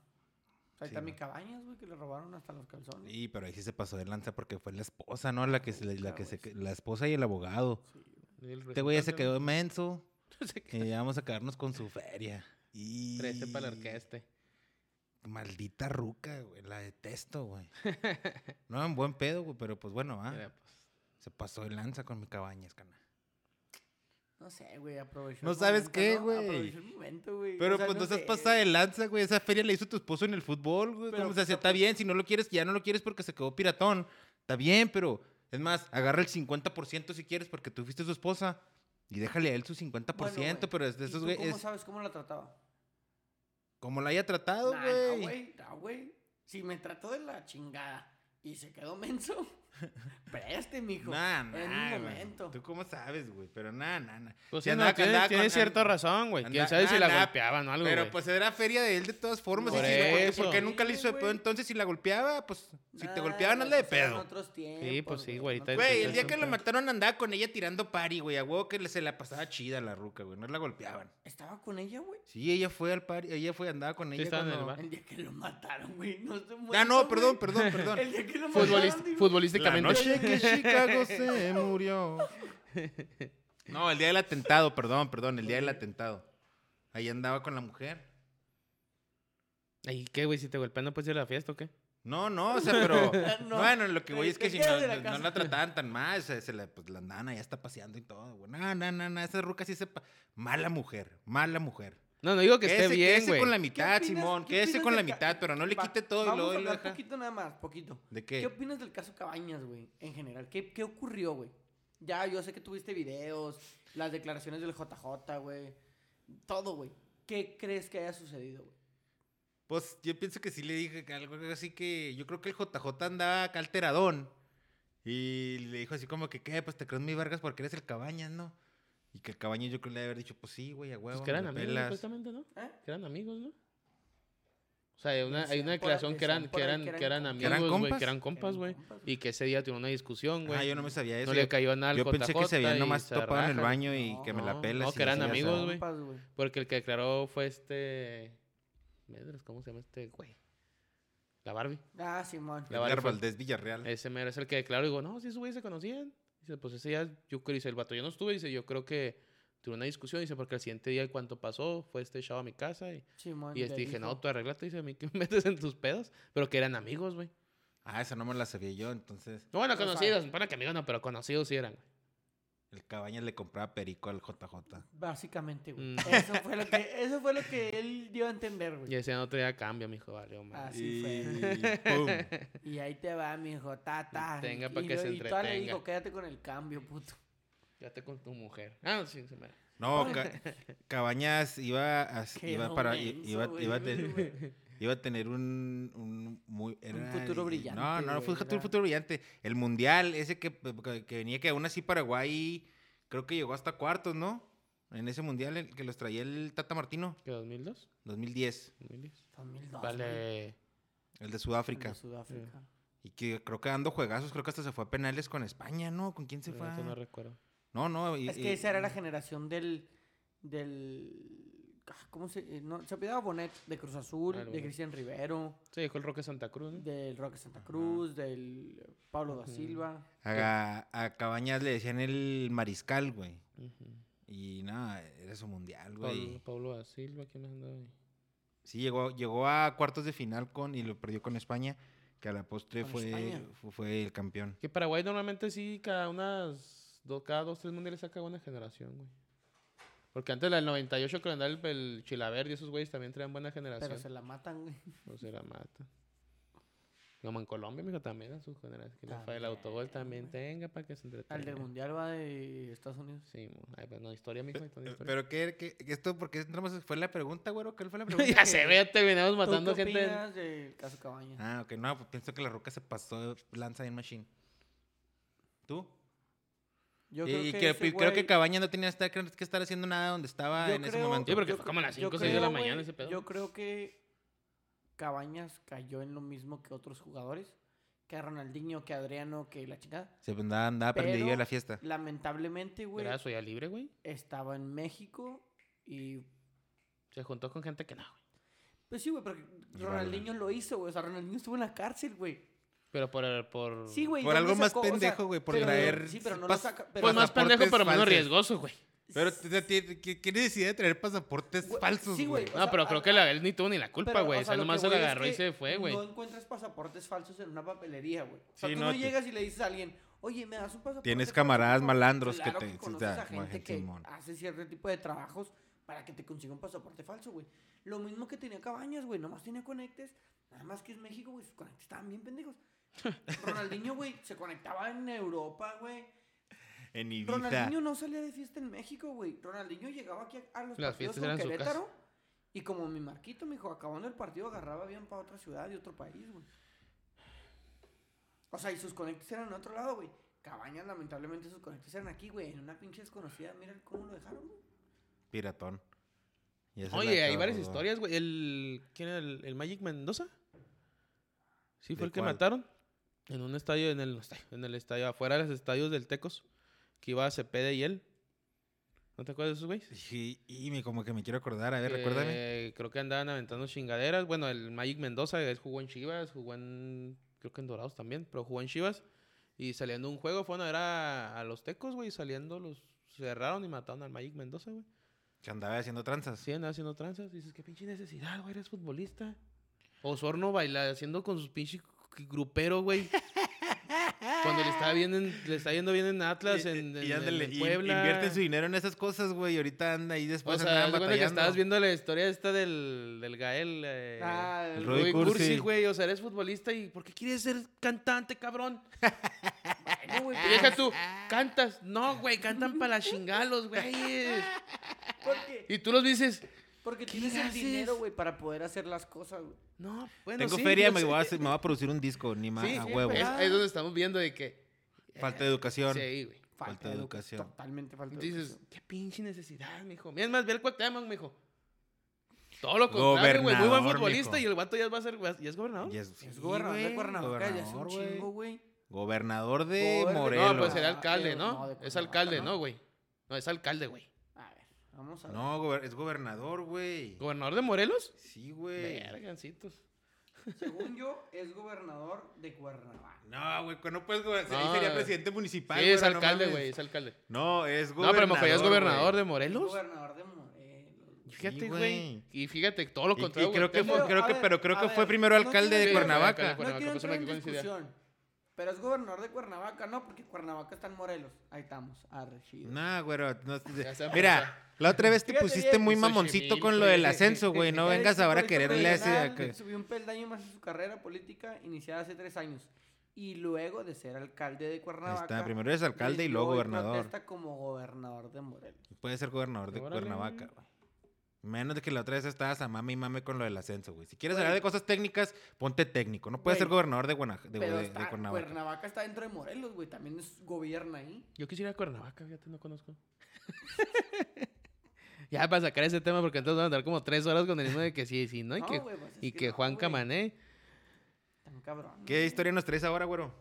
O sea, ahí
Sí,
está mi
güey.
cabañas, güey, que le robaron hasta los calzones.
Y pero ahí sí se pasó de lanza porque fue la esposa, ¿no? La que, se- la,
Puta,
que se...
güey.
La esposa y el abogado.
Y el
Este güey ya se
resultante,
quedó menso
¿no? Se
y ya vamos a quedarnos con su feria. Y...
Trece para la orquesta.
Maldita ruca, güey. La detesto, güey. no, en buen pedo, güey. Pero pues bueno, ah.
Mira, pues.
Se pasó de lanza con mi cabañas, cana.
No sé, güey, aprovechó.
No
el
sabes
momento,
qué,
¿no?
güey.
Aprovechó el momento, güey.
Pero
O sea,
pues no seas
sé,
pasada de lanza, güey. Esa feria la hizo tu esposo en el fútbol, güey.
Pero,
¿Cómo? O sea,
pues,
si está
apro-
bien, si no lo quieres, ya no lo quieres porque se quedó piratón. Está bien, pero es más, agarra el 50% si quieres porque tú fuiste su esposa. Y déjale a él su 50%,
Bueno, güey,
pero es de
¿Y
esos,
tú
güey,
¿Cómo
es
sabes cómo la trataba?
como la haya tratado,
Nah, No,
güey.
güey, no, güey. Si me trató de la chingada y se quedó menso, preste, mijo.
Nah, nah,
en
güey.
un momento.
¿Tú cómo sabes, güey? Pero nada, nada, nada.
Pues sí,
Si andaba-
no, tiene,
andaba
tiene
con-
cierta
and-
razón, güey. ¿Quién
anda-
sabe si
nah,
la
nah,
golpeaban o algo,
Pero
güey.
pues era feria de él de todas formas.
Por
y si- ¿por, qué,
eso.
por qué nunca le hizo de
Sí,
pedo
güey.
entonces? Si la golpeaba, pues si te
Nah,
golpeaban,
güey,
hazla de
pues eran
pedos.
otros
pues
tiempos,
sí, güey,
no
ahorita-
te-
Güey, el
Entonces,
día que la
pero-
mataron andaba con ella tirando party, güey. A huevo que se la pasaba chida la ruca, güey. No la golpeaban.
Estaba con ella, güey.
Sí, ella fue al party. Ella fue, andaba con ella
estaba en el
cuando...
bar.
El día que lo mataron, güey. No estoy
Ah,
muerto,
no, perdón,
güey.
perdón, perdón.
El día que lo
Futbolist-
mataron, digo.
la
futbolísticamente.
noche que Chicago se murió. No, el día del atentado, perdón, perdón. El día del atentado. Ahí andaba con la mujer.
¿Y qué, güey? Si te golpean, no puedes ir a la fiesta o qué?
No, no, o sea, pero...
No.
Bueno, lo que
Te-
voy es
te
que si
quedas
no,
de la
no-
casa.
no la trataban tan mal, o sea, se la, pues la nana ya está paseando y todo. güey. No, no, no, no, esa ruca sí sepa... Mala mujer, mala mujer.
No, no digo que esté
Quédese,
bien,
quédese
güey.
con la
¿Qué
mitad,
opinas-
Ah, Simón.
qué
Quédese
opinas
con la
del ca-
mitad, pero no le
Va,
quite todo y
vamos
luego
a
ahí lo
hablar
deja.
poquito nada más, poquito.
¿De
¿Qué?
qué?
opinas del caso Cabañas, güey? En general, ¿qué, qué ocurrió, güey? Ya, yo sé que tuviste videos, las declaraciones del JJ, güey. Todo, güey. ¿Qué crees que haya sucedido, güey?
Pues yo pienso que sí le dije que algo así que yo creo que el JJ andaba acá alteradón. Y le dijo así como que, ¿qué? Pues te crees mi vergas porque eres el Cabañas, ¿no? Y que el Cabañas yo creo que le debe haber dicho, pues sí, güey, a
Pues
huevo.
que eran
me
amigos,
pelas".
supuestamente, ¿no?
¿Eh?
Que eran amigos, ¿no? O sea, hay una,
Decían
hay una
por ahí-
declaración que
decían por
eran, que
ahí
eran,
que eran
que eran
compas.
¿Que
amigos,
eran
güey,
compas?
que eran
Que
compas,
eran
güey.
compas, güey.
Y que ese día tuvieron una discusión,
Ah,
güey.
yo no me sabía eso.
No le
yo-
cayó nada al
yo pensé que se habían
JJ
nomás
y se
topado en el
rajan.
baño y
No,
que me la
no,
pelas.
no,
y
que eran
así, o sea,
amigos, güey.
Compas, güey.
Porque el que declaró fue este. Madres, ¿Cómo se llama este güey? La Barbie.
Ah, Simón.
La-
Edgar
vale, fue-
Valdés Villarreal.
Ese mero es el que declaró. Digo, no, si esos güeyes se conocían. Dice, pues ese día, yo creo, dice, el vato yo no estuve. Dice, yo creo que tuve una discusión. Dice, porque el siguiente día, cuanto pasó, fue este chavo a mi casa. Y,
Simón.
y
le
este dije,
dijo.
no, tú arreglate. Dice, a mí que me metes en tus pedos. Pero que eran amigos, güey.
Ah, esa no me la sabía yo, entonces...
No, bueno,
No sabe.
conocidos. Bueno, que amigos no, pero conocidos sí eran.
El Cabañas le compraba perico al JJ.
Básicamente, güey.
Mm.
Eso, fue lo que, eso fue lo que él dio a entender,
Y
güey.
ese no traía cambio, mijo. Valió, madre.
Así fue.
y ¡pum!
Y ahí te va, mijo, ta, ta.
Tenga
Y-
pa'
y
que
lo-
se
Y todavía le
entretenga.
dijo, quédate con el cambio, puto.
Quédate con tu mujer. Ah, sí, se me.
No, Ca- Cabañas iba a,
Qué
iba para i-
menso,
iba,
güey,
iba a ten-
güey.
iba a tener un, un muy era-
futuro
y-
brillante,
No, no, no fue
güey,
un
era-
futuro brillante. El mundial ese que, que- que venía que aún así Paraguay creo que llegó hasta cuartos, ¿no? En ese mundial el que los traía el Tata Martino,
¿Qué, 2002?
2010,
2010.
2002, güey,
Vale.
el de
el de
Sudáfrica.
Sudáfrica.
Y que creo que dando juegazos, creo que hasta se fue a penales con España, ¿no? ¿Con quién se
la
fue?
neta
a-
No recuerdo.
No, no. y-
Es
y-
que esa era la generación del. del ah, ¿Cómo se.? eh, no, se apellidaba Bonet, de Cruz Azul,
Ah, el
de
Bonet.
Cristian Rivero,
Sí, dejó el Roque Santa Cruz, ¿no?
del Roque Santa Cruz, del Pablo da
Ujú.
Silva.
A, a Cabañas le decían el mariscal, güey.
Ujú.
Y nada, era su mundial,
Pablo,
güey.
Pablo da Silva, ¿quién más andaba ahí?
Sí, llegó, llegó a cuartos de final con y lo perdió con España, que a la postre
Con
fue,
España.
fu- fue el campeón.
Que Paraguay normalmente sí, cada unas dos, cada dos, tres mundiales saca una generación, güey. Porque antes la del 98 que andaba el, el Chilaverde y esos güeyes también traían buena generación.
Pero se la matan, güey.
No se la mata. Como en Colombia, mijo, también a sus generaciones. Que le fue el
También,
autogol también
güey.
tenga para que se entretenga.
Al del Mundial va de Estados Unidos.
Sí, mo. Ay, pues no, historia, mijo. ahí está la
Eh,
historia.
Pero qué, qué- esto porque entramos fue la pregunta, güero, ¿cuál fue la pregunta?
ya
que-
se ve, ya terminamos
¿Tú
matando
qué
gente.
opinas del caso Cabañas?
Ah, ok, no, pues pienso que la roca se pasó de lanza en machine. ¿Tú?
Yo
y y creo,
ese
y creo que
güey-
Cabaña no tenía esta- que estar haciendo nada donde estaba
Yo
en ese
creo-
momento.
Sí, porque
yo
fue
cre-
como a las
yo
5 o 6 de la
creo,
mañana
güey,
ese pedo.
Yo creo que Cabañas cayó en lo mismo que otros jugadores, que a Ronaldinho, que a Adriano, que la chingada.
Se andaba, andaba
Pero-
perdido de la fiesta.
Lamentablemente, güey,
Era su ya libre, güey.
estaba en México y...
Se juntó con gente que no, güey.
Pues sí, güey, pero Ronaldinho lo hizo, güey. O sea, Ronaldinho estuvo en la cárcel, güey.
Pero por. por...
Sí, güey.
Por
¿dónde
algo más
sacó? O sea,
pendejo, güey, por
pero-
traer
Sí, pero no lo
pas-
saca... pero-
Pues más pendejo,
pasaportes
pero menos
falsos.
riesgoso, güey.
Pero t- t- t- ¿qué necesidad de traer pasaportes
Güey,
falsos,
sí,
güey?
güey. O
No,
sea,
pero
a-
creo que la, él ni tuvo ni la culpa,
Pero,
güey.
o
O sea,
sea, lo que
nomás se la
voy es
agarró y
que
se fue, güey.
No encuentras pasaportes falsos en una papelería, güey. O sea,
Sí,
tú no,
no, te-
llegas y le dices a alguien, oye, ¿me das un pasaporte?
Tienes
falso,
camaradas
por favor?"
malandros que
Claro
te- sí,
conoces
está,
a
como
gente
gente
que
Simón.
hace cierto tipo de trabajos para que te consiga un pasaporte falso, güey. Lo mismo que tenía Cabañas, güey. Nomás tenía conectes. Nada más que es México, güey. Sus conectes estaban bien pendejos. Ronaldinho, güey, se conectaba en Europa, güey.
En Ibiza.
Ronaldinho no salía de fiesta en México, güey. Ronaldinho llegaba aquí a, a los
Las
partidos
fiestas
con
eran en su casa.
Querétaro. Y como mi marquito, mijo, acabando el partido agarraba bien para otra ciudad y otro país, güey. O sea, y sus conectes eran en otro lado, güey. Cabañas, lamentablemente, sus conectes eran aquí, güey. En una pinche desconocida. Mira cómo lo dejaron, güey.
Piratón. Y esa es la
Oye, hay
que
varias
abordó.
historias, güey. El, ¿Quién era el, el Magic Mendoza? Sí,
¿De
fue el que
cuál?
mataron. En un estadio, en el, estadio- en el estadio, afuera de los estadios del Tecos, que iba a Cepeda y él. ¿No te acuerdas de esos güeyes?
Sí, y me, como que me quiero acordar. A ver, recuérdame.
Que Eh, Creo que andaban aventando chingaderas. Bueno, el Magic Mendoza, él jugó en Chivas, jugó en. Creo que en Dorados también, pero jugó en Chivas. Y saliendo de un juego, fueron a ver a, a los Tecos, güey. y Saliendo, los cerraron y mataron al Magic Mendoza, güey.
Que andaba haciendo tranzas.
Sí, andaba haciendo tranzas. Dices, qué pinche necesidad, güey, eres futbolista. Osorno baila haciendo con sus pinches gruperos, güey. Cuando le está, bien en- le está yendo bien en Atlas,
Y-
en,
y-
en- en
y ándale, y-
Puebla.
Invierte su dinero en esas cosas, güey. Y ahorita anda ahí
O
después
sea, haz
andaban
de cuenta que
batallando.
estabas viendo la historia esta del, del Gael. eh,
el
Rudy
Rudy
Cursi,
Cursi.
güey. O sea, eres futbolista y ¿por qué quieres ser cantante, cabrón?
Bueno, güey,
Y deja tú, cantas. No, güey, cantan para las chingalos, güey.
porque,
Y tú los dices,
porque
¿Qué
tienes el
haces?
dinero, güey, para poder hacer las cosas, güey.
no, bueno,
Tengo
sí,
feria,
yo
me
sé
voy, a,
que-
hacer- me voy a producir un disco, ni más
Sí,
a
sí,
huevo.
pues, Es, ahí es donde estamos viendo de que.
Falta de educación.
Sí, güey.
Falta de
edu-
educación.
Totalmente falta de
Dices,
educación.
qué pinche necesidad, mijo. Mira, es más, ve el Cuauhtémoc, mijo. Todo lo contrario, güey. Muy buen
Gobernador,
futbolista
mijo.
y el vato ya va a ser. ¿Ya es gobernador?
Y sí,
Es gobernador de
güey,
Cuernavaca, ya es un
gobernador, güey.
chingo, güey.
Gobernador de
Gobernador-
Morelos.
no, pues será alcalde,
Eh,
¿no?
no, de
es
Cuernavaca,
alcalde,
¿no?
¿no, güey? No, es alcalde, güey.
A ver, vamos a ver.
No, gober- es gobernador, güey.
¿Gobernador de Morelos?
Sí, güey.
Vergancitos.
Según yo, es gobernador de Cuernavaca.
No, güey, no puedes gobernar.
No,
Ahí sería
güey.
presidente municipal.
Sí, es
güey, no
alcalde,
mames.
güey, es alcalde.
No, es
No,
gobernador.
pero me falló, es gobernador de
güey.
Morelos.
Gobernador de Morelos.
Y Fíjate,
Sí,
güey.
güey.
Y fíjate, todo lo
Y- y
contrario.
creo que
Cuauhtémoc.
fue- creo
a
que- pero creo
a
que fue primero alcalde de
quiero-
Cuernavaca.
No quiero
Cuernavaca,
entrar en
persona que coincide.
discusión, pero es gobernador de Cuernavaca, no, porque Cuernavaca está en Morelos. Ahí estamos, arre, chido.
No, güero. no-
está empezando.
mira, la otra vez te
Fíjate
pusiste
bien.
muy
Soy
mamoncito
Xochimilco,
con lo del
güey.
ascenso, güey. No
Era
vengas ahora a
exfutbolista
quererle a ese.
profesional,
a que-
Subió un peldaño más en su carrera política iniciada hace tres años. Y luego de ser alcalde de
Ahí
Cuernavaca.
está, primero es alcalde y luego
decidió hoy
gobernador.
protesta como gobernador de Morelos.
Puede ser gobernador de
Órale,
Cuernavaca,
güey.
güey. Menos de que la otra vez estabas a mame y mame con lo del ascenso, güey. Si quieres
Güey.
hablar de cosas técnicas, ponte técnico. No puedes
Güey.
ser gobernador de, Guanaja- de-
Pero
de- de
está-
Cuernavaca.
Cuernavaca está dentro de Morelos, güey. También es, gobierna ahí.
Yo quisiera ir a Cuernavaca, fíjate, no conozco. ya para sacar ese tema, porque entonces van a andar como tres horas con el mismo de que sí, sí, ¿no? Y que,
güey, pues es
y que
no,
Juan
güey.
Camané.
Tan cabrón.
¿Qué historia nos traes ahora, güero?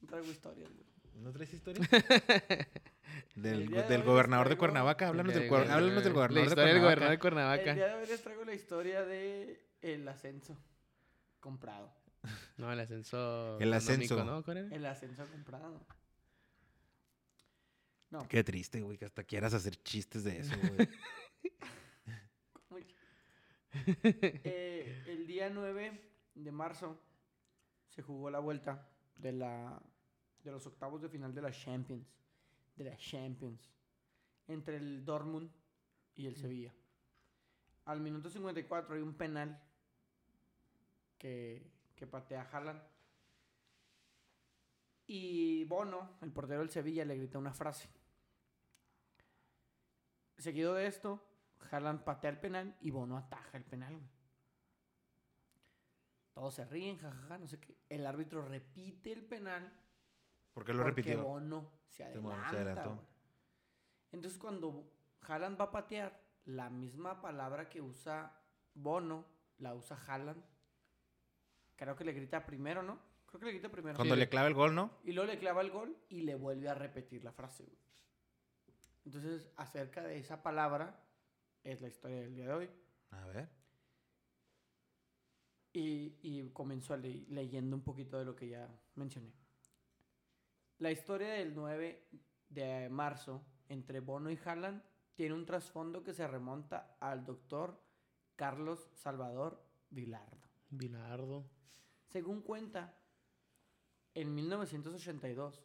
Traigo historias, güey.
¿No traes historia? Del,
El día de
del
hoy
gobernador de
les traigo-
Cuernavaca. Háblanos del, cuer- háblanos
La
del gobernador de
historia del gobernador de
Cuernavaca.
Cuernavaca.
El día de hoy les traigo la historia de el ascenso comprado.
No, el ascenso.
El
económico,
ascenso.
¿no? ¿Cuál era?
El ascenso comprado. No,
Qué triste, güey, que hasta quieras hacer chistes de eso, güey.
Muy- Eh, el día 9 de marzo se jugó la vuelta de la de los octavos de final de la Champions, de la Champions entre el Dortmund y el Sevilla. Al minuto 54 hay un penal que, que patea Haaland. Y Bono, el portero del Sevilla, le grita una frase. Seguido de esto, Haaland patea el penal y Bono ataja el penal, güey. Todos se ríen, jajaja, no sé qué. El árbitro repite el penal.
¿Por qué lo
porque
repitió?
Bono se
Simón, se
adelanta,
adelantó.
güey. Entonces, cuando Haaland va a patear, la misma palabra que usa Bono, la usa Haaland. Creo que le grita primero, ¿no? Creo que le grita primero.
Cuando le clava el gol, ¿no?
Y luego le clava el gol y le vuelve a repetir la frase, güey. Entonces, acerca de esa palabra es la historia del día de hoy.
A ver.
Y, y comenzó le- leyendo un poquito de lo que ya mencioné. La historia del 9 de marzo entre Bono y Haaland tiene un trasfondo que se remonta al doctor Carlos Salvador Vilardo.
Bilardo.
Según cuenta, en 1982,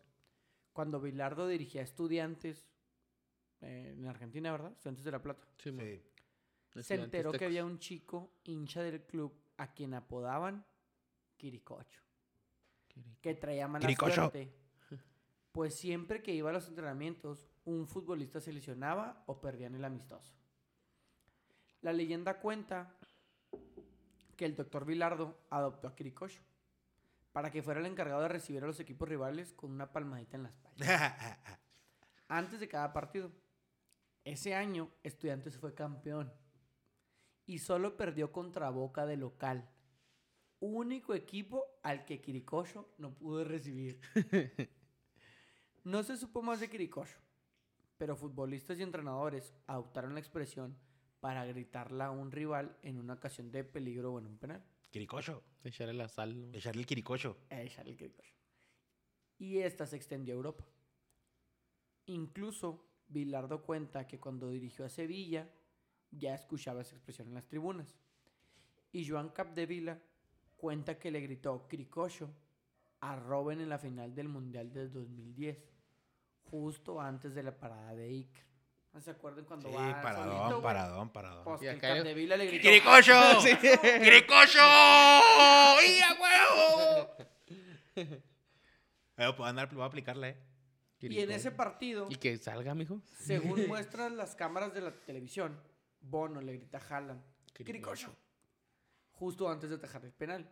cuando Bilardo dirigía estudiantes eh, en Argentina, ¿verdad? Estudiantes de La Plata.
Sí, mo. este
Sí.
Se
Estudiantes
enteró que
tecos.
había un chico hincha del club a quien apodaban Quiricocho, que traía mala
Quiricocho.
suerte. Pues siempre que iba a los entrenamientos, un futbolista se lesionaba o perdían el amistoso. La leyenda cuenta que el doctor Vilardo adoptó a Quiricocho para que fuera el encargado de recibir a los equipos rivales con una palmadita en la espalda antes de cada partido. Ese año, Estudiantes fue campeón y solo perdió contra Boca de local. Único equipo al que Quiricocho no pudo recibir. No se supo más de Quiricocho, pero futbolistas y entrenadores adoptaron la expresión para gritarla a un rival en una ocasión de peligro o en un penal.
Quiricocho.
Echarle la sal. ¿no?
Echarle el quiricocho.
Echar el Quiricocho. Y esta se extendió a Europa. Incluso Bilardo cuenta que cuando dirigió a Sevilla ya escuchaba esa expresión en las tribunas. Y Joan Capdevila cuenta que le gritó Cricocho a Robben en la final del Mundial del 2010, justo antes de la parada de Iker. ¿No se acuerdan cuando
Sí,
va solito,
paradón,
güey?
paradón, paradón.
Pues que el
acá-
Capdevila le gritó
¡Quiricocho!
Sí.
¡Quiricocho! ¡Y a huevo! Eh, puedo andar- Voy a aplicarla, ¿eh?
y en ese partido
Y que salga, mijo.
Según muestran las cámaras de la televisión, Bono le grita a Haaland,
Quiricocho.
"Quiricocho", justo antes de atajar el penal.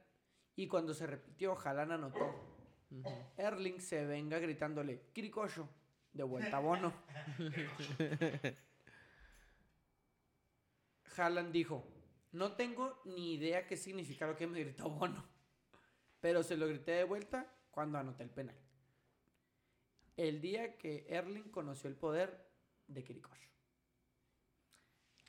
Y cuando se repitió, Haaland anotó. Erling se venga gritándole, Quiricocho, de vuelta a Bono. Haaland dijo, no tengo ni idea qué significa lo que me gritó Bono, pero se lo grité de vuelta cuando anoté el penal. El día que Erling conoció el poder de Quiricocho.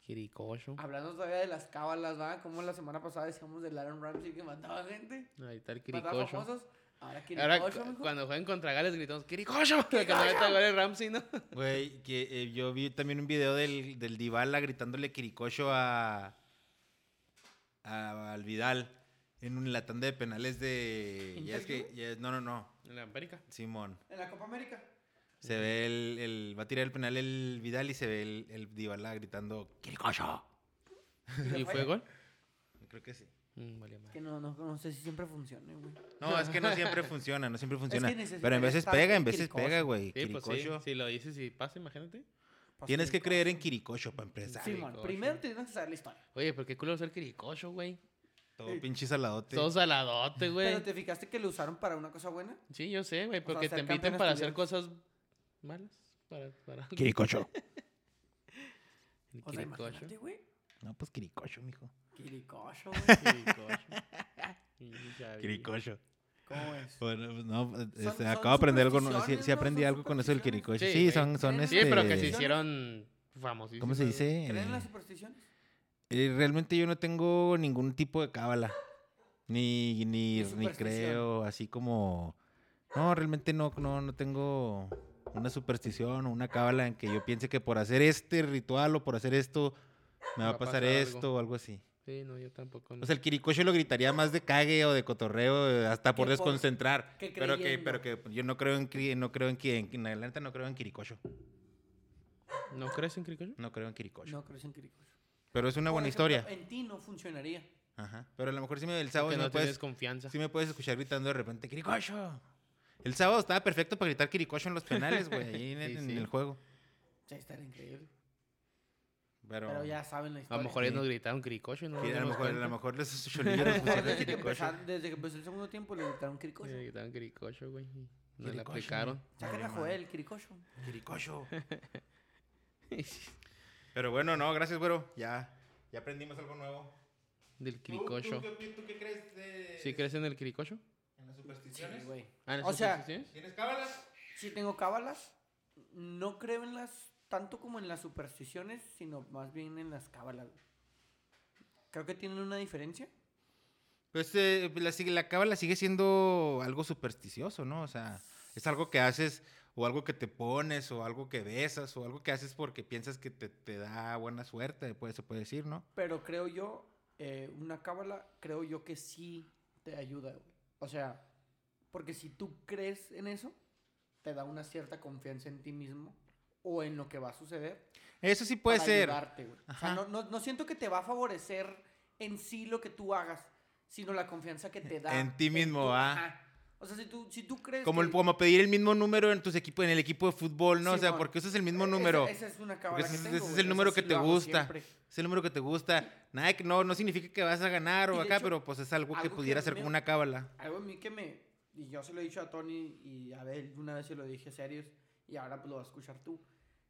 Quiricocho.
Hablando todavía de las cábalas, ¿va? Como la semana pasada decíamos del Aaron Ramsey que mataba gente,
Ahí está el
mataba
Quiricocho.
famosos. Ahora
Ahora,
Quiricocho,
cu-
mijo.
cuando juegan contra Gales, gritamos ¡Quiricocho! Que no meta gol el Ramsey, ¿no?
Güey, que eh, yo vi también un video del, del Dybala gritándole quiricocho a, a- al Vidal en un latán de penales de... Ya es que...
¿Inter,
ya es- no, no, no.
En la América.
Simón.
En la Copa América.
Se ve el, el- Va a tirar el penal el Vidal y se ve el, el Dybala gritando quiricocho.
le
¿Y fue
falla.
gol?
Creo que sí.
Mm, valió madre.
Que no, no, no sé si siempre funcione, güey.
No, es que no siempre funciona, no siempre funciona.
necesitaría
Pero en veces
estar
pega,
bien
en veces
quiricocho.
pega, güey.
Sí, pues sí.
Quiricocho.
Si lo dices y pasa, imagínate.
Pues,
Tienes que
Quiricocho.
creer en Quiricocho para empezar.
Sí,
Quiricocho.
man, primero tienes que saber la historia.
Oye, pero qué culo ser Quiricocho, güey.
Todo pinche saladote.
Todo saladote, güey.
Pero te fijaste que lo usaron para una cosa buena.
Sí, yo sé, güey, porque
ser
te invitan
campeón
para hacer cosas malas. Para, para...
Quiricocho.
El
O sea,
Quiricocho.
imagínate, güey.
No, pues Quiricocho, mijo.
Quiricocho, güey.
Quiricocho. Mm, ya vi.
Quiricocho.
¿Cómo es?
Bueno, pues no, este,
son
acabo de aprender algo. no- Sí,
supersticiones,
sí
¿no?
aprendí
Son
algo con eso del
supersticiones.
Kirikoshi.
Sí,
Sí,
güey.
son, son
Sí,
este.
Sí, pero que se
sí, sí.
hicieron famosísimos.
¿Cómo se dice?
¿Creen en
Eh,
las supersticiones?
eh, realmente yo no tengo ningún tipo de cábala. Ni,
Ni
ni, ni
superstición.
creo, así como. No, realmente no, no, no tengo una superstición o una cábala en que yo piense que por hacer este ritual o por hacer esto me va a pasar,
algo.
esto o algo así.
Sí, no, yo tampoco. no.
O sea, el Kirikoshi lo gritaría más de cague o de cotorreo, eh, hasta por
Que por-
desconcentrar.
que
pero que, pero
creyendo.
que yo no creo en Kiri- no creo en quien, en la neta no creo en Kirikoshi.
¿No crees en Kirikoshi?
No creo en Kirikoshi.
No crees en Kirikoshi.
Pero es una
Por
buena
ejemplo, eh,
historia.
En ti no funcionaría.
Ajá. Pero a lo mejor sí me el sábado
Que
sí
no
me
tienes
puedes,
confianza.
sí me puedes escuchar gritando de repente Kirikoshi. El sábado estaba perfecto para gritar Kirikoshi en los penales, güey, ahí en,
Sí,
en
sí.
el juego.
Sí, estaría increíble.
Pero,
Pero ya saben la historia.
A lo mejor ellos
Sí.
nos gritaron Kirikoshi, ¿no? nos
Eh, Sí, a lo
dimos
mejor, a lo
cuenta.
mejor los cholillos los pusieron de
Desde que,
Kirikoshi.
empezar- desde que empezó el segundo tiempo le gritaron Kirikoshi.
Sí, gritaron Kirikoshi, güey. y Nos la
Kirikoshi.
aplicaron.
Sáquenle a
Vale, madre.
Joel, Kirikoshi.
Kirikoshi. Pero bueno, no, gracias, güero. Ya, ya aprendimos algo nuevo.
Del
¿Tú- tú
Kirikoshi.
qué opi- ¿Tú qué crees de
¿Sí crees en el Kirikoshi?
en las
Sí,
supersticiones?
güey.
Ah, ¿en
O
esas
sea,
posiciones?
¿Tienes cábalas?
Si tengo cábalas, no creo en las tanto como en las supersticiones, sino más bien en las cábalas. güey. Creo que tienen una diferencia.
Pues eh, la, sigue- la cábala sigue siendo algo supersticioso, ¿no? O sea, es algo que haces o algo que te pones o algo que besas o algo que haces porque piensas que te, te da buena suerte, pues se puede decir, ¿no?
Pero creo yo, eh, una cábala, creo yo que sí te ayuda, güey. O sea, porque si tú crees en eso, te da una cierta confianza en ti mismo o en lo que va a suceder.
Eso sí puede
para
ser.
ayudarte, güey. O sea,
Ajá.
no, no- no siento que te va a favorecer en sí lo que tú hagas, sino la confianza que te da.
En ti mismo,
tu-
ah.
ajá. O sea, si tú, si tú crees.
Como, el-
que-
como pedir el mismo número en tus equipos, en el equipo de fútbol, ¿no? o sea,
Simón.
porque usas el mismo
e-, Esa-
número.
Esa, es una cábala
ese
que
es-
tengo,
ese es
güey.
el número
Esa
que
sí
te
lo hago
gusta.
siempre.
Es el número que te gusta. Nada que no, no significa que vas a ganar
Y
o
de
acá,
hecho,
pero pues es algo que
algo que
pudiera ser
me-
como una cábala.
Algo a mí que me. Y yo se lo he dicho a Tony y a Abel, una vez se lo dije serios, y ahora pues, lo vas a escuchar tú.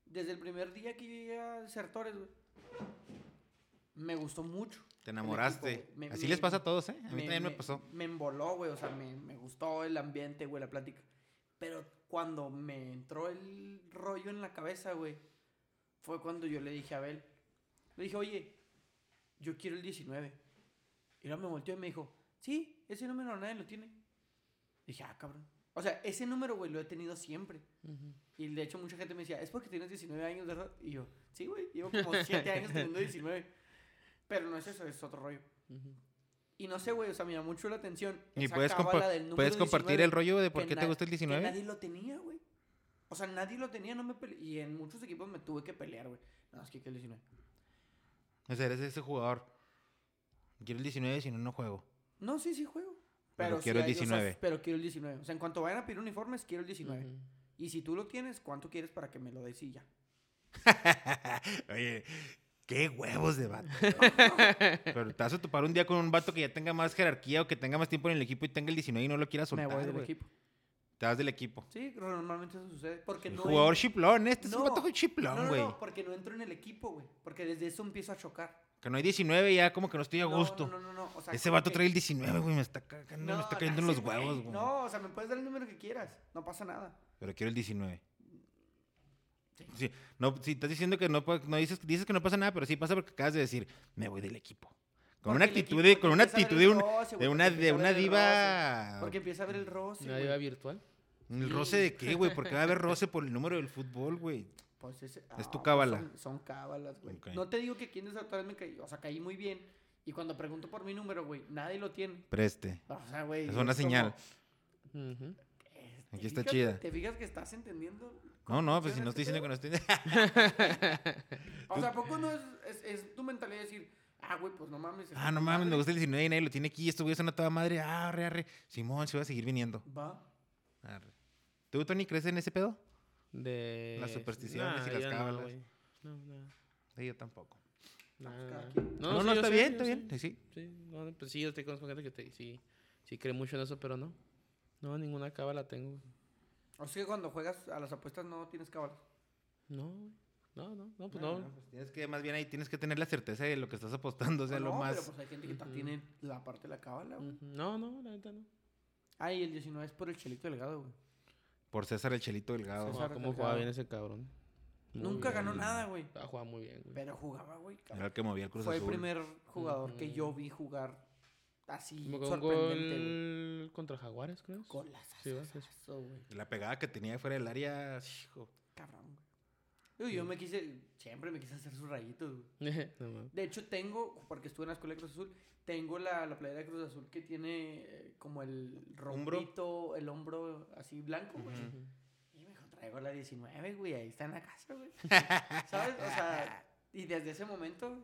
Desde el primer día que llegué a Desertores, güey, me gustó mucho.
Te
el equipo,
enamoraste.
güey. Me-
Así
me-
les pasa a todos, ¿eh? A mí también me, pasó.
Me emboló, güey. O sea, me, me gustó el ambiente, güey, la plática. Pero cuando me entró el rollo en la cabeza, güey, fue cuando yo le dije a Abel, le dije, oye, yo quiero el 19. Y luego me volteó y me dijo, sí, ese número nadie lo tiene. Dije, ah, cabrón. O sea, ese número, güey, lo he tenido siempre.
Ujú.
Y de hecho, mucha gente me decía, es porque tienes 19 años, ¿verdad? Y yo, sí, güey, llevo como 7 años teniendo 19. Pero no es eso, es otro rollo.
Ujú.
Y no sé, güey, o sea, me llamó mucho la atención.
Y
esa
puedes, compa-
cábala del número
puedes compartir
19,
el rollo de por
que
qué te
na-
gusta el
que
19.
nadie lo tenía, güey. O sea, nadie lo tenía, no me pele- Y en muchos equipos me tuve que pelear, güey. No, es que que el 19.
O sea, eres ese jugador. Quiero el 19, si no, no juego.
No, sí, sí juego.
Pero
sí
quiero el
hay- o sea,
19.
pero quiero el 19. O sea, en cuanto vayan a pedir uniformes, quiero el 19.
Ujú.
Y si tú lo tienes, ¿cuánto quieres para que me lo des y ya?
Oye, qué huevos de vato. Pero te vas a topar un día con un vato que ya tenga más jerarquía o que tenga más tiempo en el equipo y tenga el 19 y no lo quiera soltar.
me voy del
güey.
equipo.
Te vas del equipo.
Sí, normalmente eso sucede. Porque
El
no
jugador
en-
chiplón, este es un
No,
vato
no,
chiplón,
no,
güey.
no, porque no entro en el equipo, güey. Porque desde eso empiezo a chocar.
Que no hay 19, ya como que no estoy a
No,
gusto.
No, no, no, no, o sea,
Ese
como
vato
que-
trae el 19, güey. Me está cagando, me está cayendo en los
sí,
huevos, güey.
No, o sea, me puedes dar el número que quieras. No pasa nada.
Pero quiero el 19. Sí, no, si estás diciendo que no, pa- no dices, dices que no pasa nada, pero sí pasa porque acabas de decir, me voy del equipo. Con una
Porque el
actitud
equipo
de, con
te
una
empieza a ver
actitud de,
el
un-
roce, güey,
de
porque
una, de
empieza a
una
ver el
diva.
roce. Porque empieza a ver el roce.
¿Una
güey.
diva virtual?
¿El roce de qué, güey? Porque va a haber roce por el número del fútbol, güey.
Pues ese-
Es tu
pues
cábala.
Son, son cábalas, güey.
Ok.
No te digo que aquí en Desertores me caí. O sea, caí muy bien. Y cuando pregunto por mi número, güey, nadie lo tiene.
Preste.
O sea, güey.
Es una
como,
señal.
Ujú.
eh,
Aquí
¿te
está
fijas-
chida.
¿Te fijas que estás entendiendo?
No,
cómo
no, pues si
funciona
no
este
estoy diciendo que
pedo?
no estoy.
O sea, ¿a poco no es, es, es tu mentalidad decir, ah, güey, pues no mames.
Ah,
está
no mames, me
madre?
gusta el 19 y nadie lo tiene aquí. Esto, güey, son a toda madre. Ah, arre, arre. Simón, se va a seguir viniendo.
Va.
Arre. ¿Tú, Tony, crees en ese pedo?
De...
Las supersticiones y las
yo no,
cábalas.
güey. No, no.
Sí, yo tampoco.
No,
nada,
pues, cada
nada.
quien.
No,
sí,
no,
yo
está
sé,
bien,
yo
está
sé.
bien. Sí.
Sí, no, pues sí, yo estoy con gente que te- sí, sí cree mucho en eso, pero no. No, ninguna cábala tengo.
O sea, que cuando juegas a las apuestas no tienes cábalas.
No, güey. no, no, no, pues no.
No, no, pues tienes que, más bien ahí tienes que tener la certeza de lo que estás apostando, o sea,
Ah,
lo
no,
más...
Pero pues hay gente que ta-
Ujú.
tiene la parte de la cábala, güey.
Ujú. No, no, la neta no.
Ah, y el 19 es por el Chelito Delgado, güey.
Por César el Chelito Delgado.
César
No, ¿Cómo
Delgado.
jugaba bien ese cabrón? Muy
Nunca
bien.
ganó nada, güey.
Ah, jugaba muy bien, güey.
Pero jugaba, güey. cabrón.
Era el que movía el Cruz
Fue el
Azul.
primer jugador que
Ujú.
yo vi jugar así
Me acuerdo Mm. un
sorprendente, güey.
gol contra Jaguares, creo.
Golazo,
Sí, va, sí, sí.
güey.
Y La pegada que tenía fuera del área, hijo.
Cabrón, güey. Uy, Yo me quise, siempre me quise hacer sus rayitos, güey.
No mames.
De hecho, tengo, porque estuve en la escuela de Cruz Azul, tengo la, la playera de Cruz Azul que tiene eh, como el
Hombro.
rombito, el hombro así blanco, güey.
Ujú.
Y me dijo, traigo la 19, güey, ahí está en la casa, güey. ¿Sabes? O sea, y desde ese momento,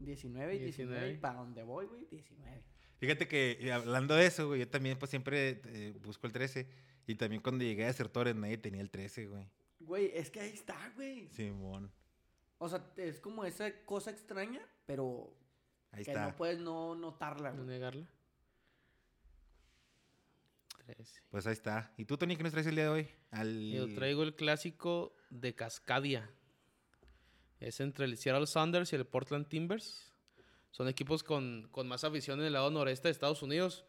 19 y 19,
19.
y para donde voy, güey, 19.
Fíjate que eh, hablando de eso, güey, yo también pues siempre eh, busco el 13. Y también cuando llegué a Desertores nadie tenía el 13, güey.
Güey, es que ahí está, güey.
Simón.
O sea, es como esa cosa extraña, pero
Ahí
que
está.
no puedes no notarla,
No
güey.
negarla. 13.
Pues ahí está. ¿Y tú, Tony, qué nos traes el día de hoy? Al...
Yo traigo el clásico de Cascadia. Es entre el Seattle Sounders y el Portland Timbers. Son equipos con, con más afición en el lado noreste de Estados Unidos.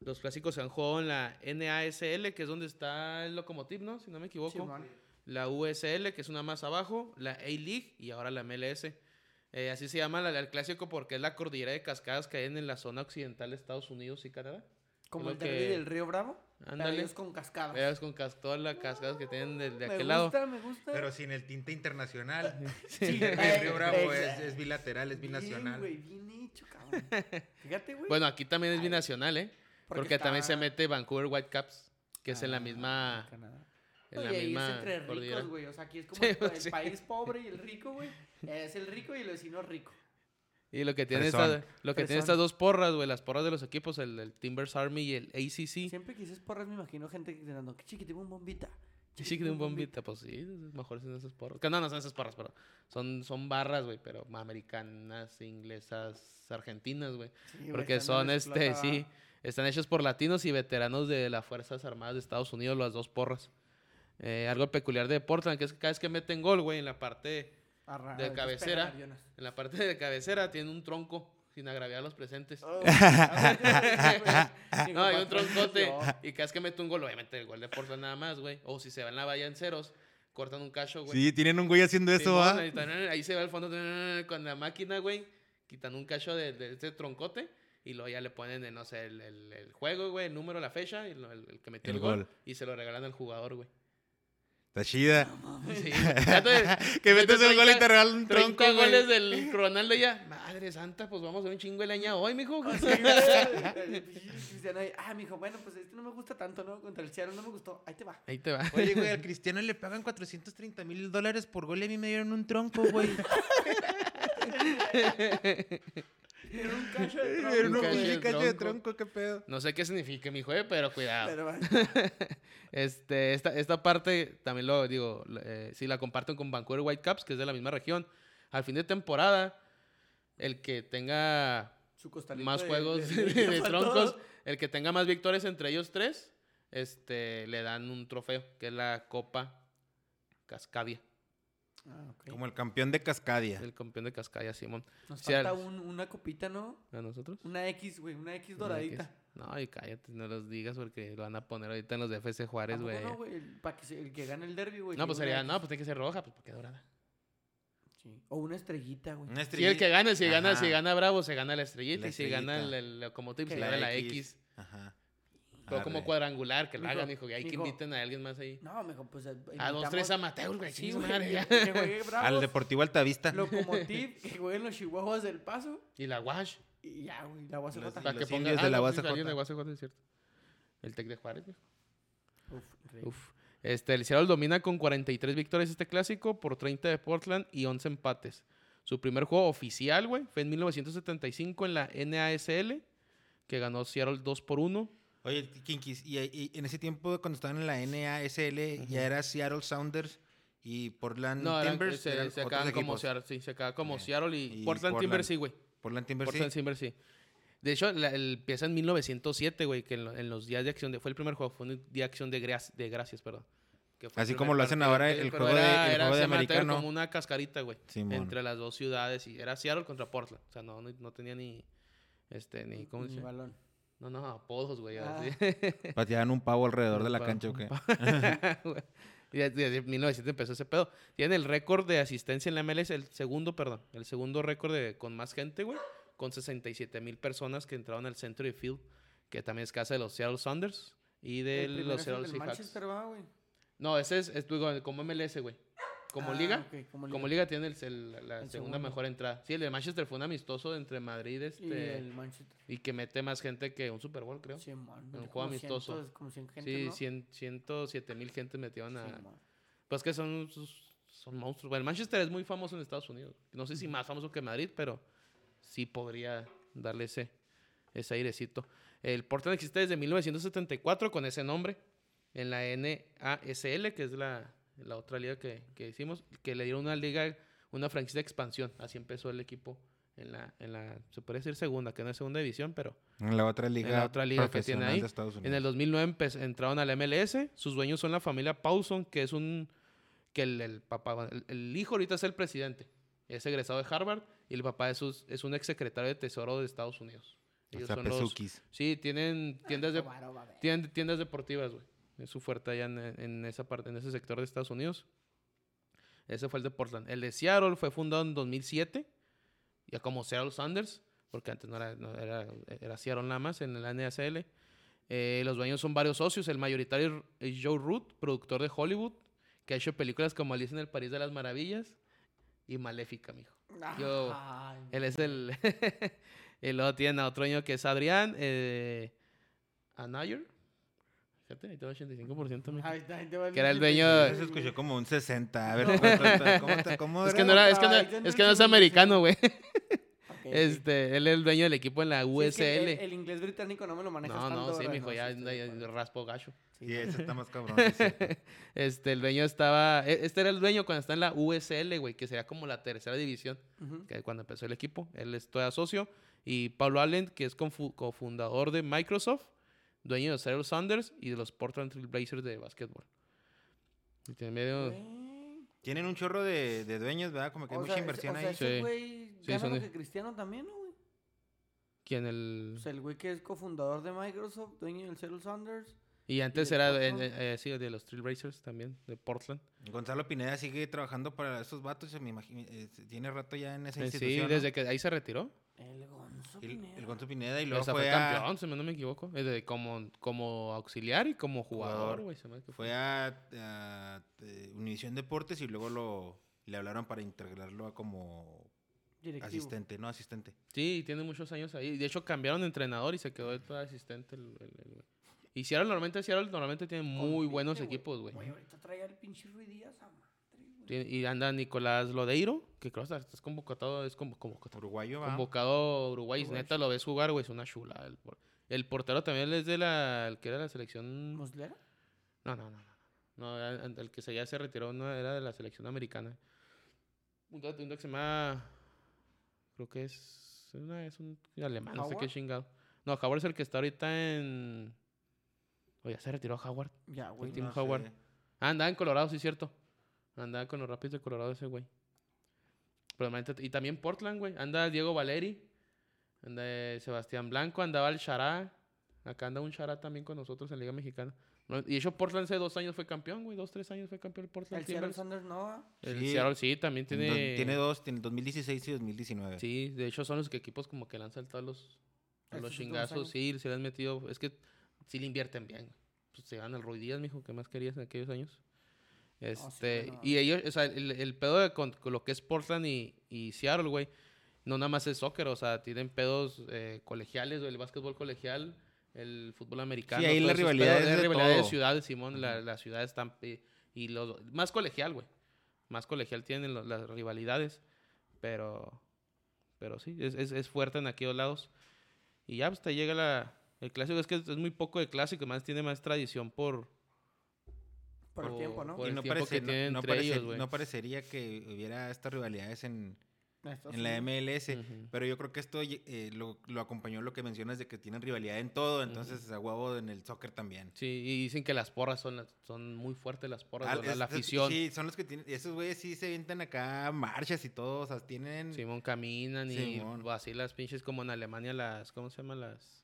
Los clásicos se han jugado en la NASL, que es donde está el Locomotiv, ¿no? Si no me equivoco.
Simón.
la USL, que es una más abajo, la A-League y ahora la MLS. Eh, así se llama la- la- el clásico porque es la cordillera de cascadas que hay en la zona occidental de Estados Unidos y Canadá.
Como
Creo
el derby
que-
del Río Bravo, pero
Ándale.
ellos con cascadas.
Veas con cas- todas las cascadas que tienen de, de
me
aquel
gusta,
lado.
me gusta.
Pero sin el tinte internacional.
Sí,
El
güey,
Río Bravo
güey.
es, es bilateral, es
Bien,
binacional.
güey, bien hecho, cabrón. Fíjate, güey.
Bueno, aquí también es binacional, ¿eh? Porque, también se
está-
mete Vancouver Whitecaps, que es en la
Ah,
misma,
Canadá.
en la
Oye, y es
misma
entre
cordillera.
ricos, güey. O sea, aquí es como
Sí,
el,
pues,
el
sí.
país pobre y el rico, güey. Es el rico y el vecino rico.
Y lo que tiene,
Fresón.
estas- lo que
Fresón.
tiene estas dos porras, güey, las porras de los equipos, el, el Timbers Army y el ACC.
Siempre que dices porras me imagino gente gritando, qué chiquitín un bombita.
Sí, sí, que de un bombita, pues sí, mejor son esas porras. Que no, no son esas porras, pero son, son barras, güey, pero americanas, inglesas, argentinas, güey.
Sí, güey,
Porque
están en
son,
la
este,
explota,
sí,
va.
están hechos por latinos y veteranos de las Fuerzas Armadas de Estados Unidos, las dos porras. Eh, algo peculiar de Portland, que es que cada vez que meten gol, güey, en la parte,
Arra-
de
entonces
cabecera.
pegan aviones.
en la parte de cabecera tiene un tronco, sin agraviar a los presentes.
Oh, güey, ah, güey,
No, hay
güey,
un troncote.
yo.
Y cada vez que mete un gol, obviamente el gol de Portland nada más, güey. O si se va en la valla en ceros, cortan un cacho, güey.
Sí, tienen un güey haciendo eso,
Simón,
¿va?
ahí, tan, ahí se va al fondo tan, con la máquina, güey. Quitan un cacho de, de este troncote y luego ya le ponen, eh, no sé, el, el- el juego, güey, el número, la fecha y lo- el, el que metió
El
el, gol.
gol.
Y se lo regalan al jugador, güey.
Está chida.
Sí. Ya te-
que metes el gol y te
treinta-
regalan un
30
tronco,
goles
güey.
del Ronaldo ya. Madre santa, pues vamos a ver un chingo de leña hoy, mijo.
Sí, güey, el pinche Cristiano ahí, Ah, mijo, bueno, pues este no me gusta tanto, ¿no? Contra el Seattle no me gustó. Ahí te va.
Ahí te va.
Oye, güey, al Cristiano le pagan 430 mil dólares por gol y a mí me dieron un tronco, güey.
Era un cacho de tronco,
Era
un cacho
una
güey.
pinche
de
cacho de
tronco.
tronco, qué pedo.
No sé qué significa, mijo, eh, pero cuidado.
Pero va.
Este, esta, esta parte también lo digo, lo- eh, si la comparten con Vancouver Whitecaps, que es de la misma región, al fin de temporada, el que tenga
Su costalito
más
de-
juegos de,
de- de- de-
troncos, el que tenga más victorias entre ellos tres, este, le dan un trofeo, que es la Copa Cascadia,
Ah, ok.
Como el campeón de Cascadia.
el campeón de Cascadia, Simón.
Nos
Sí,
falta
al-
un- una copita, ¿no?
¿A nosotros?
Una X, güey, una X
Una X.
doradita.
No, y cállate, no los digas porque lo van a poner ahorita en los de FC Juárez,
¿A poco
güey.
No, güey, el, para que se- el que gane el derby, güey.
No,
que
pues
una
sería,
X.
no, pues tiene que ser roja, pues porque dorada.
Sí. O una estrellita, güey.
Una
Si el que gana, si gana, si
Ajá.
gana Bravo, se gana la estrellita.
La
y si gana el,
estrellita.
el locomotive, se
Que
gana
la
la X.
Ajá.
Todo como
Arre.
cuadrangular, que lo
Mijo,
hagan, hijo. Y hay que
mijo.
inviten a alguien más ahí.
No, mejor, pues. eh,
A dos, tres
invitamos-
amateurs, güey.
Sí,
Sí,
güey.
madre,
que-
ya.
que juegue
Al
Bravos,
Deportivo Altavista.
Locomotiv, que jueguen los Chihuahuas del Paso.
Y la Wash.
Y ya, güey, la UACJ.
Los-
Para que
los
pongan.
indios de la
no, sí,
UACJ.
alguien de UACJ, es cierto. El Tec de Juárez, mijo.
Uf, rey.
Uf. Este, el Seattle domina con 43 victorias este clásico por 30 de Portland y 11 empates. Su primer juego oficial, güey, fue en 1975 en la NASL, que ganó Seattle 2 por 1.
Oye, Kinkis, y, y en ese tiempo cuando estaban en la NASL ya era Seattle Sounders y Portland
No, eran-
Timbers.
se,
eran
se
otros
acaban como
equipos.
Seattle, sí, se acaba como
Ok.
Seattle y,
Y
Portland
Portland.
Timbers, sí, güey.
Portland Timbers, sí.
Portland Timbers, sí. De hecho, la- el, empieza en 1907, güey, que en, lo- en los días de acción de... Fue el primer juego, fue un día de acción de, gracias, de gracias, perdón. que fue el
Así
primer
como lo hacen
partido
ahora
que-
el
pero
juego de-
era-
el
era-
juego de
se llama, era
americano.
como una cascarita, güey,
Simón.
entre las dos ciudades. Y era Seattle contra Portland. O sea, no, no, no tenía ni... Este, ni... ¿Cómo se
Ni
dice?
balón.
No, no, apodos, güey.
Ah.
así.
Pateaban un pavo alrededor de
Un
la
pavo,
cancha o
un
qué.
Güey. Y desde desde 1907 empezó ese pedo. Tiene el récord de asistencia en la MLS, el segundo, perdón, el segundo récord de- con más gente, güey, con 67 mil personas que entraron al centro de field, que también es casa de los Seattle Sounders y de
El primero
los
es el
Seattle
del
Seahawks.
Manchester, va, güey.
No, ese es, es, digo, como MLS, güey. Como
Ah,
liga,
ok, como
como
liga.
liga tiene el- el- la
El
segunda
segundo.
mejor entrada. Sí, el de Manchester fue un amistoso entre Madrid este,
Y el Manchester.
y que mete más gente que un Super Bowl, creo.
Sí, man,
juego
como
amistoso.
cientos- como cien gente,
sí,
¿no?
100 107 mil gente metieron a,
Sí, man.
Pues que son, sus- son monstruos. Bueno, el Manchester es muy famoso en Estados Unidos. No sé si más famoso que Madrid, pero sí podría darle ese, ese airecito. El Portland existe desde 1974 con ese nombre. En la NASL, que es la, la otra liga que, que hicimos, que le dieron una liga, una franquicia de expansión. Así empezó el equipo en la, en la, se puede decir segunda, que no es segunda división, pero
En la otra liga,
la otra liga que tiene
profesional
ahí,
de Estados Unidos.
en el 2009 empe- entraron al MLS. Sus dueños son la familia Paulson, que es un. que el, el papá. bueno, El, el hijo ahorita es el presidente. Es egresado de Harvard y el papá es, sus- es un exsecretario de Tesoro de Estados Unidos.
o
Ellos
sea,
son los-
Pesuquis.
sí, tienen tiendas de,
Avaro, Ah, va, ve.
tienen tiendas deportivas, güey. Es su fuerte allá en, en esa parte, en ese sector de Estados Unidos. Ese fue el de Portland. El de Seattle fue fundado en 2007, ya como Seattle Sanders, porque antes no era, no era, era Seattle nada más en la NASL. Eh, los dueños son varios socios. El mayoritario es Joe Root, productor de Hollywood, que ha hecho películas como Alice en el París de las Maravillas y Maléfica, mijo. Yo-
Ay,
Él es el. y luego tienen a otro niño que es Adrián. Eh, Anayer. Fíjate, ahí tengo 85%. mijo.
ahí está, ahí te va
Que era el dueño-
Eso
eh,
Se escuchó como un 60. A ver, ¿cómo- ¿cómo, te- cómo
Es que no
era?
era, es que no,
Ahí tengo
es que no es
85%.
americano, güey.
Ok, ok.
Este, él es el dueño del equipo en la
Sí,
USL.
es que el, el inglés británico no me lo manejas
no,
tanto.
no, sí,
¿verdad?
mijo, ya,
sí, pues. estoy de
ya
acuerdo.
raspo gacho.
Sí,
Sí, ese está más cabrón.
Este, el dueño estaba. e- Este era el dueño cuando está en la USL, güey, que sería como la tercera división.
ujú.
que cuando empezó el equipo. Él es todavía socio. Y Pablo Allen, que es confu- cofundador de Microsoft, dueño de Seattle Sanders y de los Portland Trail Blazers de básquetbol. Y tiene medio-
Eh,
Tienen un chorro de, de dueños, ¿verdad? Como que hay
o
mucha
sea, ese-
inversión
o sea,
ahí.
ese
Sí.
güey
Sí,
gana
son
lo
de-
que Cristiano también, ¿no, güey?
¿Quién el...?
O sea, el güey que es cofundador de Microsoft, dueño del Seattle Saunders.
Y antes
de
era de,
Portland.
eh, eh, sí, de los Trail Blazers también, de Portland.
Gonzalo Pineda sigue trabajando para esos vatos. Me imagino, eh, tiene rato ya en esa
Eh, Sí,
institución. ¿no?
desde que ahí se retiró.
El Gonzo
Y El,
Pineda.
el Gonzo Pineda y luego
Pero
fue,
fue, fue
a-
campeón, si no me equivoco. Es de- como, como auxiliar y como jugador,
Jugador.
güey, se me hace que fue.
fue a, a, eh, Univisión Deportes y luego lo le hablaron para integrarlo a como
Directivo.
asistente, no asistente.
Sí, tiene muchos años ahí. De hecho, cambiaron de entrenador y se quedó de todo asistente. El, el- el güey. y Seattle normalmente, Seattle normalmente tiene muy
Compite,
buenos equipos, güey.
Güey, ahorita traía el pinche Rui Díaz a madre, güey.
Tiene- Y anda Nicolás Lodeiro, que creo que es convocado, es como convocado,
Uruguayo va.
convocado a Uruguay. y
Uruguay.
Neta, lo ves jugar, güey, es una chula. El, por- el portero también es de la, el que era la selección... No,
¿Muslera?
no, no. no. No, era- el que se- ya se retiró no era de la selección americana. Un dato, un dato que se llama... Creo que es... es una- es un alemán, no sé qué
¿Howard?
chingado. No, Howard es el que está ahorita en... Oye, se retiró Howard.
Ya, güey.
Tim Howard. Ah, andaba en Colorado, sí, cierto. Andaba con los Rapids de Colorado ese güey. Probablemente- Y también Portland, güey. Anda Diego Valeri. Anda eh, Sebastián Blanco. Andaba el Chará. Acá anda un Chará también con nosotros en Liga Mexicana. No, Y de hecho, Portland hace dos años fue campeón, güey. Dos, tres años fue campeón el Portland
El Seattle
Timbers.
Saunders no va.
El
Sí.
Seattle, sí, también
Tiene...
tiene...
tiene dos, tiene 2016 y 2019.
Sí, de hecho son los que equipos como que le han saltado los, a los
Estos últimos
chingazos.
años.
Sí, se le han metido. Es que sí le invierten bien. güey. Pues se gana el Roy Díaz, mijo, que más querías en aquellos años.
Ah, sí,
Este,
no.
y ellos, o sea, el, el pedo de con, con lo que es Portland y, y Seattle, güey, no nada más es soccer, o sea, tienen pedos eh, colegiales, güey, el básquetbol colegial, el fútbol americano.
ahí
todos
la
esos
rivalidad
pedos,
es
es
de
rivalidad de
todo.
ciudades, Simón, la- las ciudades están. Y, y los, más colegial, güey. Más colegial tienen lo- las rivalidades, pero. Pero sí, es, es, es fuerte en aquellos lados. Y ya, pues te llega la, el clásico. Es que es muy poco de clásico, más tiene más tradición por.
Por el
Por-
tiempo, ¿no?
por-
Y
el
no,
tiempo que
parece- no-
tienen
no
entre
parece-
ellos, güey.
no parecería que hubiera estas rivalidades en,
Estos
en la
sí.
MLS,
Ujú.
pero yo creo que esto eh, lo, lo acompañó lo que mencionas de que tienen rivalidad en todo, entonces a huevo en el soccer también.
Sí, y dicen que las porras son, las- son muy fuertes, las porras,
Ah,
la, la
es- es-
afición.
Sí, son los que tienen. Esos güeyes sí se avientan acá marchas y todo. O sea, tienen.
Simón caminan y
Simón.
así las pinches como en Alemania las. ¿Cómo se llaman las?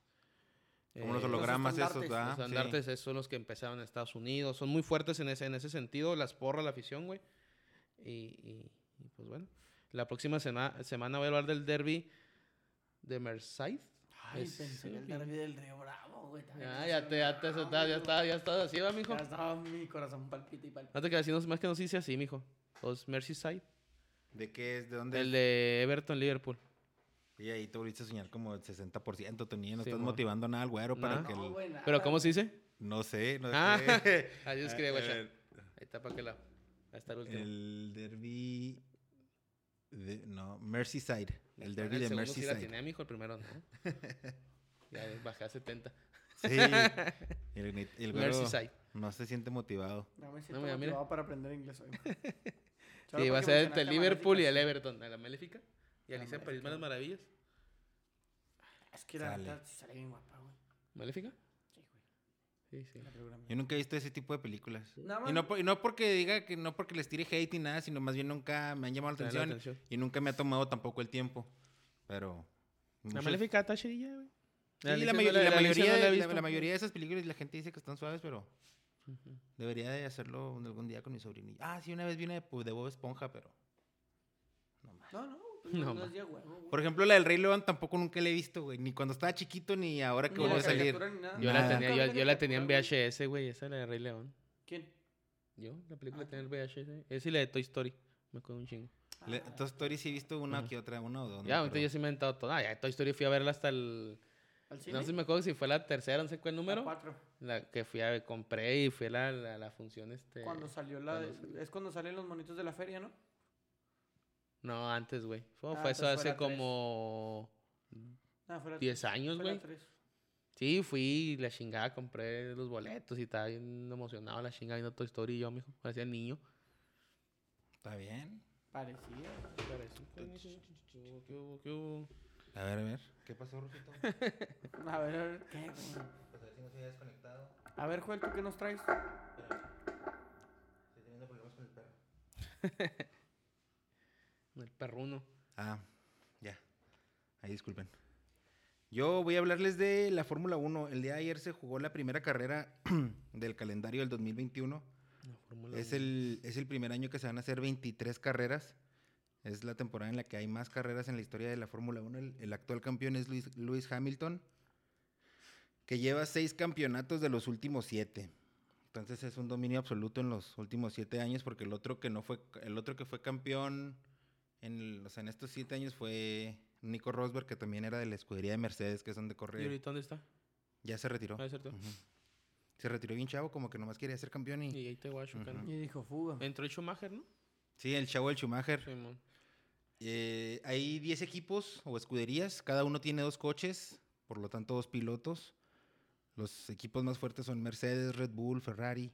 Como los
Eh,
hologramas
los
esos, ¿verdad?
los
Sí.
andartes esos son los que empezaron en Estados Unidos. Son muy fuertes en ese, en ese sentido. Las porra la afición, güey. Y, y- y, pues bueno. La próxima sema- semana voy a hablar del derby de Merseyside.
Ay,
Ese,
pensé en el
güey.
derbi del Río Bravo, güey. también
Ah, Ya,
me
ya te, ya te
emocionaba,
aceptaba,
Ah,
ya
güey.
estaba, ya estaba así, ¿verdad, mijo?
Ya estaba mi corazón palpita y palpita.
No te creas, si no, más que no se dice así, mijo. Los Merseyside.
¿De qué es? ¿De dónde
El
es?
de Everton Liverpool.
Y ahí tú volviste a soñar como el 60%, Tony. No
Sí,
estás
mo.
motivando nada al güero para
No.
que... el-
güey, nada.
¿Pero cómo se dice?
No sé, no
Ah,
sé.
Así es que, güey.
Eh,
Ahí está para que la. Ahí está el último.
El derby... de- no, Merseyside. El
Bueno,
derby de
segundo sí la
Merseyside.
tenía, mijo, el primero no. ya eh, bajé a 70.
Sí. El, ni- el güero
Merseyside.
no se siente motivado.
No me siento
mira, mira.
motivado para aprender inglés hoy. güey. Solo
Sí, va a
porque
ser
mencionaste
entre
a
el
Maléfica,
Liverpool y
sí.
el Everton. A la Maléfica. Y
La
Alicia en París,
Maléfica.
las maravillas.
Es que la
Sale.
verdad sí sale bien guapa, güey.
¿Maléfica?
Sí, güey.
Sí, sí.
La película me-
Yo nunca he visto ese tipo de películas.
Nada más.
Y no, por- y no porque diga que no porque les tire hate ni nada, sino más bien nunca me han llamado la
Te da
atención,
la atención.
y nunca me ha tomado tampoco el tiempo. Pero
La
muchas-
Maléfica está chidilla, güey.
Sí, la,
Alicia no
mayo- la
la Alicia
mayoría
no la he
de, la-
visto.
la mayoría de esas películas la gente dice que están suaves, pero
Ujú.
debería de hacerlo un- algún día con mi sobrinilla. Ah, sí, una vez vi una de, Pu- de Bob Esponja, pero no más.
No, no. pues,
No,
No,
ma.
es de huevo, güey.
Por ejemplo, la del Rey León tampoco nunca la he visto, güey, ni cuando estaba chiquito ni ahora que
Ni
volvió
la
a salir.
caricatura ni nada.
Yo la
Nada.
tenía, yo, yo la tenía en
Nunca vi la
VHS, güey. Esa es la de Rey León.
¿Quién?
Yo, la película
Ah,
tenía en VHS. Esa y la de Toy Story. Me acuerdo un chingo.
Le-
Ah,
Entonces, Tori sí he visto una
Ajá.
que otra, una o dos. no
ya,
me
ahorita
acuerdo.
yo sí me he inventado todo. Ah, ya, Toy Story fui a verla hasta el.
¿Al cine?
No sé si me acuerdo si fue la tercera, no sé cuál
La
número.
cuatro.
La que fui a ver, compré y fui a la, la, la función este.
Cuando salió la...
cuando
de- Es cuando salen los monitos de la feria, ¿no?
No, antes, güey. Fue,
Ah,
fue eso
entonces fue la tres.
hace como
Ah, fuera
10 años, güey. Sí, fui y la chingada, compré los boletos y estaba bien emocionado la chingada viendo Toy Story y yo, mijo. Parecía niño.
Está bien.
Parecía.
¿Qué hubo? ¿Qué hubo?
A ver, a ver. ¿Qué pasó, Rosito?
A ver, a ver. ¿Qué, güey?
Pues a ver si no se había desconectado.
A ver, Joel, ¿tú qué nos traes?
Estoy teniendo problemas con el perro.
El perruno.
Ah, ya. Ahí disculpen. Yo voy a hablarles de la Fórmula 1. El día de ayer se jugó la primera carrera del calendario del 2021.
La Fórmula
Es
Uno.
el, es el primer año que se van a hacer 23 carreras. Es la temporada en la que hay más carreras en la historia de la Fórmula 1. El, el actual campeón es Luis, Lewis Hamilton, que lleva seis campeonatos de los últimos siete. Entonces es un dominio absoluto en los últimos siete años, porque el otro que no fue, el otro que fue campeón en, el- o sea, en estos siete años fue Nico Rosberg, que también era de la escudería de Mercedes, que es donde
¿Y
corre.
ahorita dónde está?
Ya se retiró.
Ah, es cierto.
Ujú. Se retiró bien chavo, como que nomás quería ser campeón y.
Y ahí te guacho, acá, ¿no?
Ujú.
Y dijo, fuga.
Entró el Schumacher, ¿no?
Sí, el chavo del Schumacher.
Simón.
Eh, hay 10 equipos o escuderías, cada uno tiene dos coches, por lo tanto dos pilotos. Los equipos más fuertes son Mercedes, Red Bull, Ferrari,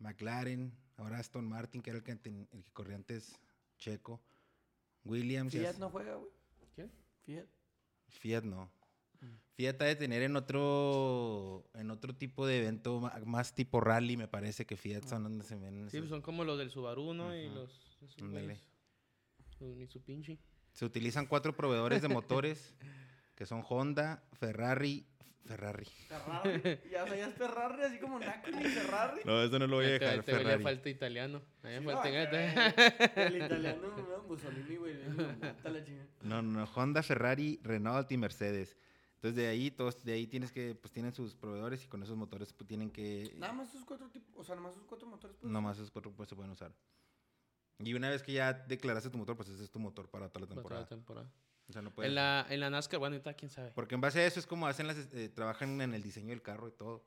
McLaren, ahora Aston Martin, que era el que, anten- el que corría antes checo, Williams, y
Fiat
as-
no juega, güey.
¿Quién?
Fiat.
Fiat no. Fiat ha de tener en otro, en otro tipo de evento, ma- más tipo rally, me parece que Fiat son donde se ven.
Sí,
esos-
pues son como los del Subaru, ¿no? Y
Ajá.
los... esos
Ándale.
güeyes. Los Mitsubishi.
Se utilizan cuatro proveedores de motores, que son Honda, Ferrari, Ferrari.
Ferrari. Ya sabías Ferrari, así como Naco ni Ferrari.
No, eso no lo voy a
Este-
dejar.
este güey le
Ferrari.
falta italiano. A mí me
Sí,
falta-
no, El italiano, no, pues, Mussolini, güey. le digo, "Mata la chingada".
No, no, no. Honda, Ferrari, Renault y Mercedes. Entonces de ahí todos, de ahí tienes que, pues tienen sus proveedores y con esos motores pues, tienen que
Nada más esos cuatro tipos, o sea, nada más esos cuatro motores. pues.
nomás esos cuatro pues, se pueden usar. Y una vez que ya declaraste tu motor, pues ese es tu motor para toda
para
la
toda
temporada.
la temporada.
O sea, no puedes.
En la, en la NASCAR, bueno, ahorita quién sabe.
Porque en base a eso es como hacen las, eh, trabajan en el diseño del carro y todo.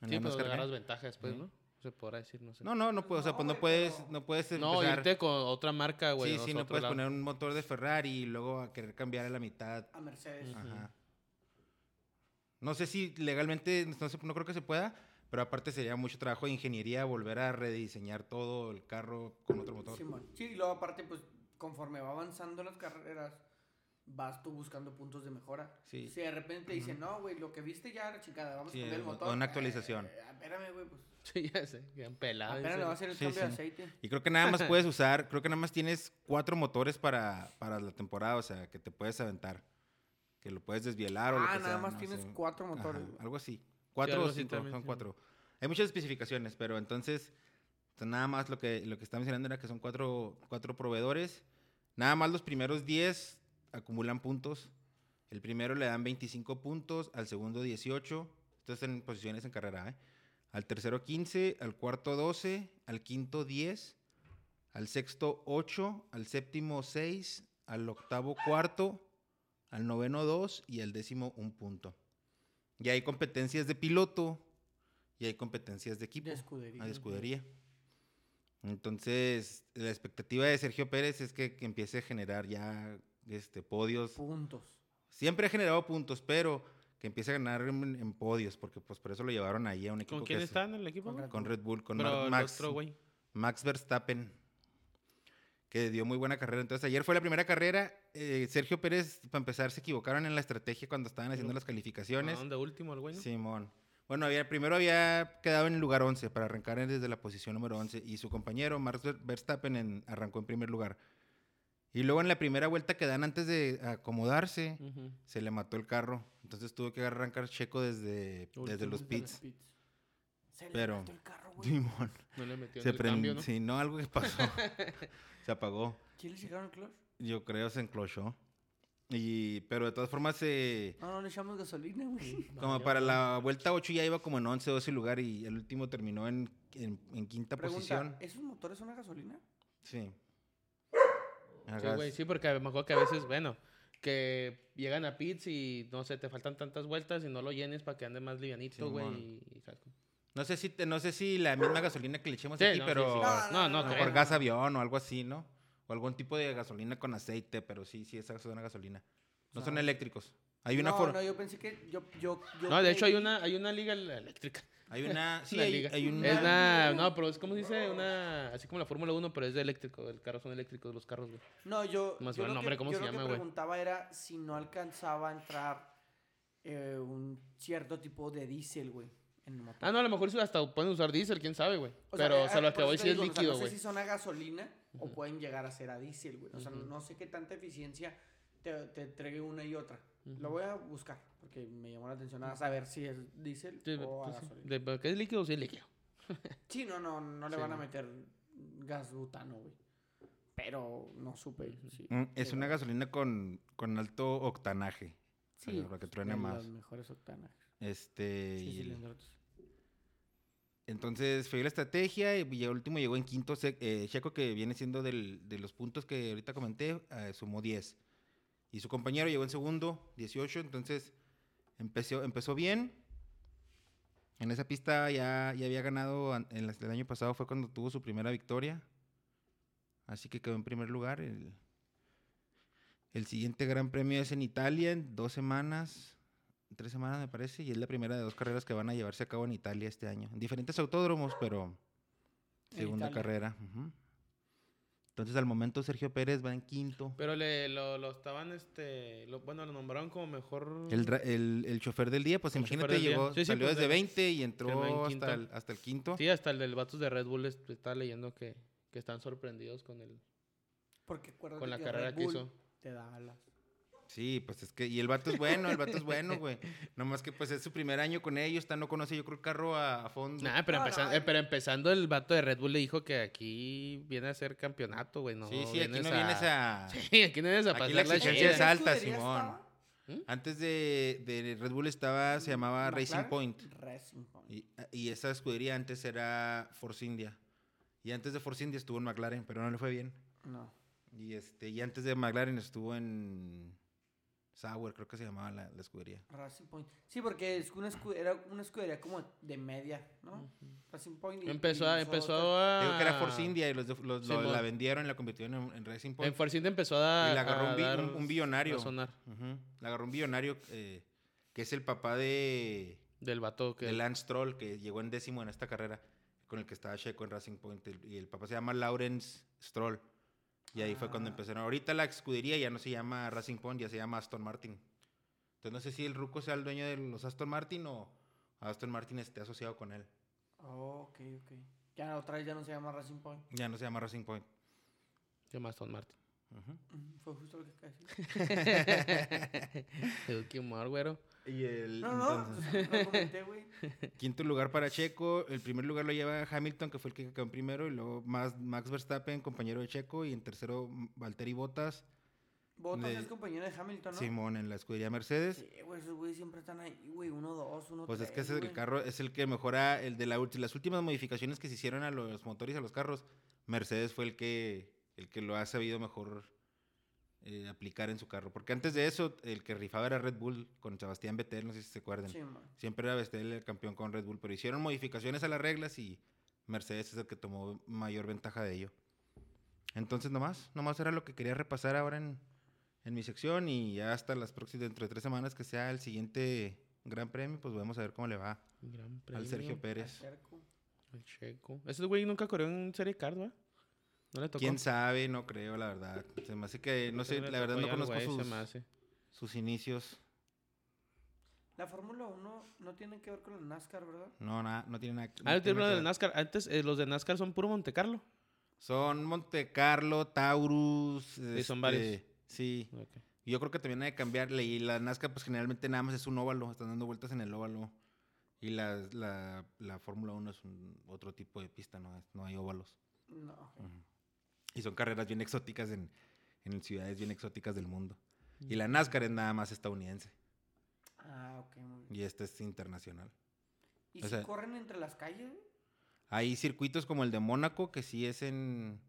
En
Sí, pero
la NASCAR,
agarras
¿eh?
ventaja después,
Ujú.
¿no? Se podrá decir, no sé.
No, no, no puedes, o sea,
No,
pues no
güey,
puedes,
pero-
no puedes
No,
empezar-
irte con otra marca, güey.
sí,
o
sí,
sea,
no
otro
puedes
lado.
poner un motor de Ferrari y luego a querer cambiar a la mitad
A Mercedes.
Ujú.
Ajá. No sé si legalmente, no, sé- no creo que se pueda, pero aparte sería mucho trabajo de ingeniería volver a rediseñar todo el carro con otro motor.
Simón. Sí, y luego aparte, pues, conforme va avanzando las carreras, vas tú buscando puntos de mejora.
Sí.
Si de repente te dicen, no, güey, lo que viste ya, la chingada, vamos
Sí,
a cambiar el
o- o
motor.
una actualización. Ah,
Eh, espérame, güey, pues.
Sí, ya sé. Ya pelado.
Apenas le va a hacer el
Sí,
cambio de
sí.
aceite.
Y creo que nada más puedes usar, creo que nada más tienes cuatro motores para, para la temporada, o sea, que te puedes aventar. Que que lo puedes desvielar o lo
ah,
que
nada
sea,
más
no
tienes
sé.
cuatro
Ajá,
motores. güey.
algo así. Cuatro
algo
o
así
cinco,
también,
son
sí.
cuatro. Hay muchas especificaciones, pero entonces, t- nada más lo que, lo que está mencionando era que son cuatro, cuatro proveedores. Nada más los primeros 10 acumulan puntos. El primero le dan 25 puntos, al segundo 18. Esto es en posiciones en carrera, ¿eh? Al tercero 15, al cuarto 12, al quinto 10, al sexto 8, al séptimo 6, al octavo cuarto, al noveno 2 y al décimo un punto. Y hay competencias de piloto y hay competencias de equipo,
De escudería.
ah, de escudería. Entonces, la expectativa de Sergio Pérez es que, que empiece a generar ya este, podios.
Puntos.
Siempre ha generado puntos, pero que empiece a ganar en, en podios, porque pues por eso lo llevaron ahí a un equipo
¿Con
que
quién
es-
está en el equipo?
Con
güey?
Red-
Con Red Bull, con
Pero
Mar-
el
Max,
otro, güey.
Max Verstappen, que dio muy buena carrera. Entonces, ayer fue la primera carrera. eh, Sergio Pérez, para empezar, se equivocaron en la estrategia cuando estaban haciendo las calificaciones.
Ah, de último el güey, ¿no?
Simón. Bueno, había, primero había quedado en el lugar 11 para arrancar en- desde la posición número 11 y su compañero Max Ver- Verstappen en- arrancó en primer lugar. Y luego en la primera vuelta que dan antes de acomodarse,
Ujú.
se le mató el carro. Entonces tuvo que arrancar Checo desde, desde
Último.
los
Desde los
pits.
Se le
Pero-
mató el carro, güey.
Simón.
No le metió en
Se
el cambio,
prendió.
¿no?
Sí, no, algo que pasó. se apagó.
¿Sí le sacaron el clutch?
Yo creo se enclochó. Y, pero de todas formas, se
No, no le echamos gasolina, güey.
como
Valió,
para
güey.
la vuelta 8 ya iba como en 11, 12 lugar y el último terminó en, en- en quinta
Pregunta,
posición.
¿esos motores son a gasolina?
Sí.
Sí,
Hagas-
güey, sí, porque me acuerdo que a veces, bueno, que llegan a pits y no sé, te faltan tantas vueltas y no lo llenes para que ande más livianito, güey.
Simón.
y- y saco.
No, sé si te- no sé si la misma gasolina que le echemos
Sí,
aquí,
no, sí,
pero
No,
sí. No,
a
no,
lo
no,
te-
mejor
no.
gas avión o algo así, ¿no? O algún tipo de gasolina con aceite, pero sí, sí, esa es una gasolina. No son
Ah.
eléctricos. Hay una
no,
forma.
no, yo pensé que... Yo, yo, yo
No, de hecho hay
creí-
una, hay una liga el- eléctrica.
Hay una. Sí,
una
hay,
liga.
hay una.
Es una, no, pero es como se dice, una, así como la Fórmula 1, pero es de eléctrico, el carro son eléctricos los carros, güey.
No, yo,
Más
yo
vale
lo
nombre,
que,
¿cómo
yo
se
lo que
llama, güey?
preguntaba era si no alcanzaba a entrar eh, un cierto tipo de diésel, güey, en el motor.
Ah, no, a lo mejor sí hasta pueden usar diésel, quién sabe, güey. Pero, o sea,
eh,
lo que
por eso
voy
te
sí es
digo, o sea,
líquido,
no
güey.
sé si son a gasolina o pueden llegar a ser a diésel, güey. O sea, no sé qué tanta eficiencia te, te entregue una y otra. Lo voy a buscar porque me llamó la atención a saber si es diésel
Sí,
o Oh, a
pues, sí.
gasolina.
De- pero que es líquido, sí es líquido.
Sí, no, no, no le
Sí,
van a
no.
meter gas butano, güey. Pero no supe. Sí,
Mm, Es
Pero-
una gasolina con, con alto octanaje.
Sí,
para que truene
de
más.
Los mejores octanas.
Este.
Sí,
y-
cilindros.
entonces fue la estrategia y el último llegó en quinto. sec- eh, Checo, que viene siendo del- de los puntos que ahorita comenté, eh, sumó 10. Y su compañero llegó en segundo, 18. Entonces empezó, empezó bien. En esa pista ya, ya había ganado. an- en las- el año pasado fue cuando tuvo su primera victoria. Así que quedó en primer lugar. El, el siguiente gran premio es en Italia en dos semanas, tres semanas me parece, y es la primera de dos carreras que van a llevarse a cabo en Italia este año. En diferentes autódromos, pero
En
segunda
Italia.
carrera. ujú. Entonces al momento Sergio Pérez va en quinto.
Pero le, lo, lo estaban, este, lo- bueno, lo nombraron como mejor...
El, dra- el- el chofer del día, pues
El chofer
imagínate,
del día.
llegó,
Sí, sí,
salió
pues,
desde
de-
20 y
terminó en
entró
quinto.
hasta el, hasta el quinto.
Sí, hasta el del Vatos de Red Bull est- está leyendo que, que están sorprendidos con el...
Porque acuérdate
Con la
que
carrera
Red
que
Bull
hizo.
Te da alas.
Sí, pues es que, y el vato es bueno, el vato es bueno, güey. Nomás que pues es su primer año con ellos, está, no conoce yo creo el carro a, a fondo.
Nah, pero,
No, no,
empezando,
eh.
eh, pero empezando el vato de Red Bull le dijo que aquí viene a ser campeonato, güey. No
sí, sí, aquí no vienes a...
Sí, aquí no vienes a
Aquí
pasar
la
la
exigencia es
chida.
alta,
¿Escudería
Simón.
estaba?
Antes de, de Red Bull estaba, se llamaba Racing
¿McLaren?
Point.
Racing Point.
Y, y esa escudería antes era Force India. Y antes de Force India estuvo en McLaren, pero no le fue bien.
No.
Y, este, y antes de McLaren estuvo en Sauer, creo que se llamaba la, la escudería.
Racing Point. Sí, porque es una escu- era una escudería como de media, ¿no? Racing Point. y-
Empezó,
y
a,
hizo
empezó
otra.
a...
Digo que era Force India y los, de- los- lo-
Ah. Simón.
la vendieron y la convirtieron en, en Racing Point.
En Force India empezó a...
Y le agarró
a
un bi-
dar-
un- un billonario.
a sonar
Ujú. La agarró un billonario eh, que es el papá de,
del vato que...
de Lance Troll, que llegó en décimo en esta carrera, con el que estaba Checo en Racing Point. el- Y el papá se llama Lawrence Stroll. Y ahí fue cuando
Ah.
empezaron. Ahorita la escudería ya no se llama Racing Point, ya se llama Aston Martin. Entonces no sé si el Ruco sea el dueño de los Aston Martin o Aston Martin esté asociado con él.
Oh, ok, ok. Ya otra vez ya no se llama Racing Point.
Ya no se llama Racing Point.
Se llama Aston Martin.
Ujú.
Ujú, Fue justo lo que acabé de decir.
El Kimar, güero.
Y el.
No, no,
entonces-
pues, lo comenté, güey.
Quinto lugar para Checo, el primer lugar lo lleva Hamilton, que fue el que quedó en primero, y luego Max, Max Verstappen, compañero de Checo, y en tercero M- Valtteri Bottas,
Bottas
De-
es compañero de Hamilton, ¿no?
Simón en la escudería Mercedes.
Sí, güey, esos güey siempre están ahí, güey. Uno, dos, uno,
Pues es que
tres,
ese es el
güey.
carro, es el que mejora, el de la ulti- las últimas modificaciones que se hicieron a los motores y a los carros, Mercedes fue el que, el que lo ha sabido mejor eh, aplicar en su carro. Porque antes de eso, el que rifaba era Red Bull con Sebastián Vettel, no sé si se acuerdan.
Sí, man.
Siempre era Vettel el campeón con Red Bull, pero hicieron modificaciones a las reglas y Mercedes es el que tomó mayor ventaja de ello. Entonces, nomás, nomás era lo que quería repasar ahora en, en mi sección y ya hasta las próximas, dentro de tres semanas que sea el siguiente Gran Premio, pues vamos a ver cómo le va
Gran premio.
al Sergio Pérez.
Acerco.
El Checo. Ese güey nunca corrió en Serie Card, ¿verdad? No le tocó.
¿Quién sabe? No creo, la verdad. Se me hace que, no sé,
le
la verdad
tocó
no
ya al
conozco
güey, se
sus,
me hace.
sus inicios.
La Fórmula 1 no tiene que ver con el NASCAR, ¿verdad?
No, nada, no tiene nada. no
Ah, el
tiene
tribunal
nada que
del
ver.
NASCAR. Antes eh, los de NASCAR son puro Monte Carlo.
Son Monte Carlo, Taurus. este,
son varios.
Sí.
Ok.
Yo creo que también hay que cambiarle. Y la Nazca, pues generalmente nada más es un óvalo. Están dando vueltas en el óvalo. Y la, la, la Fórmula 1 es un- otro tipo de pista, ¿no? Es- No hay óvalos.
No.
Ujú. Y son carreras bien exóticas en, en ciudades bien exóticas del mundo. Y la NASCAR es nada más estadounidense.
Ah, ok, muy bien.
Y esta es internacional.
¿Y
o
si
sea-
corren entre las calles? güey?
Hay circuitos como el de Mónaco, que sí es en,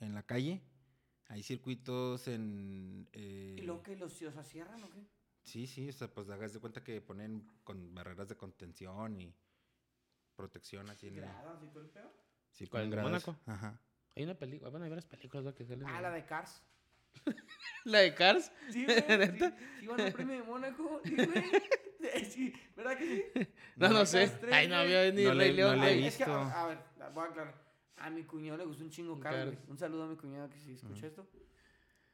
en la calle. Hay circuitos en...
¿Y
eh,
luego que los tíos cierran o qué?
Sí, sí, o sea, pues hagas de cuenta que ponen con barreras de contención y protección así en la...
Gradas y todo el pedo.
Sí,
¿Cuál,
con
el de
gradas.
Mónaco?
Ajá.
Hay una película. Bueno, hay varias películas ¿verdad? que salen.
Ah,
ahí.
la de Cars.
¿La de Cars.
Sí, güey.
¿Neta?
Sí, sí van al premio de Mónaco. Sí, güey. Sí, ¿verdad que sí?
No, no,
Las
sé.
tres,
Ay, no
güey.
había ni
No le-
Rey
no
León.
le
güey.
vi.
Es que,
visto.
a, a ver, la- voy a aclarar. A mi cuñado le gusta un chingo Cars, güey.
Cars.
Un saludo a mi cuñado que si escucha
Ujú.
esto.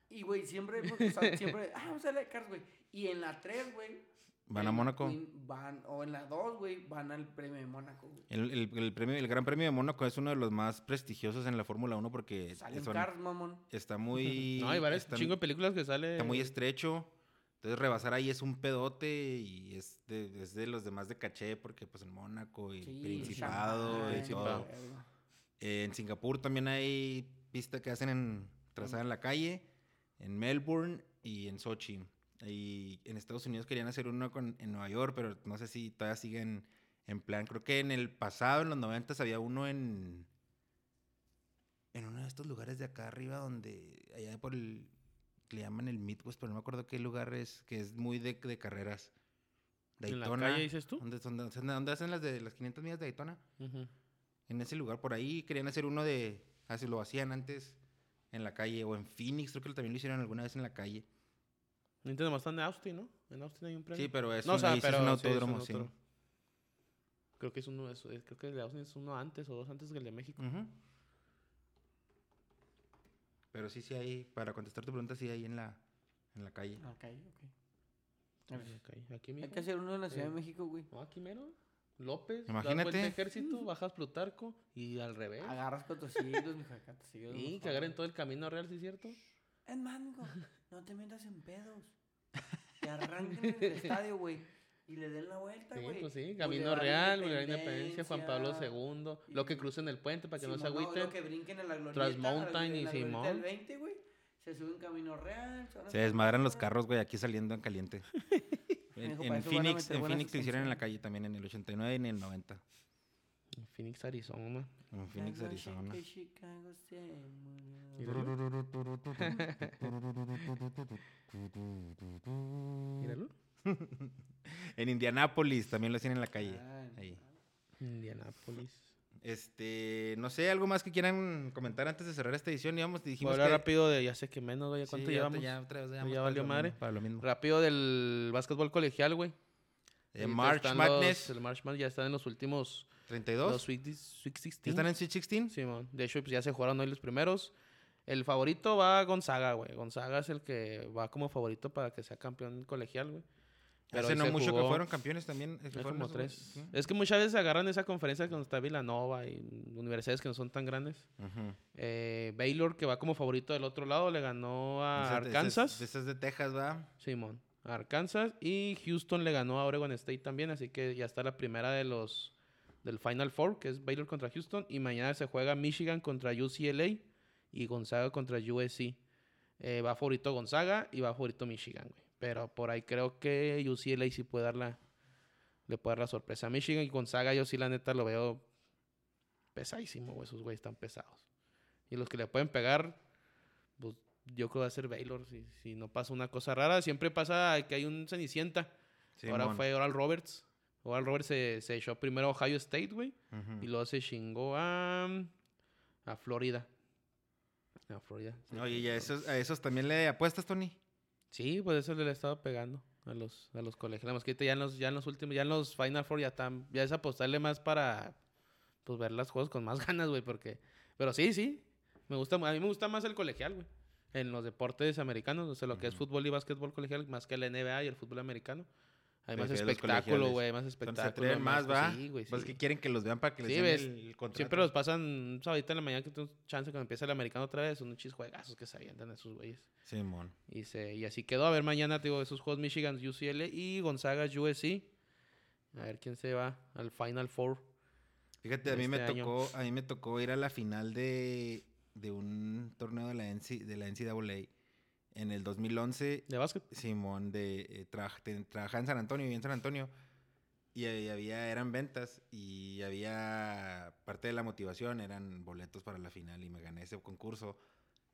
Y, güey, siempre, pues, o sea, siempre, ah, vamos a la de Cars, güey. Y en la 3, güey.
Van a
el
Mónaco.
McQueen Van, o en la 2, güey, van al premio de Mónaco, güey.
El, el- el premio, el Gran Premio de Mónaco es uno de los más prestigiosos en la Fórmula 1 porque
Salen
son-
Cars, mamón.
está muy...
No, hay varias
están-
chingo de películas que sale.
Está muy estrecho. Entonces rebasar ahí es un pedote y es de, es de los demás de caché porque pues en Mónaco y
Sí,
Principado y
Shanghai,
todo.
Principado.
verga.
Eh, en Singapur también hay pista que hacen en trazada en la calle, en Melbourne y en Sochi. Y en Estados Unidos querían hacer uno con, en Nueva York, pero no sé si todavía siguen en plan. Creo que en el pasado, en los 90 había uno en en uno de estos lugares de acá arriba donde allá por el le llaman el Midwest, pero no me acuerdo qué lugar es, que es muy de, de carreras.
¿En la
Daytona.
calle dices tú?
¿Dónde, dónde, dónde hacen las de las 500 millas de Daytona?
Ujú.
en ese lugar por ahí. Querían hacer uno de. Así lo hacían antes en la calle o en Phoenix. Creo que también lo hicieron alguna vez en la calle.
Nintendo nomás está en Austin, ¿no? En Austin hay un premio.
Sí, pero es,
No, o
un,
sea,
ahí sí es
pero
un
sí,
autódromo, sí.
es un autódromo. Creo que es uno, es- es- creo que el de Austin es uno antes o dos antes que el de México.
Ujú. Pero sí, sí hay. Para contestar tu pregunta, sí hay en la, en la calle.
Ok, ok. A ver,
Ok, Aquí
Hay
mismo.
que hacer uno en la Ciudad de
Sí.
México, güey.
No, aquí mero. López.
Imagínate.
Imagínate. Ejército, bajas Plutarco y al revés.
Agarras Potosilos, mijo, acá te sigues
Y
mejor,
¿Eh? que agarren
güey.
todo el camino real, ¿sí es cierto?
Es mango, no te metas en pedos. Te arranquen en el estadio, güey. Y le den la vuelta,
Sí,
güey.
pues sí.
Boulevard
Camino real, Boulevard Independencia,
Independencia,
Juan Pablo II. Lo que
y-
crucen el puente para que no se
Simón,
agüiten.
lo que brinquen en la glorieta.
Mountain y Simón.
El 20, güey. Se suben Camino Real. van a-
Se desmadran los carros, güey, aquí saliendo en caliente. En,
Mijo,
en
para eso van a
Phoenix,
meter
en
buena
Phoenix lo hicieron en la
suspensión.
calle también en el 89 y en el 90.
En Phoenix, Arizona.
En
La
Phoenix,
noche
Arizona.
que Chicago se murió.
Mira, Míralo.
En Indianápolis también lo hacían en la calle.
Ah, en-
ahí.
Indianápolis.
Este, no sé, algo más que quieran comentar antes de cerrar esta edición. Íbamos,
Voy a
dijimos
hablar
que-
rápido de, ya sé que menos, güey.
Sí,
¿Cuánto
ya-
llevamos?
Ya, otra vez,
Ya
vamos
valió
para lo
madre.
mismo, para lo mismo.
Rápido del básquetbol colegial, güey.
Eh,
Ahorita
March
están
Madness,
los- el March Madness ya están en los últimos. Los
32.
Sweet Dis- Sweet
¿Ya
16.
están en Sweet 16?
Simón. De hecho, pues ya se jugaron hoy los primeros. El favorito va a Gonzaga, güey. Gonzaga es el que va como favorito para que sea campeón colegial, güey. Pero
Hace
ahí
no
se
mucho que
jugó.
fueron campeones también. es que
Es
fueron
como
esos,
tres.
¿sí?
Es que muchas veces agarran esa conferencia cuando está Villanova y universidades que no son tan grandes.
Ujú.
Eh, Baylor, que va como favorito del otro lado, le ganó a
Esas de- esas-
Ah, Arkansas.
de Esas de Texas, va.
Simón, a Arkansas. Y Houston le ganó a Oregon State también, así que ya está la primera de los del Final Four, que es Baylor contra Houston. Y mañana se juega Michigan contra UCLA y Gonzaga contra USC. Eh, va favorito Gonzaga y va favorito Michigan, güey. Pero por ahí creo que UCLA sí puede dar la, le puede dar la sorpresa a Michigan. Y Gonzaga yo sí la neta lo veo pesadísimo, güey. Esos güeyes están pesados. Y los que le pueden pegar, pues yo creo que va a ser Baylor. Si, si no pasa una cosa rara, siempre pasa que hay un Cenicienta. Ahora
Simón.
fue Oral Roberts. Oral Roberts se, se echó primero a Ohio State, güey.
Ujú.
Y luego se chingó a, a Florida. A Florida. se
Oye,
chingó.
¿y a esos, a esos también le apuestas, Tony?
Sí, pues eso le he estado pegando a los, a los colegios. Nada más que ahorita ya en los, ya en los últimos, ya en los Final Four ya están, ya es apostarle más para pues ver las juegos con más ganas, güey, porque. Pero sí, sí. Me gusta, mu- a mí me gusta más el colegial, güey. En los deportes americanos, o sea, lo que es
Ujú.
fútbol y básquetbol colegial, más que el NBA y el fútbol americano. Hay más
Prefieres los
espectáculo,
colegiales.
güey, más
Entonces se
espectáculo.
atreven más,
pues,
va.
Sí, güey,
Pues
sí.
que quieren que los vean para que les
Sí,
den
ves,
el, el contrato.
Siempre los pasan un sabadito en la mañana que tengo chance cuando empieza el americano otra vez. Son unos chis juegazos que se avientan esos güeyes.
Simón.
Y, se, y así quedó. A ver, mañana, te digo, esos juegos Michigan UCL y Gonzaga USC. A ver quién se va al Final Four.
Fíjate, a mí, me
Este año.
tocó, a mí me tocó ir a la final de, de un torneo de la, NC de la NCAA en el 2011.
¿De básquet?
Simón de eh, traj- te- trabajaba en San Antonio, vivía en San Antonio. Y ahí había, eran ventas y había parte de la motivación, eran boletos para la final y me gané ese concurso.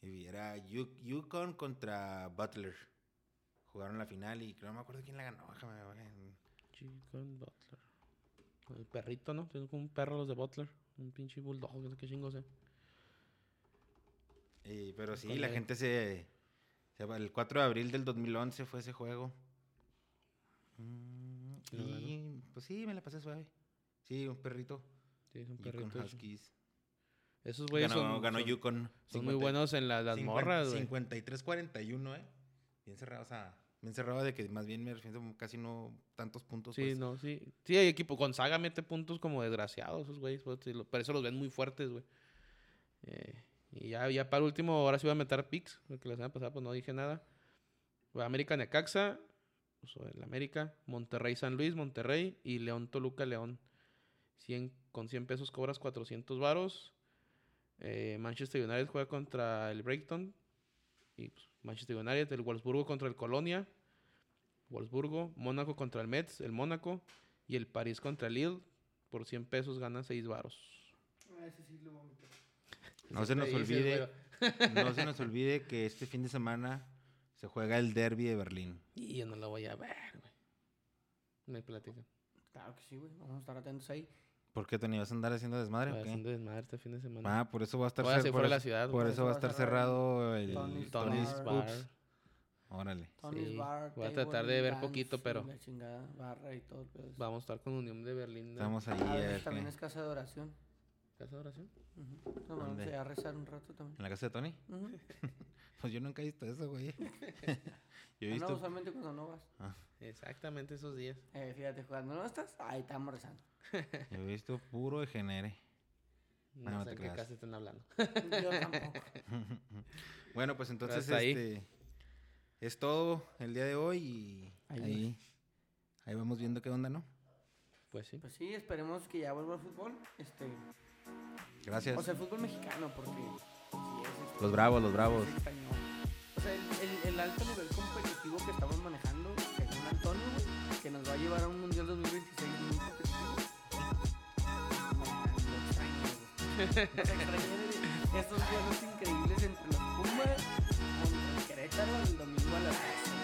Y era Yu- Yukon contra Butler. Jugaron la final y no me acuerdo quién la ganó. déjame ver.
Chicken Butler. El perrito, ¿no? Tienen como un perro los de Butler. Un pinche bulldog, no sé qué chingo sea.
Eh, pero sí,
Con
la
el-
gente se, se va- El 4 de abril del 2011 fue ese juego. Mm,
Qué bueno.
y pues sí, me la pasé suave. Sí, un perrito.
Sí, es un
Yukon
perrito.
Huskies.
Esos güeyes
ganó,
son,
ganó
son-
Yukon.
son muy buenos en la- las morras, güey.
53-41, ¿eh? Bien cerrado, o sea, bien cerrado de que más bien me refiero casi no tantos puntos.
Sí,
pues.
no, sí. Sí, hay equipo. Gonzaga mete puntos como desgraciados, esos güeyes. pues, sí, lo- Por eso los ven muy fuertes, güey. Eh, y ya, ya para último, ahora sí voy a meter picks. Porque la semana pasada pues no dije nada. Voy a América Necaxa. Uso el América. Monterrey San Luis, Monterrey. Y León Toluca, León. 100, con 100 pesos cobras 400 varos. Eh, Manchester United juega contra el Brighton. Y pues, Manchester United, el Wolfsburgo contra el Colonia. Wolfsburgo, Mónaco contra el Metz, el Mónaco. Y el París contra el Lille. Por 100 pesos gana 6 varos.
Ah, ese sí lo voy a meter.
No se nos olvide, no se nos olvide que este fin de semana se juega el derby de Berlín.
Y yo no la voy a ver, güey. Me platican.
Claro que sí, güey. Vamos a estar atentos ahí.
¿Por qué, Tony? ¿Vas a andar haciendo desmadre
Voy a
o
hacer un
qué?
desmadre este fin de semana.
Ah, por eso va a estar
Voy a
cer-
hacer
por
fuera de la
eso-
ciudad.
Por
güey.
eso va a estar cerrado el
Tony's
Tony's
Tony's
Pubs.
Bar.
Órale.
Tony's
Sí,
Bar,
voy a
table
tratar de
y
ver
dance
poquito,
y
pero-
La chingada, barra y todo el pedo ese.
Vamos a estar con Unión de Berlín. ¿no?
Estamos ahí.
Ah,
a ver
ese también
qué-
es casa de oración.
¿Casa de oración?
Ujú. No, vamos
¿Dónde?
a ir a rezar un rato también.
¿En la casa de Tony?
Ujú.
Pues yo nunca he visto eso, güey. Yo he
Ah, no,
visto...
usualmente cuando no vas.
Exactamente esos días.
Eh, fíjate, cuando no estás, ahí estamos rezando.
Yo he visto puro de genere.
No,
Ah, no
sé
te
en qué
creas.
casa están hablando.
Yo tampoco.
Bueno, pues entonces
hasta ahí.
este, es todo el día de hoy y
Ahí
ahí, ahí vamos viendo qué onda, ¿no?
Pues sí.
Pues sí, esperemos que ya vuelva el fútbol. Este,
Gracias.
o sea, el fútbol mexicano, porque sí es este,
los bravos, los bravos.
es cañón. O sea, el, el- el alto nivel competitivo que estamos manejando, según Antonio, que nos va a llevar a un Mundial 2026 muy competitivo. Lo extraño, güey. Lo extraño de Esos duelos increíbles entre los Pumas contra el Querétaro el domingo a las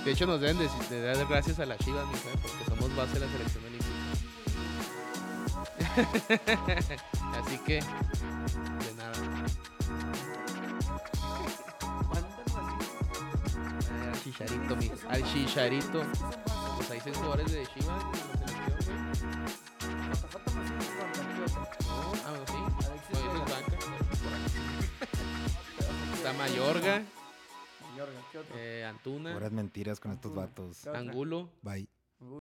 10.
De hecho, nos deben de, de dar gracias a las Chivas, mi hija, porque somos base de la selección olímpica. Así que, de nada.
Cuántanos así.
Al chicharito, mi. Al chicharito. Pues ahí seis jugadores de Chivas de la selección, güey.
Rafa Tomasini contra Chivas.
No, ah, sí.
Alexis
No, eso es
Vega.
banca. Por ahí. Está Mayorga,
Mayorga, ¿qué otro?
eh, Antuna,
Puras mentiras con estos
Antuna.
vatos.
Otra.
Angulo.
Bye.